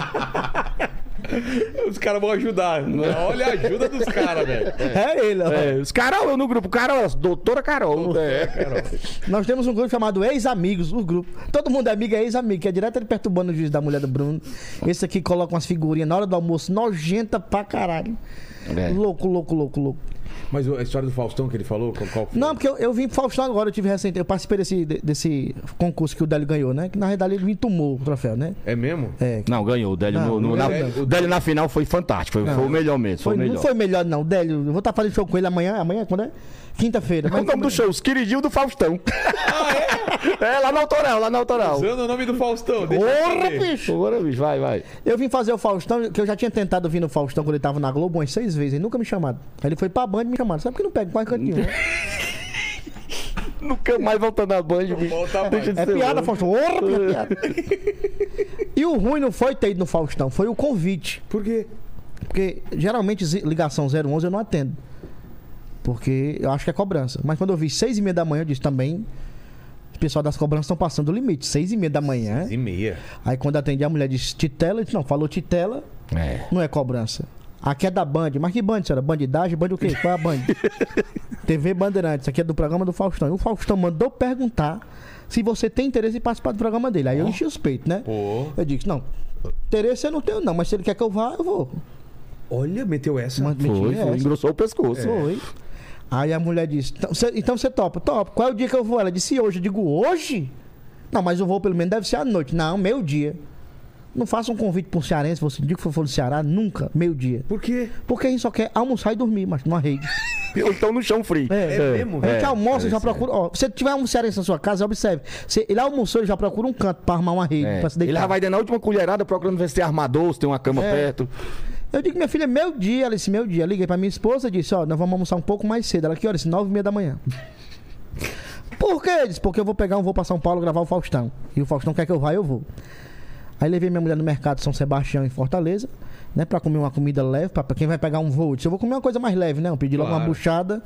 Speaker 1: Os caras vão ajudar. Olha a ajuda dos caras, velho.
Speaker 2: É ele, ó.
Speaker 3: É, os Carol, eu no grupo, Carol, elas, doutora Carol. É.
Speaker 2: Nós temos um grupo chamado Ex-Amigos, o grupo. Todo mundo é amigo, é ex-amigo, que é direto ele perturbando o juiz da mulher do Bruno. Esse aqui coloca umas figurinhas na hora do almoço, nojenta pra caralho.
Speaker 3: É.
Speaker 2: Louco, louco, louco, louco.
Speaker 1: Mas a história do Faustão que ele falou, qual, qual foi?
Speaker 2: Não, porque eu, eu vim pro Faustão agora, eu tive recente, eu participei desse, de- desse concurso que o Délio ganhou, né? Que na realidade ele me tomou o troféu, né?
Speaker 1: É mesmo?
Speaker 2: É.
Speaker 3: Não, ganhou. O Délio,
Speaker 2: Não,
Speaker 3: no, no-
Speaker 2: não
Speaker 3: na,
Speaker 1: ganhou, não.
Speaker 3: o Délio na final foi fantástico, foi, foi o melhor mesmo. Foi,
Speaker 2: Foi,
Speaker 3: o melhor.
Speaker 2: não foi melhor, não, Délio. Eu vou estar fazendo show com ele amanhã, amanhã quando é? Quinta-feira.
Speaker 3: Qual é o nome do show? Os queridinhos do Faustão.
Speaker 2: Ah,
Speaker 3: é? lá na autoral, lá na autoral.
Speaker 2: é.
Speaker 1: Usando o nome do Faustão. deixa eu
Speaker 3: Porra,
Speaker 1: saber.
Speaker 3: bicho. Porra, bicho, vai, vai.
Speaker 2: Eu vim fazer o Faustão, que eu já tinha tentado vir no Faustão quando ele tava na Globo umas seis vezes, e nunca me chamaram. Aí ele foi pra Band e me chamaram. Sabe por que não pega em quase canto nenhum, né?
Speaker 3: Nunca mais voltando na Band, bicho.
Speaker 1: Volta mais.
Speaker 2: É
Speaker 3: Sei
Speaker 2: piada,
Speaker 3: lá.
Speaker 2: Faustão. Orra, que é piada. e o ruim não foi ter ido no Faustão, foi o convite.
Speaker 1: Por quê?
Speaker 2: Porque geralmente zi- ligação 011 eu não atendo. Porque eu acho que é cobrança. Mas quando eu vi seis e meia da manhã, eu disse também. O pessoal das cobranças estão passando o limite. Seis e meia da manhã.
Speaker 1: E meia.
Speaker 2: Aí quando eu atendi a mulher disse Titela, eu disse, não, falou Titela,
Speaker 3: É.
Speaker 2: não é cobrança. Aqui é da Band. Mas que Band, senhora? Bandidagem? Band o quê? Qual é a Band? TV Bandeirantes. Aqui é do programa do Faustão. E o Faustão mandou perguntar se você tem interesse em participar do programa dele. Aí eu enchi os peitos, né?
Speaker 1: Pô.
Speaker 2: Eu disse, não, interesse eu não tenho não, mas se ele quer que eu vá, eu vou.
Speaker 1: Olha, meteu essa.
Speaker 2: Uma
Speaker 3: Foi,
Speaker 2: mentira é
Speaker 3: foi,
Speaker 2: essa.
Speaker 3: engrossou o pescoço.
Speaker 2: Foi. Aí a mulher disse: "Então cê- Então você topa? Topa. Qual é o dia que eu vou? Ela disse: Hoje. Eu digo: Hoje? Não, mas o voo pelo menos deve ser à noite. Não, meio-dia. Não faça um convite para um cearense, você diga que for do Ceará, nunca, meio-dia.
Speaker 1: Por quê?
Speaker 2: Porque a gente só quer almoçar e dormir, mas numa rede.
Speaker 3: Ou então no chão frio.
Speaker 2: É,
Speaker 1: mesmo?
Speaker 2: A gente
Speaker 3: É,
Speaker 2: almoça e
Speaker 3: é
Speaker 2: já
Speaker 3: isso, é.
Speaker 2: procura. Ó, se tiver um cearense na sua casa, observe. Se ele almoçou, ele já procura um canto para armar uma rede,
Speaker 3: É.
Speaker 2: para se deitar.
Speaker 3: Ele já vai dando a última colherada procurando ver se tem armador, se tem uma cama
Speaker 2: É.
Speaker 3: perto.
Speaker 2: Eu digo, minha filha, meu dia. Ela disse, meu dia. Liguei pra minha esposa e disse, ó, nós vamos almoçar um pouco mais cedo. Ela, que hora? Disse, nove e meia da manhã. Por quê? Ele disse, porque eu vou pegar um voo pra São Paulo gravar o Faustão. E o Faustão quer que eu vá, eu vou. Aí levei minha mulher no mercado São Sebastião em Fortaleza, né? Pra comer uma comida leve, pra, pra quem vai pegar um voo. Eu disse, eu vou comer uma coisa mais leve, né? Eu pedi logo uma
Speaker 5: Claro.
Speaker 2: buchada,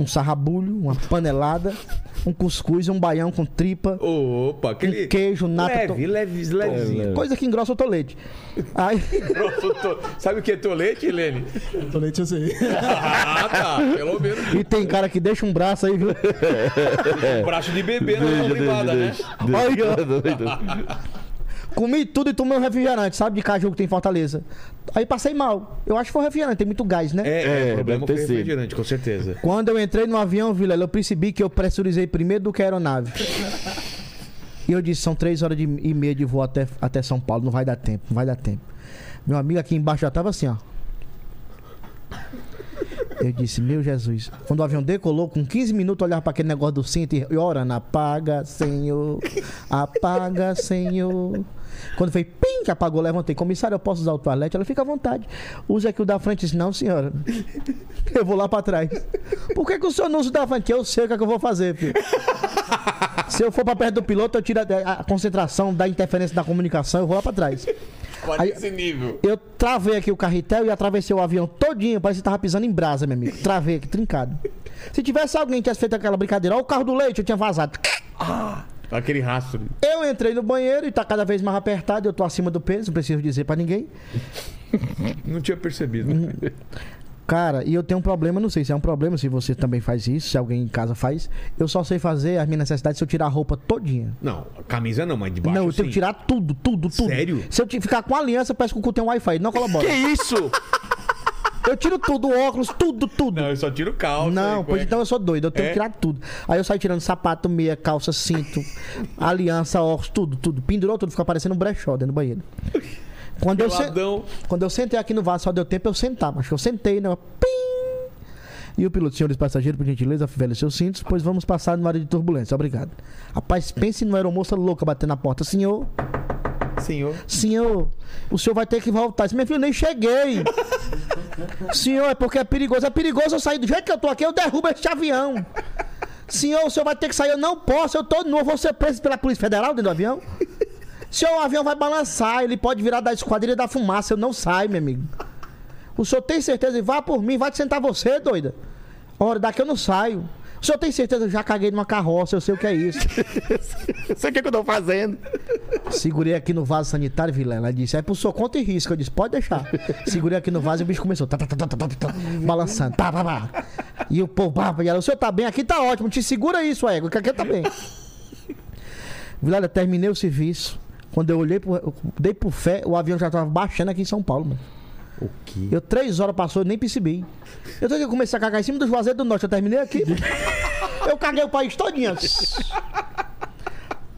Speaker 2: um sarrabulho, uma panelada, um cuscuz, um baião com tripa,
Speaker 1: Opa, aquele.
Speaker 2: um queijo, nata. to-
Speaker 1: Leve, leve, levezinho.
Speaker 2: Coisa que engrossa o tolete. Aí,
Speaker 1: Grosso to- Sabe o que é tolete, Helene?
Speaker 4: Tô nem te sei.
Speaker 1: Ah, tá. Pelo menos.
Speaker 2: e tem cara que deixa um braço aí, viu?
Speaker 3: É.
Speaker 1: Um braço de bebê na mão privada, né?
Speaker 2: Comi tudo e tomei um refrigerante, sabe? De caju que tem em Fortaleza. Aí passei mal. Eu acho que foi um refrigerante, tem muito gás, né?
Speaker 1: É, é,
Speaker 3: É,
Speaker 1: o problema
Speaker 3: deve ter
Speaker 1: foi
Speaker 3: sido.
Speaker 1: refrigerante, com certeza.
Speaker 2: Quando eu entrei no avião, Vilela, eu percebi que eu pressurizei primeiro do que a aeronave. E eu disse, são três horas de- e meia de voo até, até São Paulo, não vai dar tempo, não vai dar tempo. Meu amigo aqui embaixo já tava assim, ó. Eu disse, meu Jesus. Quando o avião decolou, com 15 minutos, eu olhava pra aquele negócio do cinto e e orando, apaga, Senhor, apaga, Senhor. Quando fez, pim, que apagou, levantei. Comissário, eu posso usar o toalete? Ela fica à vontade. Usa aqui o da frente. Eu disse, não, senhora. Eu vou lá pra trás. Por que, que o senhor não usa o da frente? Eu sei o que, é que eu vou fazer, filho. Se eu for pra perto do piloto, eu tiro a, a concentração da interferência da comunicação, eu vou lá pra trás. Aí-
Speaker 6: esse nível.
Speaker 2: eu travei aqui o carretel e atravessei o avião todinho, parece que tava pisando em brasa, meu amigo. Travei aqui, trincado. Se tivesse alguém que tivesse feito aquela brincadeira, ó, o carro do leite, eu tinha vazado.
Speaker 1: Aquele rastro.
Speaker 2: Eu entrei no banheiro e tá cada vez mais apertado, eu tô acima do peso, não preciso dizer pra ninguém.
Speaker 1: Não tinha percebido.
Speaker 2: Uhum. Cara, e eu tenho um problema, não sei se é um problema, se você também faz isso, se alguém em casa faz. Eu só sei fazer as minhas necessidades se eu tirar a roupa todinha.
Speaker 1: Não, camisa não, mas de baixo.
Speaker 2: não, eu tenho
Speaker 1: sim.
Speaker 2: que tirar tudo, tudo, tudo.
Speaker 1: assim? Sério?
Speaker 2: Se eu ti- ficar com a aliança, parece que o cu tem um Wi-Fi, não colabora.
Speaker 3: Que isso?
Speaker 2: Eu tiro tudo, óculos, tudo, tudo.
Speaker 1: Não, eu só tiro calça.
Speaker 2: Não,
Speaker 1: e
Speaker 2: pois
Speaker 1: cueca.
Speaker 2: então eu sou doido, eu tenho
Speaker 1: É?
Speaker 2: que tirar tudo. Aí eu saio tirando sapato, meia, calça, cinto, aliança, óculos, tudo, tudo. Pendurou tudo, ficou parecendo um brechó dentro do banheiro. Quando eu, se-
Speaker 1: Peladão.
Speaker 2: Quando eu sentei aqui no vaso, só deu tempo eu sentar, mas que eu sentei, né? Eu- Pim! E o piloto, senhores passageiros, por gentileza, afivele seus cintos, pois vamos passar numa área de turbulência. Obrigado. Rapaz, pense numa aeromoça louca batendo na porta. Senhor,
Speaker 1: Senhor.
Speaker 2: senhor, o senhor vai ter que voltar. Eu disse, Meu filho, eu nem cheguei. Senhor, é porque é perigoso. É perigoso eu sair do jeito que eu tô aqui, eu derrubo este avião. Senhor, o senhor vai ter que sair. Eu não posso, eu tô nu. Eu vou ser preso pela Polícia Federal dentro do avião. Senhor, o avião vai balançar, ele pode virar da esquadrilha da fumaça. Eu não saio, meu amigo. O senhor tem certeza? Vá por mim, vai te sentar você, doida. Ora, daqui eu não saio. O senhor tem certeza? Eu já caguei numa carroça, eu sei o que é isso.
Speaker 3: Você quer que eu tô fazendo?
Speaker 2: Segurei aqui no vaso sanitário, Vilela. Ela disse, é por sua conta e risco. Eu disse, pode deixar. Segurei aqui no vaso e o bicho começou. Tá, tá, tá, tá, tá, tá, tá, balançando. Tá, tá, tá. E o povo, pá, pá, e ela, o senhor tá bem, aqui tá ótimo. Te segura aí, sua égua, que aqui tá bem. Vilela, terminei o serviço. Quando eu olhei, pro, eu dei por fé, o avião já tava baixando aqui em São Paulo, mano.
Speaker 1: O quê?
Speaker 2: Eu, três horas passou, eu nem percebi. Eu tô que eu comecei a cagar em cima do Juazeiro do Norte, eu terminei aqui. mano. Eu caguei o país todinho. assim.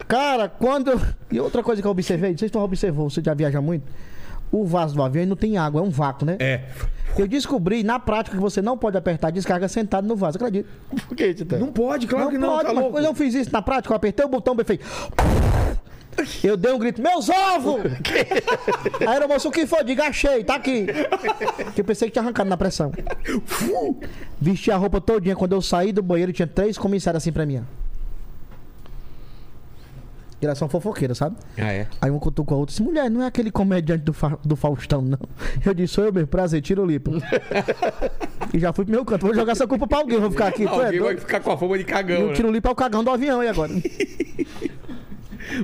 Speaker 2: Cara, quando. eu- E outra coisa que eu observei, não sei se tu observou, você já viaja muito. O vaso do avião ele não tem água, é um vácuo, né?
Speaker 1: É.
Speaker 2: Eu descobri na prática que você não pode apertar a descarga sentado no vaso, acredito.
Speaker 3: Por que, Titã?
Speaker 1: Não pode, claro que não,
Speaker 2: pode,
Speaker 1: tá
Speaker 2: mas
Speaker 1: louco.
Speaker 2: eu não fiz isso na prática, eu apertei o botão, bem feito. Eu dei um grito, meus ovos! Aí era moço, o que foi? Diga, achei, tá aqui. Que eu pensei que tinha arrancado na pressão. Vesti a roupa todinha, quando eu saí do banheiro tinha três comissários assim pra mim. ó. Geração fofoqueira, sabe?
Speaker 1: Ah, é.
Speaker 2: Aí um cutucou a outra e disse, mulher, não é aquele comediante do, Fa- do Faustão, não. Eu disse, sou eu mesmo, prazer, tiro o lipo. e já fui pro meu canto, vou jogar essa culpa pra alguém, vou ficar aqui. tu é
Speaker 1: Alguém vai
Speaker 2: doido?
Speaker 1: ficar com a fama de
Speaker 2: E
Speaker 1: cagão,
Speaker 2: o
Speaker 1: né?
Speaker 2: tiro limpo é o cagão do avião aí agora.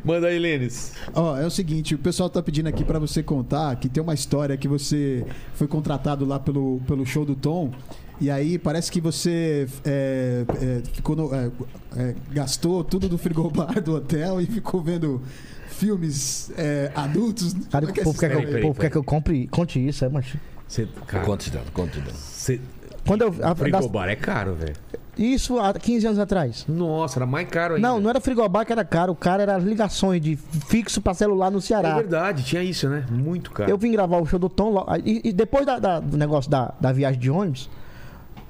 Speaker 1: Manda aí, Lênis.
Speaker 4: Ó, é o seguinte, o pessoal tá pedindo aqui pra você contar que tem uma história que você foi contratado lá pelo, pelo show do Tom. E aí parece que você é, é, ficou no- é, é, gastou tudo do frigobar do hotel e ficou vendo filmes é, adultos.
Speaker 2: Cara,
Speaker 4: Como é
Speaker 2: o
Speaker 4: que é
Speaker 2: povo
Speaker 4: essa
Speaker 2: quer que
Speaker 4: história?
Speaker 2: eu, o
Speaker 1: aí,
Speaker 2: povo
Speaker 1: peraí.
Speaker 2: quer que eu compre, conte isso, é, mas...
Speaker 1: Você, cara,
Speaker 7: Conta, Titã, conta, Titã.
Speaker 1: você...
Speaker 2: Quando eu... a- Ah, das-
Speaker 1: Frigobar é caro, velho.
Speaker 2: isso há 15 anos atrás.
Speaker 1: Nossa, era mais caro ainda.
Speaker 2: Não, não era frigobar que era caro, o cara era as ligações de fixo pra celular no
Speaker 1: É
Speaker 2: Ceará.
Speaker 1: verdade, tinha isso, né? Muito caro.
Speaker 2: Eu vim gravar o show do Tom lo- e, e depois da- da- do negócio da, da viagem de ônibus,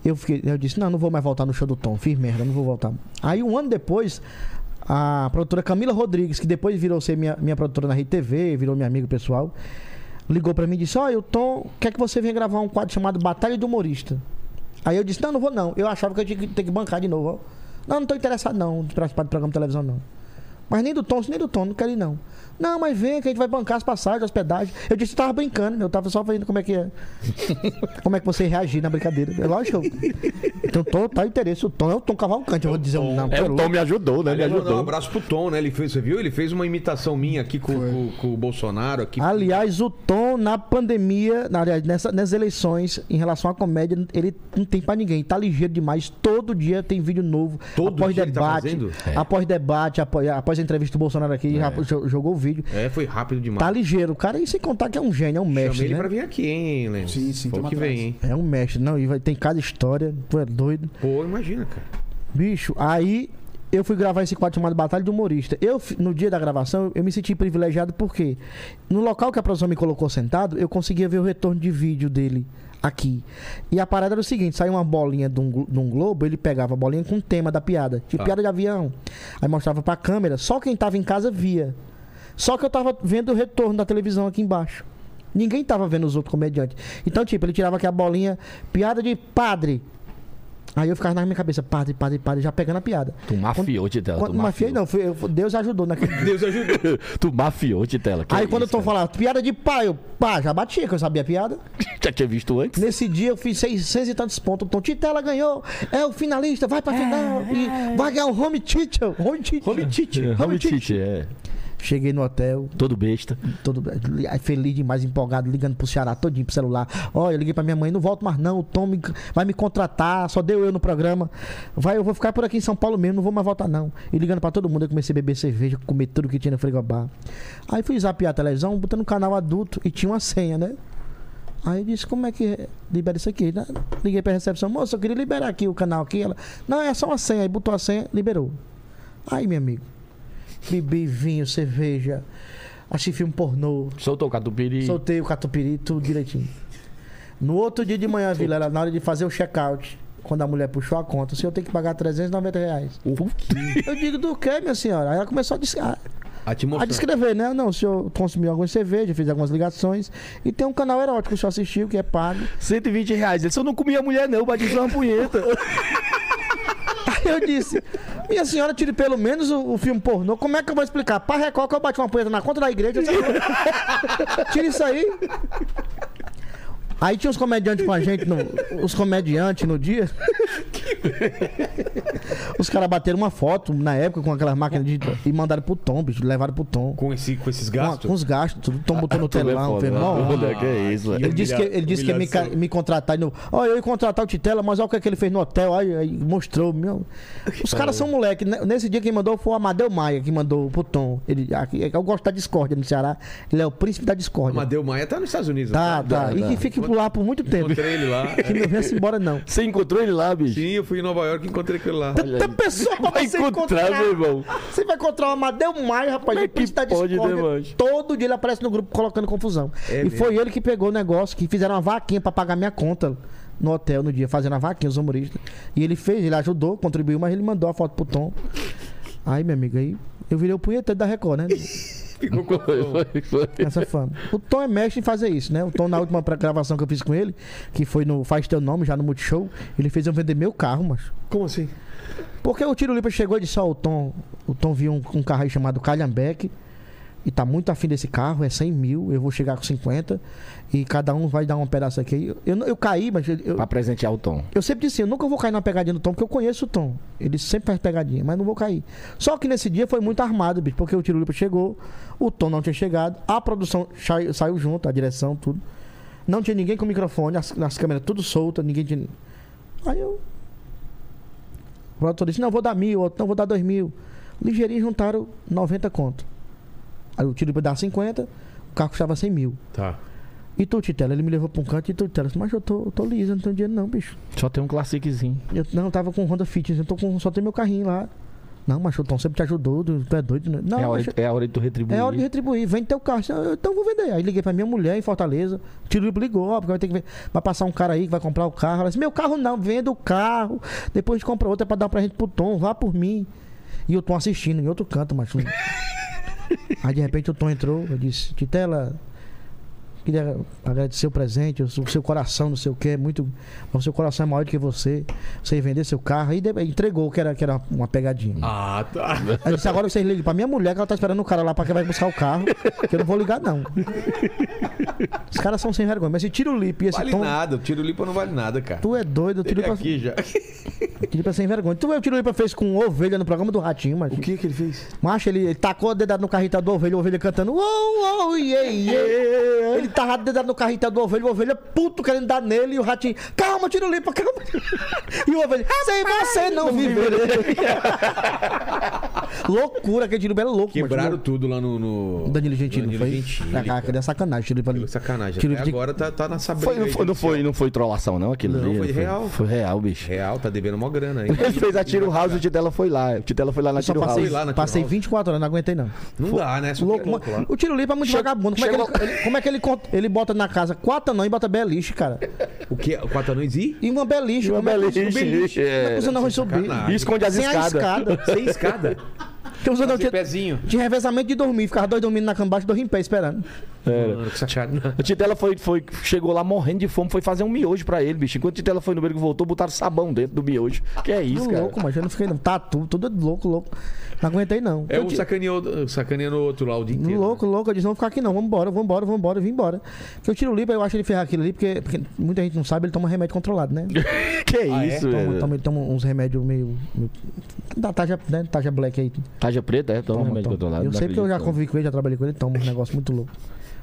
Speaker 2: eu, fiquei, eu disse, não, não vou mais voltar no show do Tom, fiz merda, não vou voltar. Aí um ano depois, a produtora Camila Rodrigues, que depois virou ser minha, minha produtora na RTV, virou minha amiga pessoal, ligou pra mim e disse, olha, o Tom quer que você venha gravar um quadro chamado Batalha do Humorista. Aí eu disse, não, não vou não. Eu achava que eu tinha que ter que bancar de novo, ó. Não, não tô interessado não de participar do programa de televisão, não. Mas nem do Tom, nem do Tom, não quero ir não. Não, mas vem que a gente vai bancar as passagens, a hospedagem. Eu disse que tava brincando, eu tava só vendo como é que é. como é que você reagir na brincadeira. É lógico. Então, Tom, tá o interesse. O Tom é o Tom Cavalcante, eu vou dizer um não.
Speaker 3: É,
Speaker 2: pelo
Speaker 3: o Tom me ajudou, né? Me
Speaker 1: Aliás, mandar um
Speaker 3: ajudou.
Speaker 1: abraço pro Tom, né? Ele fez, você viu? Ele fez uma imitação minha aqui com, com- com o Bolsonaro. Aqui.
Speaker 2: Ah, Aliás, o Tom na pandemia, na, aliás, nessa, nessas eleições, em relação à comédia, ele não tem pra ninguém. Tá ligeiro demais. Todo dia tem vídeo novo.
Speaker 1: Todo
Speaker 2: após
Speaker 1: dia ele tá
Speaker 2: debate.
Speaker 1: fazendo?
Speaker 2: Após debate, após, após a entrevista do Bolsonaro aqui, já jo- jogou o vídeo.
Speaker 1: É, foi rápido demais.
Speaker 2: Tá ligeiro. O cara, e sem contar que é um gênio, é um
Speaker 1: Chamei
Speaker 2: mestre.
Speaker 1: ele
Speaker 2: né?
Speaker 1: pra vir aqui, hein, Lênin?
Speaker 4: Sim, sim,
Speaker 1: Foi
Speaker 4: tamo
Speaker 1: que
Speaker 4: atrás.
Speaker 1: vem, hein?
Speaker 2: É um mestre. Não, e vai, tem cada história. Tu é doido.
Speaker 1: Pô, imagina, cara.
Speaker 2: Bicho, aí eu fui gravar esse quadro chamado Batalha do Humorista. Eu, fi- no dia da gravação, eu me senti privilegiado porque no local que a produção me colocou sentado, eu conseguia ver o retorno de vídeo dele aqui. E a parada era o seguinte, saía uma bolinha de um, glo- de um globo, ele pegava a bolinha com o tema da piada, tipo piada de avião. Aí mostrava pra câmera, só quem tava em casa via. Só que eu tava vendo o retorno da televisão aqui embaixo. Ninguém tava vendo os outros comediantes. Então, tipo, ele tirava aqui a bolinha, piada de padre. Aí eu ficava na minha cabeça, padre, padre, padre, já pegando a piada.
Speaker 3: Tu mafiou, Titela.
Speaker 2: Quando
Speaker 3: Tu
Speaker 2: não mafiei,
Speaker 3: mafiou.
Speaker 2: não, fui, eu- Deus ajudou naquele dia.
Speaker 1: Deus ajuda.
Speaker 3: Tu mafiou, Titela.
Speaker 2: Aí quando eu tô falando, piada de pai, eu pá, já batia, que eu sabia a piada.
Speaker 3: né? Já tinha visto antes?
Speaker 2: Nesse dia eu fiz 600 e tantos pontos. Então, Titela ganhou, é o finalista, vai pra final. E vai ganhar o home teacher. Home teacher.
Speaker 3: Home Tite. Home Tite, é.
Speaker 2: Cheguei no hotel,
Speaker 3: Todo besta.
Speaker 2: todo aí, feliz demais, empolgado, ligando pro Ceará todinho pro celular. Olha, eu liguei pra minha mãe, não volto mais não, o Tom me- vai me contratar, só deu eu no programa. Vai, eu vou ficar por aqui em São Paulo mesmo, não vou mais voltar não. E ligando pra todo mundo, eu comecei a beber cerveja, comer tudo que tinha no frigobar. Aí fui zapear a televisão, botando um canal adulto e tinha uma senha, né? Aí eu disse, como é que libera isso aqui? né? Liguei pra recepção, moça, eu queria liberar aqui o canal aqui. Ela, não, é só uma senha. Aí botou a senha, liberou. Aí, meu amigo, bebi vinho, cerveja, achei filme pornô,
Speaker 3: Soltou o catupiry.
Speaker 2: Soltei o catupiry, tudo direitinho. No outro dia de manhã, Vilela, na hora de fazer o check-out, quando a mulher puxou a conta, o senhor tem que pagar 390 reais. Eu digo, do que, minha senhora? Aí ela começou a, dis- a-
Speaker 1: A te
Speaker 2: a
Speaker 1: mostrar.
Speaker 2: descrever, né? Não, o senhor consumiu algumas cervejas, fez algumas ligações, e tem um canal erótico que o senhor assistiu, que é pago.
Speaker 3: 120 reais. Ele só não comia mulher, não. Bati só uma punheta.
Speaker 2: Aí eu disse, minha senhora tire pelo menos o, o filme pornô, como é que eu vou explicar? Pra Record que eu bati uma punheta na conta da igreja, tira isso aí. Aí tinha uns comediantes com a gente, no, os comediantes no dia. Os caras bateram uma foto na época com aquelas máquinas de, e mandaram pro Tom, bicho, levaram pro Tom.
Speaker 1: Com, esse, com esses
Speaker 2: Com,
Speaker 1: gastos.
Speaker 2: com os gastos, tudo. O Tom botou no
Speaker 3: Tu é
Speaker 2: telão,
Speaker 3: foda,
Speaker 2: fez
Speaker 3: né?
Speaker 2: mó onda.
Speaker 3: Olha, que é isso, velho.
Speaker 2: Ele disse que, ele disse que ia me, ca- me contratar. Olha, eu ia contratar o Titela, mas olha o que, é que ele fez no hotel. Aí, aí mostrou. Meu. Os caras são moleque. né? Nesse dia quem mandou foi o Amadeu Maia, que mandou pro Tom. Ele, aqui, eu gosto da discórdia no Ceará. Ele é o príncipe da discórdia.
Speaker 1: Amadeu Maia tá nos Estados Unidos.
Speaker 2: Tá,
Speaker 1: né?
Speaker 2: tá. E que fique por lá por muito tempo.
Speaker 1: Encontrei ele lá.
Speaker 2: Que não venha se embora, não.
Speaker 3: Você encontrou ele lá, bicho?
Speaker 1: Sim, eu fui em Nova York e encontrei aquele lá.
Speaker 2: Tanta pessoa pra
Speaker 3: Vai
Speaker 2: você
Speaker 3: encontrar,
Speaker 2: encontrar.
Speaker 3: meu irmão.
Speaker 2: Você vai encontrar o Amadeu Maia, rapaz.
Speaker 3: Como é
Speaker 2: ele é o príncipe da
Speaker 3: que pode, né,
Speaker 2: discórdia.
Speaker 3: macho?
Speaker 2: Todo dia ele aparece no grupo colocando confusão.
Speaker 1: É
Speaker 2: e
Speaker 1: mesmo.
Speaker 2: foi ele que pegou o negócio, que fizeram uma vaquinha pra pagar minha conta no hotel no dia, fazendo a vaquinha, os humoristas. E ele fez, ele ajudou, contribuiu, mas ele mandou a foto pro Tom. Aí, meu amigo, aí eu virei o punheteiro da Record, né?
Speaker 1: Ficou com
Speaker 3: Foi, foi.
Speaker 2: Essa fama. O Tom é mestre em fazer isso, né? O Tom, na última pra- gravação que eu fiz com ele, que foi no Faz Teu Nome, já no Multishow, ele fez eu vender meu carro, macho.
Speaker 1: Como assim?
Speaker 2: Porque o Tiro Lipa chegou e disse, ó, o Tom, o Tom viu um, um carro aí chamado Calhambeck e tá muito afim desse carro, é 100 mil, eu vou chegar com 50 e cada um vai dar um pedaço aqui. Eu, eu, não- eu caí, mas eu, eu-
Speaker 3: Pra presentear o Tom.
Speaker 2: eu sempre disse, assim, eu nunca vou cair na pegadinha do Tom, porque eu conheço o Tom. Ele sempre faz pegadinha, mas não vou cair. Só que nesse dia foi muito armado, bicho, porque o Tiro Lipa chegou, o Tom não tinha chegado, a produção saiu, saiu junto, a direção, tudo. Não tinha ninguém com microfone, as, as câmeras tudo solta, ninguém tinha. Aí eu. O produtor disse: não, vou dar mil, outro, não, vou dar dois mil. Ligeirinho juntaram 90 conto. Aí o tiro pra dar 50, o carro custava 100 mil.
Speaker 1: Tá.
Speaker 2: E tu, Titela? Ele me levou pra um canto e tu, Titela, disse, mas eu tô, eu tô liso, eu não tenho dinheiro não, bicho.
Speaker 3: Só tem um classiquezinho.
Speaker 2: Eu não eu tava com Honda Fitness, eu tô com, só tem meu carrinho lá. Não, mas o Tom sempre te ajudou, tu tu é doido, né? Não,
Speaker 3: é, a hora,
Speaker 2: mas-
Speaker 3: é a hora de tu retribuir.
Speaker 2: é hora de retribuir, vende teu carro. Eu, então eu vou vender. Aí liguei pra minha mulher em Fortaleza. O Tiro ligou, ó, porque vai ter que ver- Vai passar um cara aí que vai comprar o carro. Ela disse: Meu carro não, venda o carro. Depois a gente compra outro, é pra dar um presente pro Tom, vá por mim. E o Tom assistindo em outro canto, macho. aí de repente o Tom entrou, eu disse: Titela, Queria agradecer o presente, o seu o seu coração, não sei o que, é muito. O seu coração é maior do que você. Você ia vender seu carro e de- entregou, que era, que era uma pegadinha.
Speaker 1: Ah, tá.
Speaker 2: Aí eu disse, agora vocês ligam pra minha mulher que ela tá esperando o cara lá pra que vai buscar o carro, que eu não vou ligar, não. Os caras são sem vergonha. Mas se tira o lip e esse
Speaker 1: Vale
Speaker 2: tom.
Speaker 1: nada, o tiro limpo não vale nada, cara.
Speaker 2: Tu é doido, eu tiro assim.
Speaker 1: Teve
Speaker 2: pra,
Speaker 1: aqui já.
Speaker 2: tiro pra sem vergonha. Tu vê o tiro pra fez com ovelha no programa do ratinho, mas.
Speaker 1: O que que ele fez?
Speaker 2: Macho, ele, ele tacou a dedada no carrinho do ovelha, a ovelha cantando. Uou, uou, iê, iê. Ele tava dedado no carrinho do ovelha, a ovelha puto querendo dar nele e o ratinho. Calma, tiro limpa, calma. E o ovelha, sem você não viver. Loucura, aquele tiro era louco, macho.
Speaker 1: Quebraram tudo lá no. no...
Speaker 2: O Danilo Gentili, não
Speaker 1: Danilo
Speaker 2: foi?
Speaker 1: Gentili,
Speaker 2: Ah, cara,
Speaker 1: cara.
Speaker 2: cadê a sacanagem? Tiro pra...
Speaker 1: Sacanagem.
Speaker 2: Tiro
Speaker 1: Até
Speaker 2: de...
Speaker 1: agora tá, tá nessa briga.
Speaker 3: Foi, não,
Speaker 1: aí,
Speaker 3: foi, não, foi, não foi trollação, não, aquilo
Speaker 1: Não,
Speaker 3: ali.
Speaker 1: foi real.
Speaker 3: Foi real, bicho.
Speaker 1: Real, tá devendo uma grana aí.
Speaker 3: Ele fez a Tiro House e o Titela foi lá. O Titela foi lá na
Speaker 2: Eu só
Speaker 3: Tiro
Speaker 2: passei,
Speaker 3: House.
Speaker 1: lá na Tiro
Speaker 2: passei
Speaker 1: House.
Speaker 2: 24 horas, não aguentei não.
Speaker 1: Não dá, né? Só
Speaker 2: Louco,
Speaker 1: louco lá.
Speaker 2: mano. O tiro limpa é muito vagabundo. Como é, que
Speaker 3: chega-
Speaker 2: ele, ele- como é que ele cont- ele bota na casa quatro anão e bota beliche, cara?
Speaker 1: O que? Quatro anões e?
Speaker 2: E uma beliche.
Speaker 3: E uma
Speaker 2: como é que-
Speaker 3: beliche, é.
Speaker 2: Como é que os anões vão subir?
Speaker 1: sacanagem.
Speaker 3: E esconde as
Speaker 2: Sem a
Speaker 3: escadas.
Speaker 2: escada.
Speaker 1: Sem escada?
Speaker 2: Porque os anões
Speaker 5: De
Speaker 2: tinham
Speaker 5: pezinho.
Speaker 2: tinha revezamento de dormir. Ficava dois dormindo na cama embaixo e dois em pé esperando.
Speaker 3: Era.
Speaker 1: Mano, que sacanagem.
Speaker 3: O Titela foi, foi, chegou lá morrendo de fome, foi fazer um miojo pra ele, bicho. Enquanto o Titela foi no beco e voltou, botaram sabão dentro do miojo. Que é isso,
Speaker 2: Tô
Speaker 3: cara.
Speaker 2: Tá louco, mas eu não fiquei não. Tatu, tudo é louco, louco. Não aguentei não.
Speaker 1: É um sacaneou, sacaneando o outro lá o dia inteiro.
Speaker 2: Louco, louco. Eu disse, não vou ficar aqui não. Vambora, vambora, vambora, vim embora. Porque eu tiro o limpa, eu acho ele ferrar aquilo ali, porque, porque muita gente não sabe, ele toma remédio controlado, né?
Speaker 3: Que é isso,
Speaker 2: Toma,
Speaker 3: velho.
Speaker 2: toma- ele toma uns remédios meio. meio da Taja, né? Taja Black aí.
Speaker 3: Taja preta, é? Toma,
Speaker 2: Toma,
Speaker 3: remédio
Speaker 2: toma.
Speaker 3: controlado.
Speaker 2: Eu
Speaker 3: não
Speaker 2: sei porque eu já
Speaker 3: acredito.
Speaker 2: convivi com ele, já trabalhei com ele, ele toma um negócio muito louco.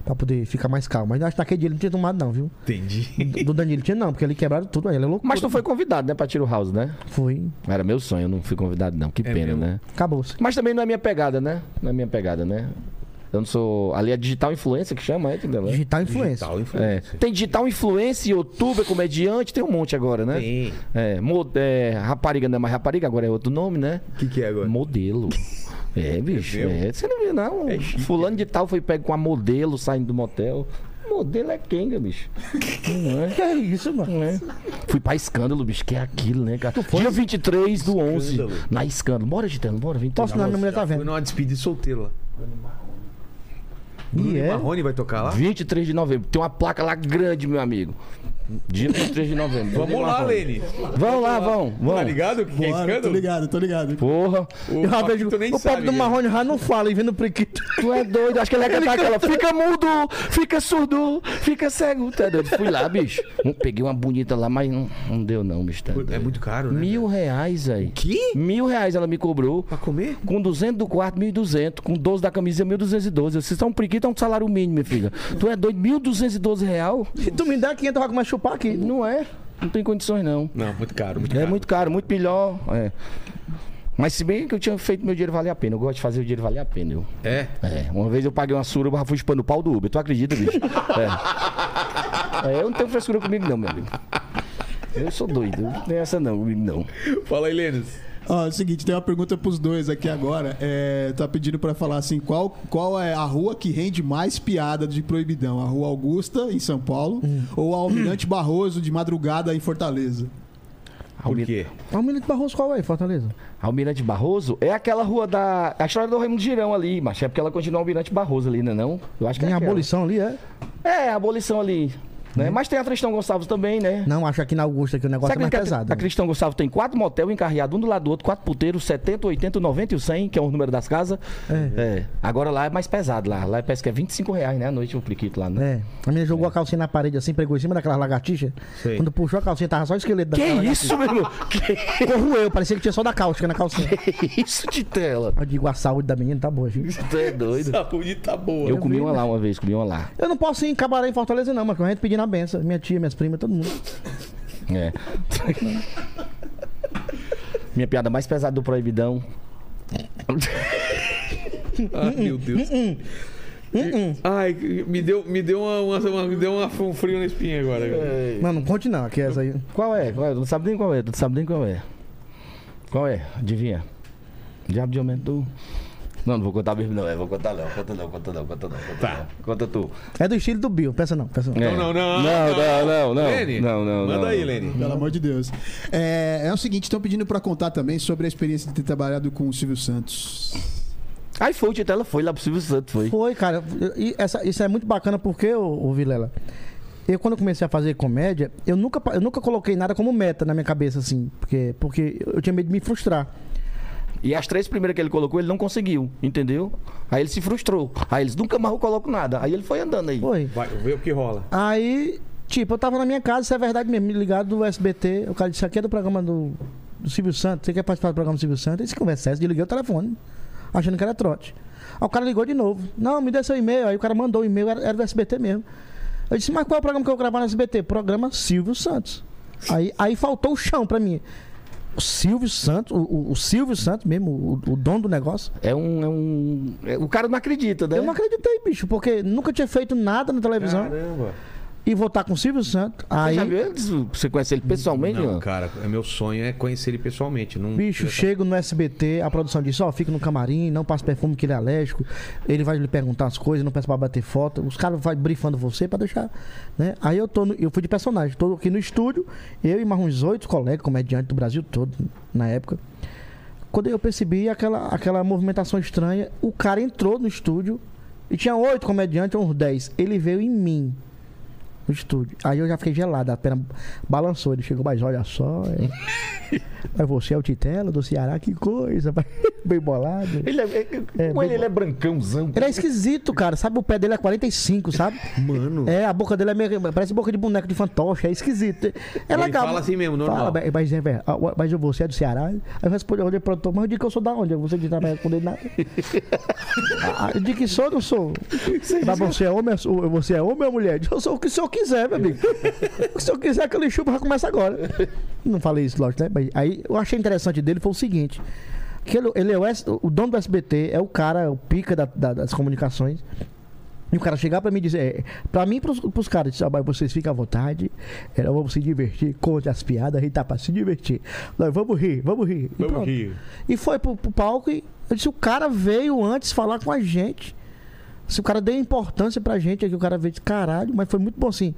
Speaker 2: Pra poder ficar mais calmo. Mas eu acho que naquele dia ele não tinha tomado, não, viu?
Speaker 1: Entendi.
Speaker 2: Do- Do Danilo tinha, não, porque ele quebraram tudo, aí ele é louco.
Speaker 3: Mas tu foi convidado, né, pra Tiro House, né?
Speaker 2: Foi.
Speaker 3: Era meu sonho, eu não fui convidado, não.
Speaker 2: É
Speaker 3: Que pena,
Speaker 1: mesmo?
Speaker 3: né?
Speaker 2: Acabou-se.
Speaker 3: Mas também não é minha pegada, né? Não é minha pegada, né? Eu não sou. Ali é digital influência que chama, é, entendeu?
Speaker 2: Digital influência.
Speaker 1: Tal
Speaker 3: É.
Speaker 1: influência.
Speaker 3: Tem digital influência, youtuber, comediante, tem um monte agora, né?
Speaker 1: Tem.
Speaker 3: É, mo- é, rapariga não é mais rapariga, agora é outro nome, né?
Speaker 1: O que, que é agora?
Speaker 3: Modelo. É, bicho.
Speaker 1: É mesmo?
Speaker 3: É, Você não viu, não.
Speaker 1: É chique,
Speaker 3: Fulano de tal foi pego com a modelo saindo do motel. Modelo é quenga, bicho. Não é?
Speaker 2: Que é isso, mano?
Speaker 3: É. Fui pra escândalo, bicho, que é aquilo, né, cara? Dia 23 do 11,
Speaker 1: Escândalo.
Speaker 3: na escândalo. Bora, Gitano, bora, 23.
Speaker 2: Posso não, minha mulher tá
Speaker 1: Foi
Speaker 2: vendo.
Speaker 1: numa despedida solteira lá.
Speaker 2: E é.
Speaker 1: Marrone vai tocar lá?
Speaker 3: 23 de novembro. Tem uma placa lá grande, meu amigo. Dia 23 de novembro.
Speaker 1: Vamos lá, Lene.
Speaker 3: Vão lá, vão.
Speaker 1: Tá
Speaker 3: Vão.
Speaker 1: ligado? Que é
Speaker 4: Bora, tô
Speaker 1: escândalo?
Speaker 4: ligado, tô ligado.
Speaker 3: Porra.
Speaker 1: O
Speaker 2: Eu já
Speaker 1: Paquito
Speaker 2: vejo-
Speaker 1: nem
Speaker 2: o
Speaker 1: sabe,
Speaker 2: pobre do
Speaker 1: né?
Speaker 2: Marrone já não fala e vendo o Priquito.
Speaker 3: Tu é doido, acho que ele ia cantar aquela. Fica mudo, fica surdo, fica cego. Tu é doido. Fui lá, bicho. Hum, Peguei uma bonita lá, mas não, não deu, não, bicho. tá
Speaker 1: É
Speaker 3: doido.
Speaker 1: muito caro, né?
Speaker 3: Mil reais aí.
Speaker 1: Que?
Speaker 3: Mil reais ela me cobrou.
Speaker 1: Pra comer?
Speaker 3: Com 200 do quarto, 1.200. Com 12 da camisa, 1.212. Vocês são um priquito, é um salário mínimo, minha filha. Tu é doido, 1.212 real?
Speaker 2: Se tu me dá 500, eu vou começar a chupar aqui.
Speaker 3: Não é. Não tem condições, não.
Speaker 1: Não, muito caro, muito
Speaker 3: É
Speaker 1: caro.
Speaker 3: muito caro, muito melhor. é. Mas se bem que eu tinha feito meu dinheiro valer a pena. Eu gosto de fazer o dinheiro valer a pena. Eu.
Speaker 1: É.
Speaker 3: É, uma vez eu paguei uma suruba, fui chupando o pau do Uber. Tu acredita, bicho? É. É, eu não tenho frescura comigo, não, meu amigo. Eu sou doido. eu Não tem essa, não, comigo, não.
Speaker 1: Fala aí, Lênis.
Speaker 4: Ó, é o seguinte, tem uma pergunta pros dois aqui agora. É, tá pedindo pra falar assim, qual, qual é a rua que rende mais piada de proibidão? A Rua Augusta, em São Paulo,
Speaker 1: Hum.
Speaker 4: ou a Almirante Barroso, de madrugada, em Fortaleza?
Speaker 1: Por
Speaker 3: Almir-
Speaker 1: quê?
Speaker 2: Almirante Barroso, qual aí, Fortaleza?
Speaker 3: Almirante Barroso é aquela rua da. A história do Raimundo Girão ali, mas é porque ela continua Almirante Barroso ali, né? Não? Eu acho que
Speaker 2: Tem
Speaker 3: é
Speaker 2: a
Speaker 3: aquela.
Speaker 2: abolição Uhum. ali, é?
Speaker 3: É, a abolição ali. Né? Mas tem a Tristão Gonçalves também, né?
Speaker 2: Não, acho que aqui na Augusta que o negócio
Speaker 3: Sabe
Speaker 2: é mais
Speaker 3: que a-
Speaker 2: pesado.
Speaker 3: a Cristão Gonçalves tem quatro motel encarreados um do lado do outro, quatro puteiros, 70, 80, 90 e o 100, que é o número das casas. É. Agora lá é mais pesado, lá. Lá parece que é 25 reais, né? A noite o priquito lá, né?
Speaker 2: É. A menina jogou a calcinha na parede assim, pegou em cima daquela lagartixa.
Speaker 1: Sei.
Speaker 2: Quando puxou a calcinha, tava só o esqueleto da
Speaker 3: Que
Speaker 2: daquela
Speaker 3: É isso, meu irmão? Que
Speaker 2: Corroeu, parecia que tinha só da cáustica na calcinha.
Speaker 3: É isso de tela?
Speaker 2: Eu digo, a saúde da menina tá boa, viu?
Speaker 3: Tu é doido.
Speaker 1: Saúde tá boa.
Speaker 3: Eu comi uma lá uma vez, comi uma lá.
Speaker 2: Eu não posso ir em cabaré em Fortaleza, não, mas com a gente pedindo a benção. Minha tia, minhas primas, todo mundo.
Speaker 3: É. Minha piada mais pesada do Proibidão.
Speaker 1: Ai, Ah, meu Deus. Ai, me deu, me deu, uma, uma- uma- me deu uma, um frio na espinha agora.
Speaker 3: É.
Speaker 1: cara.
Speaker 2: Não, não conte não, que essa aí.
Speaker 3: Qual é? Qual é? Tu não sabe nem qual é, tu não sabe nem qual é. Qual é? Adivinha. Diabo de homem do. Não, não vou contar mesmo, não. É, vou contar não, conta não, conta não, conta não, conta
Speaker 1: Tá.
Speaker 3: não. Conta tu.
Speaker 2: É do estilo do Bill, pensa não, pensa não.
Speaker 3: É.
Speaker 1: não, não, não.
Speaker 3: Não, não, não, não.
Speaker 1: Lene,
Speaker 3: não, não,
Speaker 1: manda
Speaker 3: não,
Speaker 1: aí,
Speaker 3: não.
Speaker 1: Lene.
Speaker 4: Pelo amor de Deus. É, é o seguinte, estão pedindo pra contar também sobre a experiência de ter trabalhado com o Silvio Santos.
Speaker 3: Aí foi, o Titela foi lá pro Silvio Santos, foi.
Speaker 2: Foi, cara. E essa- isso é muito bacana porque, ô, ô Vilela, eu quando eu comecei a fazer comédia, eu nunca, pa- eu nunca coloquei nada como meta na minha cabeça, assim. Porque, porque eu tinha medo de me frustrar.
Speaker 3: E as três primeiras que ele colocou, ele não conseguiu, entendeu? Aí ele se frustrou. Aí eles nunca mais eu coloco nada. Aí ele foi andando aí.
Speaker 2: Foi.
Speaker 1: Vai, vê o que rola.
Speaker 2: Aí, tipo, eu tava na minha casa, isso é verdade mesmo, me ligaram do SBT, o cara disse, aqui é do programa do, do Silvio Santos, você quer participar do programa do Silvio Santos? Esse conversa é essa, eu liguei o telefone, achando que era trote. Aí o cara ligou de novo, não, me dê seu e-mail, aí o cara mandou o e-mail, era, era do SBT mesmo. Eu disse, mas qual é o programa que eu vou gravar no SBT? Programa Silvio Santos. Aí, aí faltou o chão pra mim. O Silvio Santos, o, o- o Silvio Santos mesmo, o- o dono do negócio,
Speaker 3: É um. É um é- o cara não acredita, né?
Speaker 2: eu não acreditei, bicho, porque nunca tinha feito nada na televisão.
Speaker 1: Caramba.
Speaker 2: E voltar com o Silvio Santos.
Speaker 3: Você
Speaker 2: Aí,
Speaker 3: já viu ele? Você conhece ele pessoalmente?
Speaker 1: Não,
Speaker 3: ó?
Speaker 1: cara, é meu sonho é conhecer ele pessoalmente. Não...
Speaker 2: bicho, chego no SBT, a produção diz: ó, fica no camarim, não passa perfume que ele é alérgico. Ele vai lhe perguntar as coisas, não peça pra bater foto. Os caras vão brifando você pra deixar. Né? Aí eu tô, no- eu fui de personagem, tô aqui no estúdio, eu e mais uns oito colegas, comediantes do Brasil todo, na época. Quando eu percebi aquela, aquela movimentação estranha, o cara entrou no estúdio e tinha oito comediantes, uns dez. Ele veio em mim. No estúdio. Aí eu já fiquei gelado, a perna balançou. Ele chegou, mas olha só. é. mas você é o Titelo do Ceará, que coisa. Bem bolado.
Speaker 3: Ele é, é-
Speaker 2: É,
Speaker 3: com
Speaker 2: bem
Speaker 3: ele, ele é brancãozão.
Speaker 2: Ele é esquisito, cara. Sabe, o pé dele é 45, sabe?
Speaker 1: Mano.
Speaker 2: É, a boca dele é meio. Parece boca de boneco de fantoche, é esquisito. É
Speaker 1: ele
Speaker 2: legal.
Speaker 1: fala assim mesmo, normal.
Speaker 2: Fala, mas- mas, é, velho, ah, ué, mas você é do Ceará? Aí eu respondi, eu olhei pro produtor, mas eu digo que eu sou da onde? Você disse, não vai responder nada. Ah, eu digo que sou ou não sou? Mas você é homem, ou- você é homem ou mulher? Eu digo, Eu sou o que o senhor quiser, meu amigo. o que o senhor quiser que eu lhe chupa, já começa agora. Não falei isso, lógico, né? Mas aí eu achei interessante dele foi o seguinte. Que ele, ele é o, S- o dono do SBT, é o cara, o pica da- da- das comunicações. E o cara chegar pra mim e dizer, é, pra mim e pros, pros caras, disse, ah, mas vocês ficam à vontade, é, nós vamos se divertir, conte as piadas, a gente tá pra se divertir. Nós vamos rir, vamos rir. E
Speaker 1: Vamos
Speaker 2: pronto.
Speaker 1: rir.
Speaker 2: E foi pro, pro palco e eu disse, o cara veio antes falar com a gente. Se o cara deu importância pra gente aqui, o cara veio disse, caralho, mas foi muito bom assim.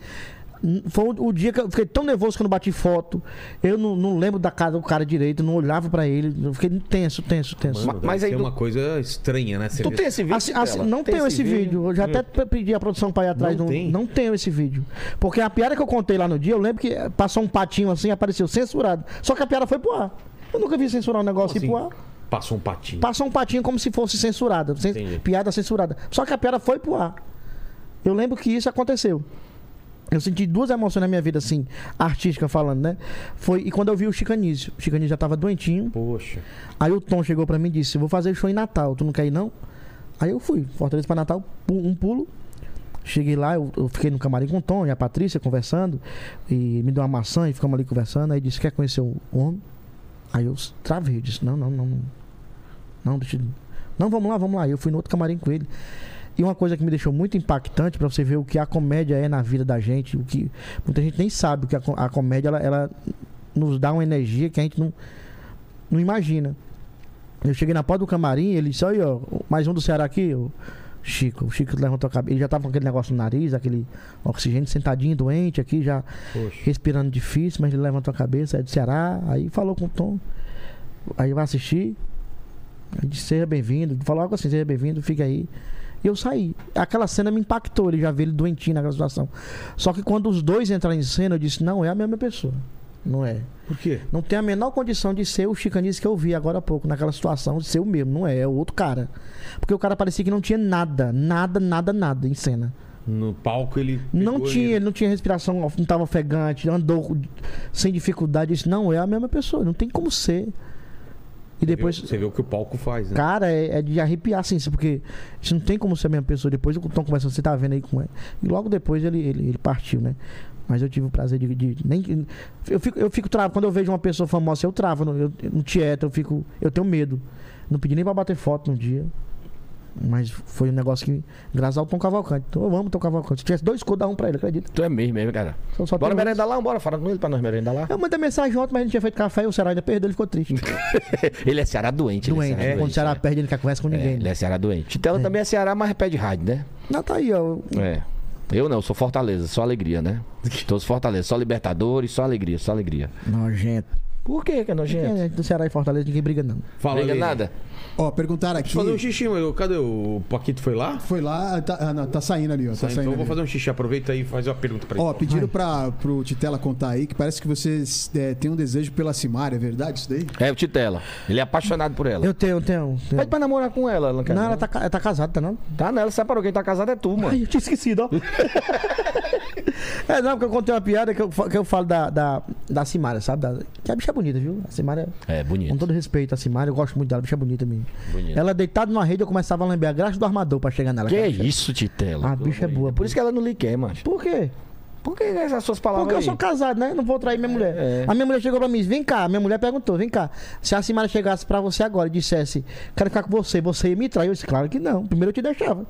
Speaker 2: N- Foi o, o dia que eu fiquei tão nervoso que eu não bati foto. Eu não, não lembro da cara do cara direito, não olhava pra ele. Eu fiquei tenso, tenso, tenso.
Speaker 1: Mano,
Speaker 3: mas
Speaker 1: deve
Speaker 3: aí
Speaker 1: ser
Speaker 3: tu-
Speaker 1: uma coisa estranha, né? Você
Speaker 3: Tu
Speaker 1: vê-
Speaker 3: tem esse vídeo? Hum.
Speaker 2: Assim, assim,
Speaker 3: Titela?
Speaker 2: não
Speaker 3: Tem
Speaker 2: tenho esse vídeo. Eu já até pe- pedi a produção para ir atrás.
Speaker 1: Não
Speaker 2: Não,
Speaker 1: tem?
Speaker 2: não tenho esse vídeo. Porque a piada que eu contei lá no dia, eu lembro que eh, passou um patinho assim, apareceu censurado. Só que a piada foi pro ar. Eu nunca vi censurar um negócio
Speaker 1: assim,
Speaker 2: ir pro ar.
Speaker 1: Passou um patinho.
Speaker 2: Passou um patinho como se fosse censurada. cen-
Speaker 1: Entendi.
Speaker 2: Piada censurada. Só que a piada foi pro ar. Eu lembro que isso aconteceu. Eu senti duas emoções na minha vida, assim, artística falando, né? Foi e quando eu vi o Chicanísio. O Chicanísio já tava doentinho.
Speaker 1: Poxa.
Speaker 2: Aí o Tom chegou pra mim e disse: Vou fazer show em Natal, tu não quer ir não? Aí eu fui, Fortaleza pra Natal, pu- um pulo. Cheguei lá, eu, eu fiquei no camarim com o Tom e a Patrícia conversando. E me deu uma maçã e ficamos ali conversando. Aí disse: Quer conhecer o homem? Aí eu s- travei, eu disse: Não, não, não. Não, não, deixa, eu- não vamos lá, vamos lá. Eu fui no outro camarim com ele. E uma coisa que me deixou muito impactante pra você ver o que a comédia é na vida da gente, o que muita gente nem sabe, o que a, co- a comédia ela, ela nos dá uma energia que a gente não, não imagina. Eu cheguei na porta do camarim, ele disse, aí, ó, mais um do Ceará aqui, o Chico. O Chico levantou a cabeça. Ele já tava com aquele negócio no nariz, aquele oxigênio sentadinho, doente aqui, já respirando difícil, mas ele levantou a cabeça, é do Ceará, aí falou com o Tom. Aí vai assistir. Aí disse, seja bem-vindo. Falou algo assim, seja bem-vindo, fica aí. E eu saí. Aquela cena me impactou, ele já vê ele doentinho naquela situação. Só que quando os dois entraram em cena, eu disse, não é a mesma pessoa. Não é.
Speaker 1: Por quê?
Speaker 2: Não tem a menor condição de ser o chicanismo que eu vi agora há pouco, naquela situação, de ser o mesmo, não é, é o outro cara. Porque o cara parecia que não tinha nada, nada, nada, nada em cena.
Speaker 1: No palco ele.
Speaker 2: Não
Speaker 1: pegou
Speaker 2: tinha,
Speaker 1: ele.
Speaker 2: ele não tinha respiração, não estava ofegante, andou com- sem dificuldade. Isso não é a mesma pessoa, não tem como ser. E depois,
Speaker 1: Você vê o que o palco faz, né?
Speaker 2: cara, é, é de arrepiar assim, porque isso não tem como ser a mesma pessoa. Depois o Tom conversando, você tá vendo aí com ele. E logo depois ele, ele, ele partiu, né? Mas eu tive o prazer de. de- nem, eu fico, eu fico travo. Quando eu vejo uma pessoa famosa, eu travo. No, eu, no tieto, eu fico. Eu tenho medo. Não pedi nem pra bater foto no dia. Mas foi um negócio que. Graças ao Tom Cavalcante. Então eu amo o Tom Cavalcante. Se tivesse dois codos, dá um pra ele, acredita?
Speaker 3: Tu é mesmo, mesmo, cara.
Speaker 2: Só, só
Speaker 3: Bora
Speaker 2: tenho-
Speaker 3: merendar lá, bora. Fala com ele pra nós merendar lá.
Speaker 2: Eu mandei mensagem ontem, mas ele não tinha feito café e o Ceará ainda perdeu, ele ficou triste.
Speaker 3: Ele é Ceará doente. ele
Speaker 2: Doente.
Speaker 3: É, Ceará
Speaker 2: Quando o Ceará
Speaker 3: né?
Speaker 2: perde, ele não quer conversa com
Speaker 3: É,
Speaker 2: ninguém.
Speaker 3: ele é Ceará doente. Titela também é Ceará, mas pede rádio, né?
Speaker 2: Não, tá aí, ó.
Speaker 3: É. Eu não, eu sou Fortaleza, só alegria, né? Todos Fortaleza, só Libertadores, só alegria, só alegria.
Speaker 2: Nojento.
Speaker 10: Por que que é nojento?
Speaker 2: É, do Ceará e Fortaleza ninguém briga, não.
Speaker 1: Fala
Speaker 3: Liga
Speaker 1: ali.
Speaker 3: nada.
Speaker 4: Ó, perguntaram aqui.
Speaker 1: Fazer um xixi, mas o- cadê o o Paquito? Foi lá?
Speaker 4: Foi lá, tá, ah, não, tá saindo ali, ó. Tá saindo
Speaker 1: então eu vou
Speaker 4: ali.
Speaker 1: fazer um xixi. Aproveita aí e faz uma pergunta pra ele.
Speaker 4: Ó, pediram pra, pro Titela contar aí que parece que você é, tem um desejo pela Simara, é verdade isso daí?
Speaker 3: É o Titela. Ele é apaixonado por ela.
Speaker 2: Eu tenho, eu tenho. tenho.
Speaker 3: Pede pra namorar com ela, ela não quer.
Speaker 2: Não,
Speaker 3: não.
Speaker 2: ela tá, ca- ela tá casada, tá não?
Speaker 3: Tá nela, separou. Quem tá casado é tu, mano.
Speaker 2: Ai, eu tinha esquecido, ó. é, não, porque eu contei uma piada que eu, fa- que eu falo da, da, da Simara, sabe? Da- que a bicha é bonita, viu? A Simara,
Speaker 3: É,
Speaker 2: com
Speaker 3: bonito.
Speaker 2: todo respeito, a Simara, eu gosto muito dela, a bicha é bonita mesmo.
Speaker 3: Bonito.
Speaker 2: Ela deitada numa rede, eu começava a lembrar a graça do armador pra chegar nela.
Speaker 3: Que é
Speaker 2: cara.
Speaker 3: isso, Titela?
Speaker 2: A bicha é boa.
Speaker 3: Por isso que ela não lhe quer, macho.
Speaker 2: Por quê?
Speaker 3: Por que essas suas palavras
Speaker 2: Porque eu sou
Speaker 3: aí?
Speaker 2: casado, né? Não vou trair minha mulher.
Speaker 3: É.
Speaker 2: A minha mulher chegou pra mim e disse, vem cá. A minha mulher perguntou, vem cá. Se a Simara chegasse pra você agora e dissesse, quero ficar com você, você ia me trair? Eu disse, claro que não. Primeiro eu te deixava.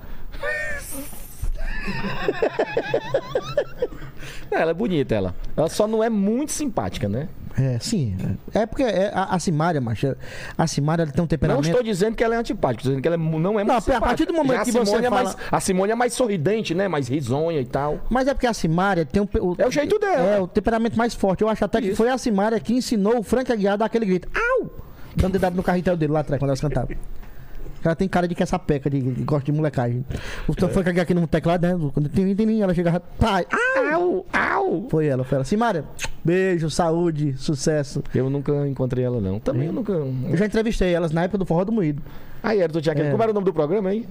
Speaker 3: Não, ela é bonita, ela. Ela só não é muito simpática, né?
Speaker 2: É, sim. É porque é, a, a Simária, macho, a Simária ela tem um
Speaker 3: Não
Speaker 2: temperamento.
Speaker 3: estou dizendo que ela é antipática, estou dizendo que ela é mu- não é muito
Speaker 2: Não, a
Speaker 3: simpática.
Speaker 2: partir do momento
Speaker 3: Já a
Speaker 2: que você
Speaker 3: Simone é
Speaker 2: fala-
Speaker 3: mais, A Simone é mais sorridente, né? Mais risonha e tal.
Speaker 2: Mas é porque a Simária tem um. pe-
Speaker 3: É o jeito dela.
Speaker 2: É, o temperamento mais forte. Eu acho até que foi a Simária que ensinou o Frank Aguiar a dar aquele grito. Au! Dando dedado no carretel dele lá atrás, quando elas cantavam. Ela tem cara de que essa peca, de, de gosta de molecagem. O
Speaker 3: É.
Speaker 2: Frank Aguiar aqui no teclado, né? Quando tem- tem- ela chegava. Pai, au! Au! Foi ela, foi ela. Simária, beijo, saúde, sucesso.
Speaker 3: Eu nunca encontrei ela, não. Também eu nunca.
Speaker 2: Eu já entrevistei elas na época do Forró do Moído.
Speaker 3: Aí era do Tia
Speaker 2: É.
Speaker 3: Como era o nome do programa aí?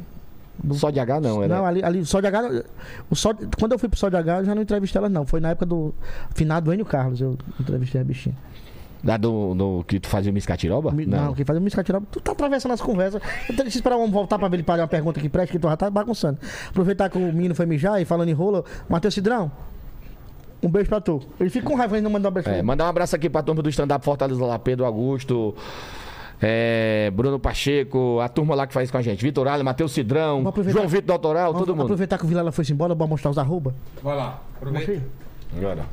Speaker 3: Só de H, não. Era...
Speaker 2: Não, é- ali, ali, o Sol de H. O Sol, quando eu fui pro Sol de H, eu já não entrevistei ela, não. Foi na época do finado Enio Carlos, eu entrevistei a bichinha.
Speaker 3: Da do, do que tu fazia o Miss Catiroba?
Speaker 2: Mi- não. quem fazia o Miss Catiraba, tu tá atravessando as conversas. Eu tenho que esperar o homem voltar pra ver ele parar uma pergunta que presta, que tu já tá bagunçando. Aproveitar que o menino foi mijar e falando em rolo, Matheus Cidrão, um beijo pra tu. Ele fica com raiva ainda mandando um beijo pra
Speaker 3: É,
Speaker 2: ele.
Speaker 3: mandar um abraço aqui pra turma do stand-up Fortaleza lá, Pedro Augusto, é, Bruno Pacheco, a turma lá que faz com a gente, Vitor Alho, Matheus Cidrão,
Speaker 2: Vamos aproveitar-
Speaker 3: João Vitor Doutoral,
Speaker 2: Vamos
Speaker 3: todo mundo.
Speaker 2: Aproveitar que o Vilela foi embora, bora mostrar os arroba.
Speaker 1: Vai lá. Aproveita.
Speaker 3: Agora.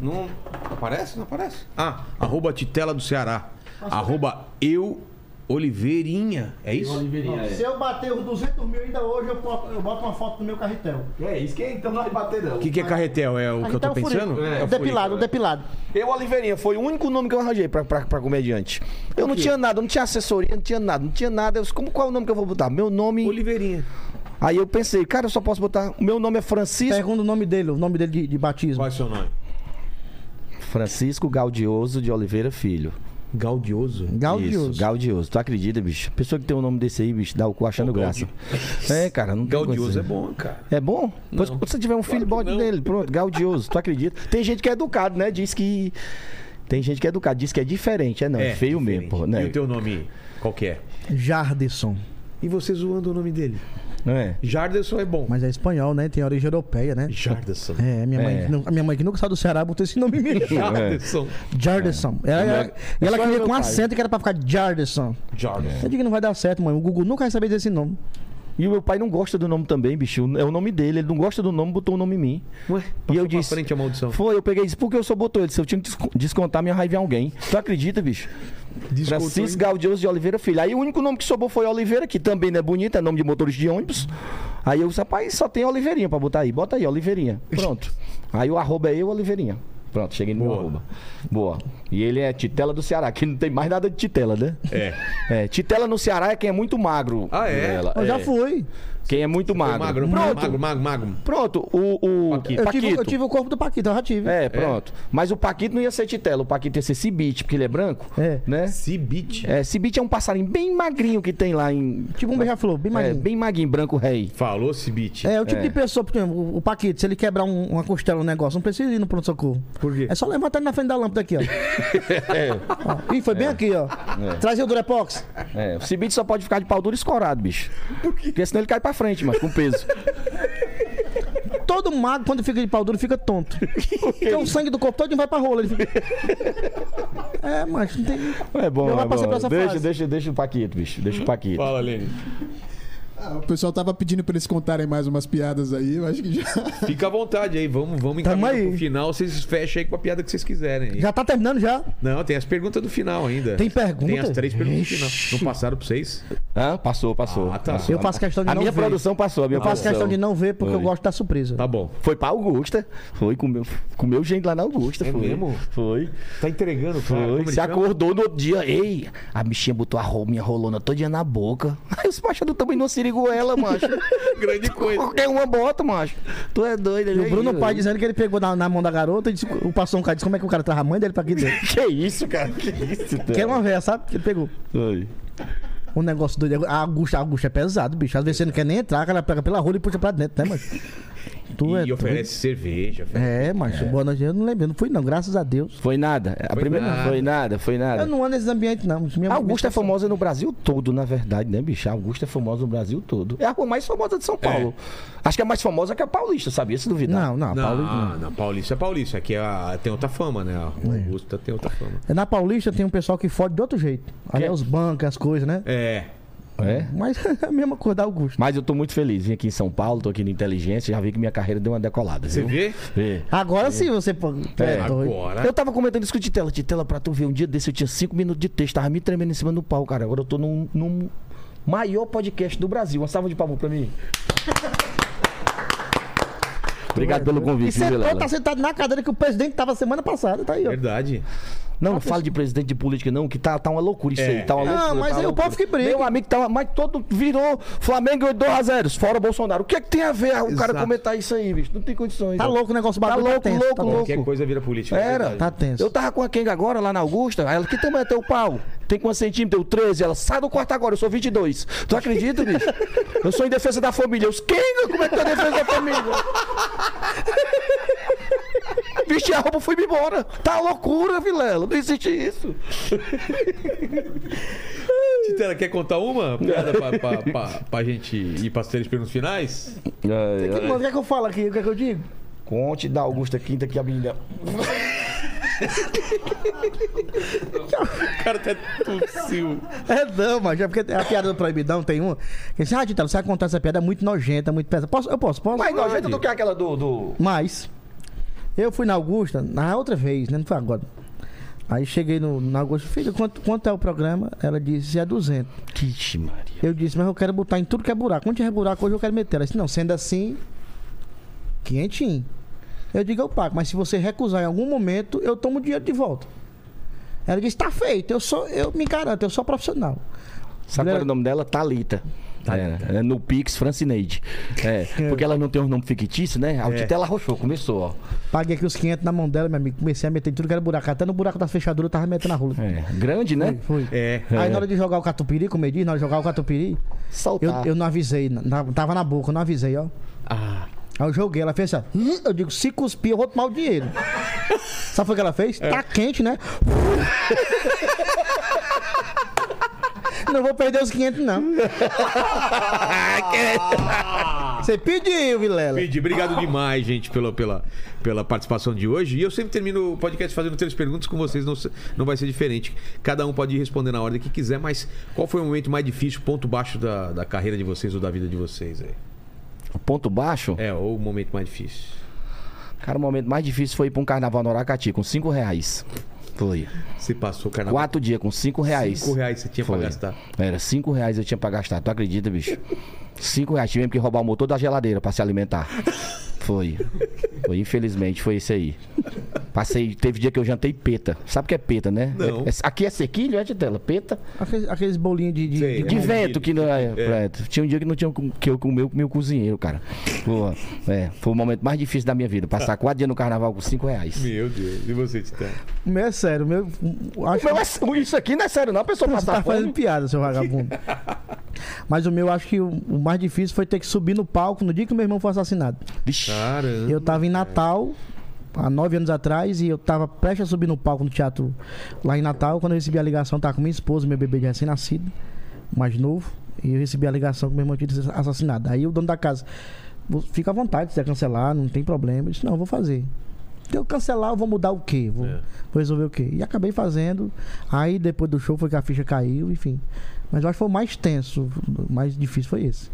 Speaker 1: Não aparece? Não aparece? Ah, arroba Titela do Ceará. Arroba eu né? Oliveirinha. É isso?
Speaker 2: Se eu bater os 200 mil ainda hoje, eu boto, uma foto no meu carretel.
Speaker 3: É isso que então nós baterão.
Speaker 1: O que, que é carretel? É o que eu tô pensando? É, o
Speaker 2: um depilado, depilado.
Speaker 3: Eu, Oliveirinha, foi o único nome que eu arranjei pra, pra, pra comediante. Eu não tinha nada, eu não tinha assessoria, não tinha nada, não tinha nada. Eu disse, como, qual é o nome que eu vou botar? Meu nome.
Speaker 1: Oliveirinha.
Speaker 3: Aí eu pensei, cara, eu só posso botar. Meu nome é Francisco.
Speaker 2: Pergunta o nome dele, o nome dele de, de batismo.
Speaker 1: Qual é o seu nome?
Speaker 3: Francisco Gaudioso de Oliveira Filho.
Speaker 1: Gaudioso.
Speaker 2: Gaudioso.
Speaker 3: Isso, Gaudioso. Tu acredita, bicho? Pessoa que tem um nome desse aí, bicho, dá o cu achando graça. É, cara, não tem
Speaker 1: Gaudioso
Speaker 3: condição.
Speaker 1: é bom, cara.
Speaker 3: É bom? Pois, quando você tiver um filho,
Speaker 1: que
Speaker 3: bode
Speaker 1: não.
Speaker 3: dele. Pronto, gaudioso. Tu acredita? Tem gente que é educado, né? Diz que. Tem gente que é educado, diz que é diferente. É não, é, feio
Speaker 1: diferente.
Speaker 3: mesmo, pô. Né?
Speaker 1: E o teu nome? Qual que é?
Speaker 2: Jardeson.
Speaker 1: E você zoando o nome dele?
Speaker 3: Não é?
Speaker 1: Jarderson é bom.
Speaker 2: Mas é espanhol, né? Tem origem europeia, né?
Speaker 1: Jarderson.
Speaker 2: É, minha mãe,
Speaker 3: É.
Speaker 2: que nu- a minha mãe que nunca saiu do Ceará botou esse nome mesmo. É.
Speaker 1: Jarderson.
Speaker 2: Jarderson. Ela, ela- e ela
Speaker 3: É. Só
Speaker 2: queria
Speaker 3: meu
Speaker 2: com
Speaker 3: pai.
Speaker 2: acento que era pra ficar Jarderson.
Speaker 1: Jarderson.
Speaker 2: Eu digo que não vai dar certo, mãe. O Gugu nunca vai saber desse nome.
Speaker 3: E o meu pai não gosta do nome também, bicho. É o nome dele. Ele não gosta do nome, botou o nome em mim.
Speaker 1: Ué,
Speaker 3: E
Speaker 1: passou
Speaker 3: eu
Speaker 1: pra
Speaker 3: disse.
Speaker 1: frente a maldição.
Speaker 3: Foi, eu peguei e disse, por que eu só botou ele? Se eu tinha que desco- descontar minha raiva em alguém. Tu acredita, bicho? Francisco Gaudioso de Oliveira Filho. Aí o único nome que sobrou foi Oliveira, que também não é bonito, é nome de motorista de ônibus. Aí eu disse, rapaz, só tem Oliveirinha pra botar aí. Bota aí, Oliveirinha. Pronto. aí o arroba é eu, Oliveirinha. Pronto, cheguei no meu
Speaker 1: Boa.
Speaker 3: arroba. Boa. E ele é Titela do Ceará, que não tem mais nada de Titela, né?
Speaker 1: É.
Speaker 3: É, Titela no Ceará é quem é muito magro.
Speaker 1: Ah, é?
Speaker 3: Ela,
Speaker 2: Eu já
Speaker 3: é.
Speaker 2: fui.
Speaker 3: Quem é muito magro.
Speaker 1: Magro, magro,
Speaker 3: Pronto.
Speaker 1: magro, magro, magro.
Speaker 3: Pronto, o, o
Speaker 1: Paquito.
Speaker 2: Eu
Speaker 3: Paquito.
Speaker 2: tive, um- eu tive o corpo do Paquito, eu já tive.
Speaker 3: É, pronto. Mas o Paquito não ia ser Titela, o Paquito ia ser Cibite, porque ele é branco,
Speaker 2: É.
Speaker 3: né?
Speaker 1: Cibite.
Speaker 3: É, Cibite é um passarinho bem magrinho que tem lá em.
Speaker 2: Tipo um beija-flor, bem
Speaker 3: É,
Speaker 2: magrinho.
Speaker 3: bem magrinho, branco rei.
Speaker 1: Falou Cibite.
Speaker 2: É, o tipo de pessoa, por exemplo, o- o Paquito, se ele quebrar um- uma costela, um negócio, não precisa ir no pronto-socorro.
Speaker 1: Por quê?
Speaker 2: É só levantar ele na frente da lâmpada aqui, ó. Ó, Ih, foi bem aqui, ó. Trazer o Durepox.
Speaker 3: É, o Cibite só pode ficar de pau duro e escorado, bicho. Por quê? Porque senão ele cai pra frente, mas com peso.
Speaker 2: Todo mago, quando fica de pau duro, fica tonto. Porque o sangue do corpo todo vai pra rola. Ele fica... É, mas não tem.
Speaker 3: É bom,
Speaker 2: Eu já
Speaker 3: é
Speaker 2: passei por
Speaker 3: bom.
Speaker 2: essa
Speaker 3: Deixa,
Speaker 2: fase.
Speaker 3: deixa, deixa o Paquito, bicho. Deixa o Paquito.
Speaker 1: Fala, Lene.
Speaker 4: Ah, o pessoal tava pedindo pra eles contarem mais umas piadas aí, eu acho que já.
Speaker 1: Fica à vontade aí, vamos, vamos
Speaker 2: Tamo
Speaker 1: encaminhar
Speaker 2: aí.
Speaker 1: pro final, vocês fecham aí com a piada que vocês quiserem. aí.
Speaker 2: Já tá terminando já?
Speaker 1: Não, tem as perguntas do final ainda.
Speaker 2: Tem pergunta?
Speaker 1: Tem as três perguntas do
Speaker 2: Ixi.
Speaker 1: final. Não passaram pra vocês?
Speaker 3: Hã? Passou, passou.
Speaker 1: Ah, tá.
Speaker 3: Passou.
Speaker 2: Eu faço questão de
Speaker 3: A
Speaker 2: não
Speaker 3: minha
Speaker 2: ver.
Speaker 3: produção passou, a minha
Speaker 2: Eu faço
Speaker 3: produção.
Speaker 2: questão de não ver porque eu
Speaker 1: Oi.
Speaker 2: gosto da surpresa.
Speaker 1: Tá bom.
Speaker 3: Foi pra Augusta. Foi, comeu, comeu gente lá na Augusta.
Speaker 1: É
Speaker 3: foi.
Speaker 1: mesmo?
Speaker 3: Foi.
Speaker 1: Tá entregando, cara.
Speaker 3: Foi.
Speaker 1: Como ele
Speaker 3: Se
Speaker 1: chama?
Speaker 3: acordou no outro dia. Ei, a bichinha botou a roupa, minha rolona todinha na boca. Aí os machados também não siriguela, macho.
Speaker 6: Grande coisa.
Speaker 3: Qualquer uma bota, macho. Tu é doido,
Speaker 2: E
Speaker 3: ele
Speaker 2: o Bruno
Speaker 3: aí,
Speaker 1: né?
Speaker 2: Pai
Speaker 3: velho.
Speaker 2: dizendo que ele pegou na, na mão da garota e disse, o passou um cara disse como é que o cara tava a mãe dele pra aqui dentro.
Speaker 1: É.
Speaker 3: Que isso, cara? Que isso, cara?
Speaker 2: Que era uma véia, sabe? Que ele pegou.
Speaker 3: Foi.
Speaker 2: Um negócio doido. A angústia, a angústia é pesado, bicho. Às vezes você não quer nem entrar, cara pega pela rola e puxa pra dentro, né, mano? Tu é.
Speaker 1: E oferece cerveja.
Speaker 2: doido. É, macho. Boa noite. Eu não lembro, eu não fui não, graças a Deus.
Speaker 3: Foi nada. A primeira
Speaker 1: nada.
Speaker 3: foi nada, foi nada.
Speaker 1: É.
Speaker 2: Eu não ando nesses ambientes, não. Minha
Speaker 3: A
Speaker 2: mãe-
Speaker 3: Augusta é famosa no Brasil todo, na verdade, né, bicho? A Augusta é famosa no Brasil todo. É a rua mais famosa de São Paulo. Acho que é mais famosa que a Paulista, sabia? Se duvidar.
Speaker 2: Não, não,
Speaker 1: tá?
Speaker 2: a
Speaker 1: Não,
Speaker 2: Paulista.
Speaker 1: não, não, Paulista é Paulista. Aqui é a- tem outra fama, né? A
Speaker 2: É.
Speaker 1: Augusta tem outra fama.
Speaker 2: Na Paulista tem um pessoal que fode de outro jeito. Ali é os bancos, as coisas, né?
Speaker 1: É.
Speaker 3: É?
Speaker 2: Mas é a mesma coisa da Augusta.
Speaker 3: Mas eu tô muito feliz. Vim aqui em São Paulo, tô aqui na Inteligência, já vi que minha carreira deu uma decolada.
Speaker 1: Você
Speaker 3: viu?
Speaker 1: vê?
Speaker 3: Vê.
Speaker 2: Agora sim você. pô, tu
Speaker 3: É,
Speaker 2: doido.
Speaker 1: Agora.
Speaker 3: Eu tava comentando isso com o Titela. Titela, pra tu ver, um dia desse eu tinha cinco minutos de texto, tava me tremendo em cima do pau, cara. Agora eu tô num, num maior podcast do Brasil. Uma salva de palmas pra mim. Obrigado pelo
Speaker 2: E
Speaker 3: convite,
Speaker 2: você
Speaker 3: viu, Vilela?
Speaker 2: tá sentado na cadeira que o presidente tava semana passada, tá aí, ó.
Speaker 1: Verdade.
Speaker 3: Não, não fala de presidente de política, não, que tá, tá uma loucura isso
Speaker 1: É.
Speaker 3: aí. Tá uma
Speaker 2: Não,
Speaker 3: loucura, tá
Speaker 2: mas
Speaker 3: uma
Speaker 2: aí o
Speaker 3: loucura.
Speaker 2: povo que briga.
Speaker 3: Meu amigo, tá, uma- mas todo virou Flamengo ganhou 2 a 0 fora Bolsonaro. O que é que tem a ver o cara
Speaker 1: Exato.
Speaker 3: comentar isso aí, bicho? Não tem condições.
Speaker 2: Tá
Speaker 3: não.
Speaker 2: louco o negócio, o
Speaker 3: Tá
Speaker 2: bagulho
Speaker 3: louco,
Speaker 2: tenso,
Speaker 3: louco,
Speaker 2: tá louco.
Speaker 1: Qualquer coisa vira política. é
Speaker 3: Era.
Speaker 1: verdade.
Speaker 2: Tá tenso.
Speaker 3: Eu tava com a Kenga agora lá na Augusta, aí ela, que tamanho é teu pau? Tem quantos centímetros? Eu 13, ela, sai do quarto agora, eu sou 22. Tu acredita, bicho? Eu sou em defesa da família. Os Kenga, como é que tu é defesa da família? Vesti a roupa, fui me embora. Tá uma loucura, Vilela, não existe isso.
Speaker 1: Titela, quer contar uma piada pra, pra, pra, pra gente ir para as três perguntas finais?
Speaker 2: Que- mano, O que é que eu falo aqui? O que é que eu digo?
Speaker 3: Conte da Augusta Quinta que a menina.
Speaker 1: O cara até tossiu.
Speaker 2: É não, mas é porque a piada do proibidão tem uma. Que diz, ah, Titelo, você vai contar essa piada é muito nojenta, muito pesada. Posso? Eu posso, posso?
Speaker 3: Mas nojenta do que é aquela do. do...
Speaker 2: Mas, eu fui na Augusta, na outra vez, né? Não foi agora. Aí cheguei no, na Augusta, filho, quanto, quanto é o programa? Ela disse, é 200.
Speaker 3: Ixi, Maria.
Speaker 2: Eu disse, mas eu quero botar em tudo que é buraco. Onde é buraco hoje eu quero meter. Ela disse, não, sendo assim, quinhentinho. Eu digo, eu pago, mas se você recusar em algum momento, eu tomo o dinheiro de volta. Ela disse, tá feito, eu sou, eu me garanto, eu sou profissional.
Speaker 3: Sabe qual era o nome dela? Né? Talita. É, é, no Pix, Francineide. É, porque ela não tem um nome fictício, né? A Titela arrochou, começou, ó.
Speaker 2: Paguei aqui os 500 na mão dela, meu amigo. Comecei a meter em tudo que era buraco. Até no buraco da fechadura eu tava metendo a rola.
Speaker 3: É, grande, né?
Speaker 2: Foi.
Speaker 1: É.
Speaker 2: Aí na hora de jogar o catupiry, como eu disse, na hora de jogar o catupiry, eu,
Speaker 3: Saltar.
Speaker 2: eu não avisei. na- tava na boca, eu não avisei, ó. Aí eu joguei, ela fez assim, ó. "Hum", eu digo, se cuspir, eu vou tomar o dinheiro. Sabe foi o que ela fez? Tá quente, né? Não vou perder os 500, não. Você pediu, Vilela.
Speaker 1: Pedi, obrigado demais, gente, pela, pela, pela participação de hoje. E eu sempre termino o podcast fazendo três perguntas com vocês, não, se- não vai ser diferente. Cada um pode responder na ordem que quiser, mas qual foi o momento mais difícil, ponto baixo da, da carreira de vocês ou da vida de vocês aí?
Speaker 3: Ponto baixo.
Speaker 1: É, ou o momento mais difícil?
Speaker 3: Cara, o momento mais difícil foi ir pra um carnaval no Aracati com 5 reais. Foi.
Speaker 1: Você passou o carnaval
Speaker 3: Quatro dias com 5
Speaker 1: com
Speaker 3: reais.
Speaker 1: 5 reais você tinha pra gastar.
Speaker 3: Era 5 reais eu tinha pra gastar, tu acredita, bicho? 5 reais, tivemos que roubar o motor da geladeira pra se alimentar. Foi. Foi, infelizmente, foi isso aí. Passei, teve dia que eu jantei peta. Sabe o que é peta, né?
Speaker 1: Não.
Speaker 3: É- é- aqui é sequilho, é de tela, peta.
Speaker 2: Aqueles, aqueles bolinhos de. de-
Speaker 1: Sei.
Speaker 2: de-
Speaker 3: De
Speaker 1: É um
Speaker 3: vento
Speaker 1: milho,
Speaker 3: que não é, Preto. Tinha um dia que não tinha com- que eu comer com meu cozinheiro, cara. Pô, é, foi o momento mais difícil da minha vida. Passar quatro dias no carnaval com 5 reais.
Speaker 1: Meu Deus, e você, Titã?
Speaker 2: O meu é sério, o meu. Acho
Speaker 3: Não, é sé- isso aqui não é sério, não. A pessoa
Speaker 2: Você
Speaker 3: passa
Speaker 2: tá fazendo
Speaker 3: fome.
Speaker 2: piada, seu vagabundo. Mas o meu, acho que o, o mais difícil foi ter que subir no palco no dia que meu irmão foi assassinado.
Speaker 3: Vixe.
Speaker 1: Caramba.
Speaker 2: Eu tava em Natal, há nove anos atrás, e eu tava prestes a subir no palco no teatro lá em Natal. Quando eu recebi a ligação, eu tava com minha esposa, meu bebê de recém-nascido, mais novo. E eu recebi a ligação que meu irmão tinha sido assassinado. Aí o dono da casa, "Vo- fica à vontade, se quiser cancelar, não tem problema. Eu disse, não, eu vou fazer. Se eu cancelar, eu vou mudar o quê? Vou, vou resolver o quê? E acabei fazendo. Aí depois do show foi que a ficha caiu, enfim. Mas eu acho que foi o mais tenso, o mais difícil foi esse.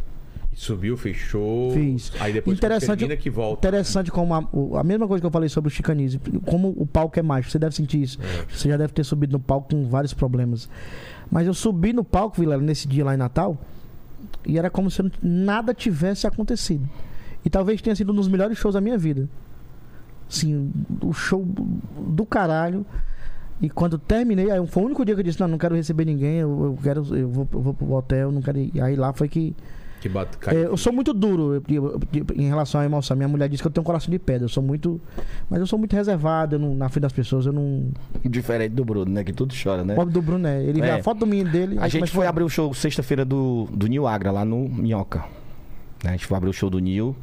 Speaker 1: Subiu, fechou.
Speaker 2: Fiz.
Speaker 1: Aí depois
Speaker 2: interessante,
Speaker 1: termina que volta.
Speaker 2: Interessante como a, o- a mesma coisa que eu falei sobre o chicanismo, como o palco é mágico, você deve sentir isso.
Speaker 1: É,
Speaker 2: Você já deve ter subido no palco com vários problemas. Mas eu subi no palco, Vilela, nesse dia lá em Natal, e era como se não- nada tivesse acontecido. E talvez tenha sido um dos melhores shows da minha vida. Sim, o show do caralho. E quando terminei, aí foi o único dia que eu disse, não, não quero receber ninguém, eu, eu quero, eu vou, eu vou pro hotel, não quero ir. Aí lá foi que
Speaker 1: Que bate,
Speaker 2: é, eu sou muito duro eu- eu- eu- em relação à emoção. Minha mulher diz que eu tenho um coração de pedra. Eu sou muito. Mas eu sou muito reservado. eu não- na frente das pessoas, eu não.
Speaker 3: Diferente do Bruno, né? Que tudo chora, né?
Speaker 2: O pobre do Bruno é. Ele vê
Speaker 3: É.
Speaker 2: a foto do menino dele.
Speaker 3: A
Speaker 2: aí
Speaker 3: gente
Speaker 2: começa
Speaker 3: foi
Speaker 2: a-
Speaker 3: abrir o show sexta-feira do, do Nil Agra, lá no Minhoca. Né, A gente foi abrir o show do Nil.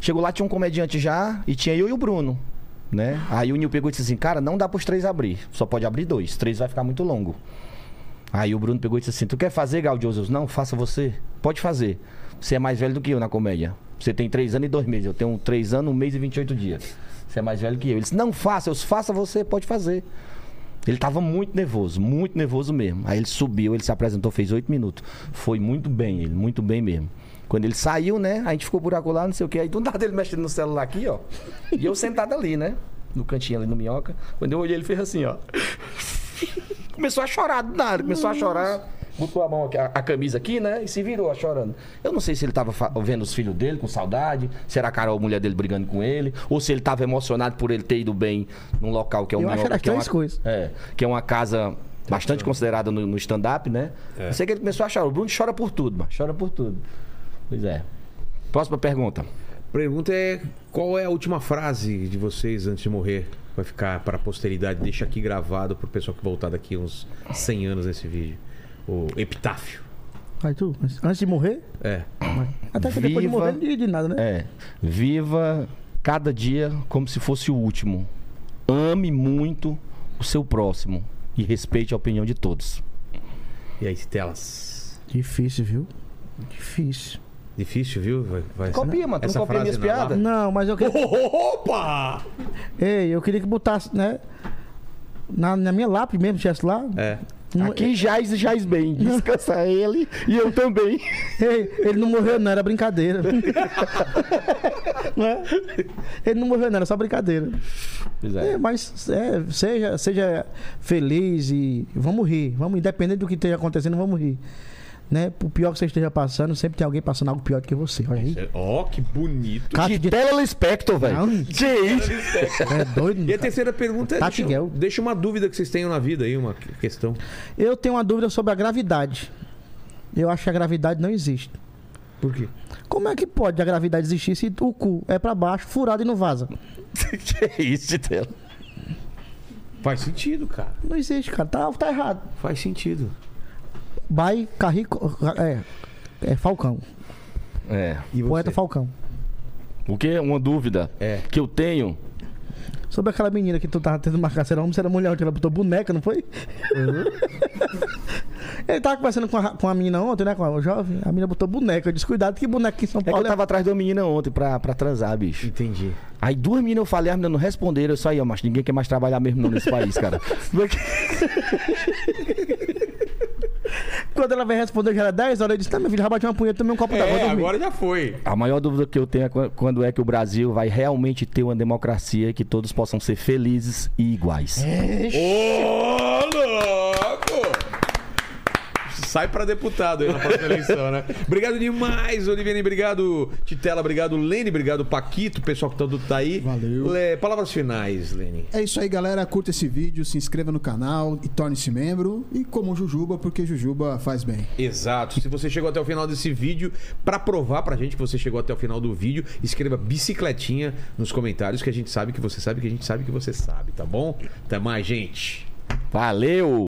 Speaker 3: Chegou lá, tinha um comediante já, e tinha eu e o Bruno. Né? Aí o Nil pegou e disse assim: Cara, não dá pros três abrir, só pode abrir dois. Três vai ficar muito longo. Aí o Bruno pegou e disse assim: Tu quer fazer, Gaudioso? Eu disse, Não, faça você. Pode fazer. Você é mais velho do que eu na comédia. Você tem três anos e dois meses. Eu tenho três anos, um mês e 28 dias. Você é mais velho que eu. Ele disse: Não faça, eu disse, faça você, pode fazer. Ele tava muito nervoso, muito nervoso mesmo. Aí ele subiu, ele se apresentou, fez oito minutos. Foi muito bem, ele, muito bem mesmo. Quando ele saiu, né? A gente ficou por acolá, não sei o que. Aí do nada ele mexendo no celular aqui, ó. E eu sentado ali, né? No cantinho ali no minhoca. Quando eu olhei, ele fez assim, ó. Começou a chorar do nada, começou a chorar. Botou a mão aqui, a, a camisa aqui, né? E se virou ó, chorando. Eu não sei se ele tava fa- vendo os filhos dele com saudade, se era a Carol, mulher dele, brigando com ele, ou se ele tava emocionado por ele ter ido bem num local que é o
Speaker 2: Eu acho que
Speaker 3: Minhoca,
Speaker 2: era
Speaker 3: que é
Speaker 2: três
Speaker 3: uma-
Speaker 2: coisas.
Speaker 3: é, que é uma casa bastante considerada no, no stand-up, né?
Speaker 2: É.
Speaker 3: Eu sei que ele começou a chorar. O Bruno chora por tudo, mano. Chora por tudo. Pois é. Próxima pergunta.
Speaker 1: Pergunta é qual é a última frase de vocês antes de morrer? Vai ficar para a posteridade. Deixa aqui gravado pro pessoal que voltar daqui uns 100 anos nesse vídeo. O epitáfio.
Speaker 2: Vai tu, mas antes de morrer?
Speaker 1: É.
Speaker 2: Até que depois
Speaker 3: Viva.
Speaker 2: de morrer, não diz de nada, né?
Speaker 3: É. Viva cada dia como se fosse o último. Ame muito o seu próximo e respeite a opinião de todos.
Speaker 1: E aí, telas.
Speaker 2: Difícil, viu? Difícil.
Speaker 1: Difícil, viu? Vai, vai-
Speaker 3: Copia, mano. Tu
Speaker 1: Essa
Speaker 3: não é copia
Speaker 1: frase
Speaker 3: minhas
Speaker 1: na lata.
Speaker 3: piadas?
Speaker 2: Não, mas eu queria.
Speaker 11: Opa!
Speaker 2: Ei, eu queria que botasse, né? Na, na minha lápide mesmo, tivesse lá.
Speaker 1: É.
Speaker 2: Não-
Speaker 3: Aqui jaz e jaz bem. Descansa ele e eu também.
Speaker 2: Ei, ele não morreu, não, era brincadeira. Não é? Ele não morreu, não, era só brincadeira.
Speaker 3: Pois
Speaker 2: É, mas é, seja, seja feliz e vamos rir. Vamos, independente do que esteja acontecendo, vamos rir. Né? Por pior que você esteja passando, sempre tem alguém passando algo pior do que você. Olha aí.
Speaker 1: Ó, que bonito.
Speaker 2: Cacho de-
Speaker 3: De Tela Lispector,
Speaker 2: Não,
Speaker 3: velho. Gente.
Speaker 2: é doido.
Speaker 1: E a terceira pergunta é:
Speaker 2: Tati
Speaker 1: deixa,
Speaker 2: Guel.
Speaker 1: deixa uma dúvida que vocês tenham na vida aí, uma que- questão.
Speaker 2: Eu tenho uma dúvida sobre a gravidade. Eu acho que a gravidade não existe.
Speaker 1: Por quê?
Speaker 2: Como é que pode a gravidade existir se o cu é pra baixo, furado e não vaza?
Speaker 3: que isso, de Tela?
Speaker 1: Faz sentido, cara.
Speaker 2: Não existe, cara. Tá, tá errado.
Speaker 1: Faz sentido.
Speaker 2: By Carrico. É, é Falcão.
Speaker 3: É.
Speaker 1: E você?
Speaker 2: Poeta Falcão.
Speaker 3: O que? Uma dúvida
Speaker 1: É.
Speaker 3: que eu tenho.
Speaker 2: Sobre aquela menina que tu tava tendo marcar, se era homem, se era mulher, ontem ela botou boneca, não foi?
Speaker 3: Uhum.
Speaker 2: Ele tava conversando com a, com a menina ontem, né? Com a jovem, a menina botou boneca. Eu disse, cuidado que boneca aqui em São
Speaker 3: É que eu
Speaker 2: Paulo é.
Speaker 3: tava atrás de uma menina ontem pra, pra transar, bicho.
Speaker 1: Entendi.
Speaker 3: Aí duas meninas eu falei, as meninas não responderam. Eu saí, ó, macho, ninguém quer mais trabalhar mesmo não nesse país, cara.
Speaker 2: Quando ela veio responder, já era 10 horas, eu disse, tá, meu filho, já bati uma punheta, tomei um copo d'água,
Speaker 11: É,
Speaker 2: dormi.
Speaker 11: agora já foi.
Speaker 3: A maior dúvida que eu tenho é qu- quando é que o Brasil vai realmente ter uma democracia que todos possam ser felizes e iguais.
Speaker 11: Ô, louco!
Speaker 1: Sai pra deputado aí na próxima eleição, né? Obrigado demais, Oliviane. Obrigado, Titela. Obrigado, Lene. Obrigado, Paquito. O pessoal que tá, do- tá aí.
Speaker 4: Valeu.
Speaker 1: Le- palavras finais, Lene.
Speaker 4: É isso aí, galera. Curta esse vídeo, se inscreva no canal e torne-se membro. E como Jujuba, porque Jujuba faz bem.
Speaker 1: Exato. Se você chegou até o final desse vídeo, pra provar pra gente que você chegou até o final do vídeo, escreva bicicletinha nos comentários que a gente sabe que você sabe que a gente sabe que você sabe, tá bom? Até mais, gente.
Speaker 3: Valeu!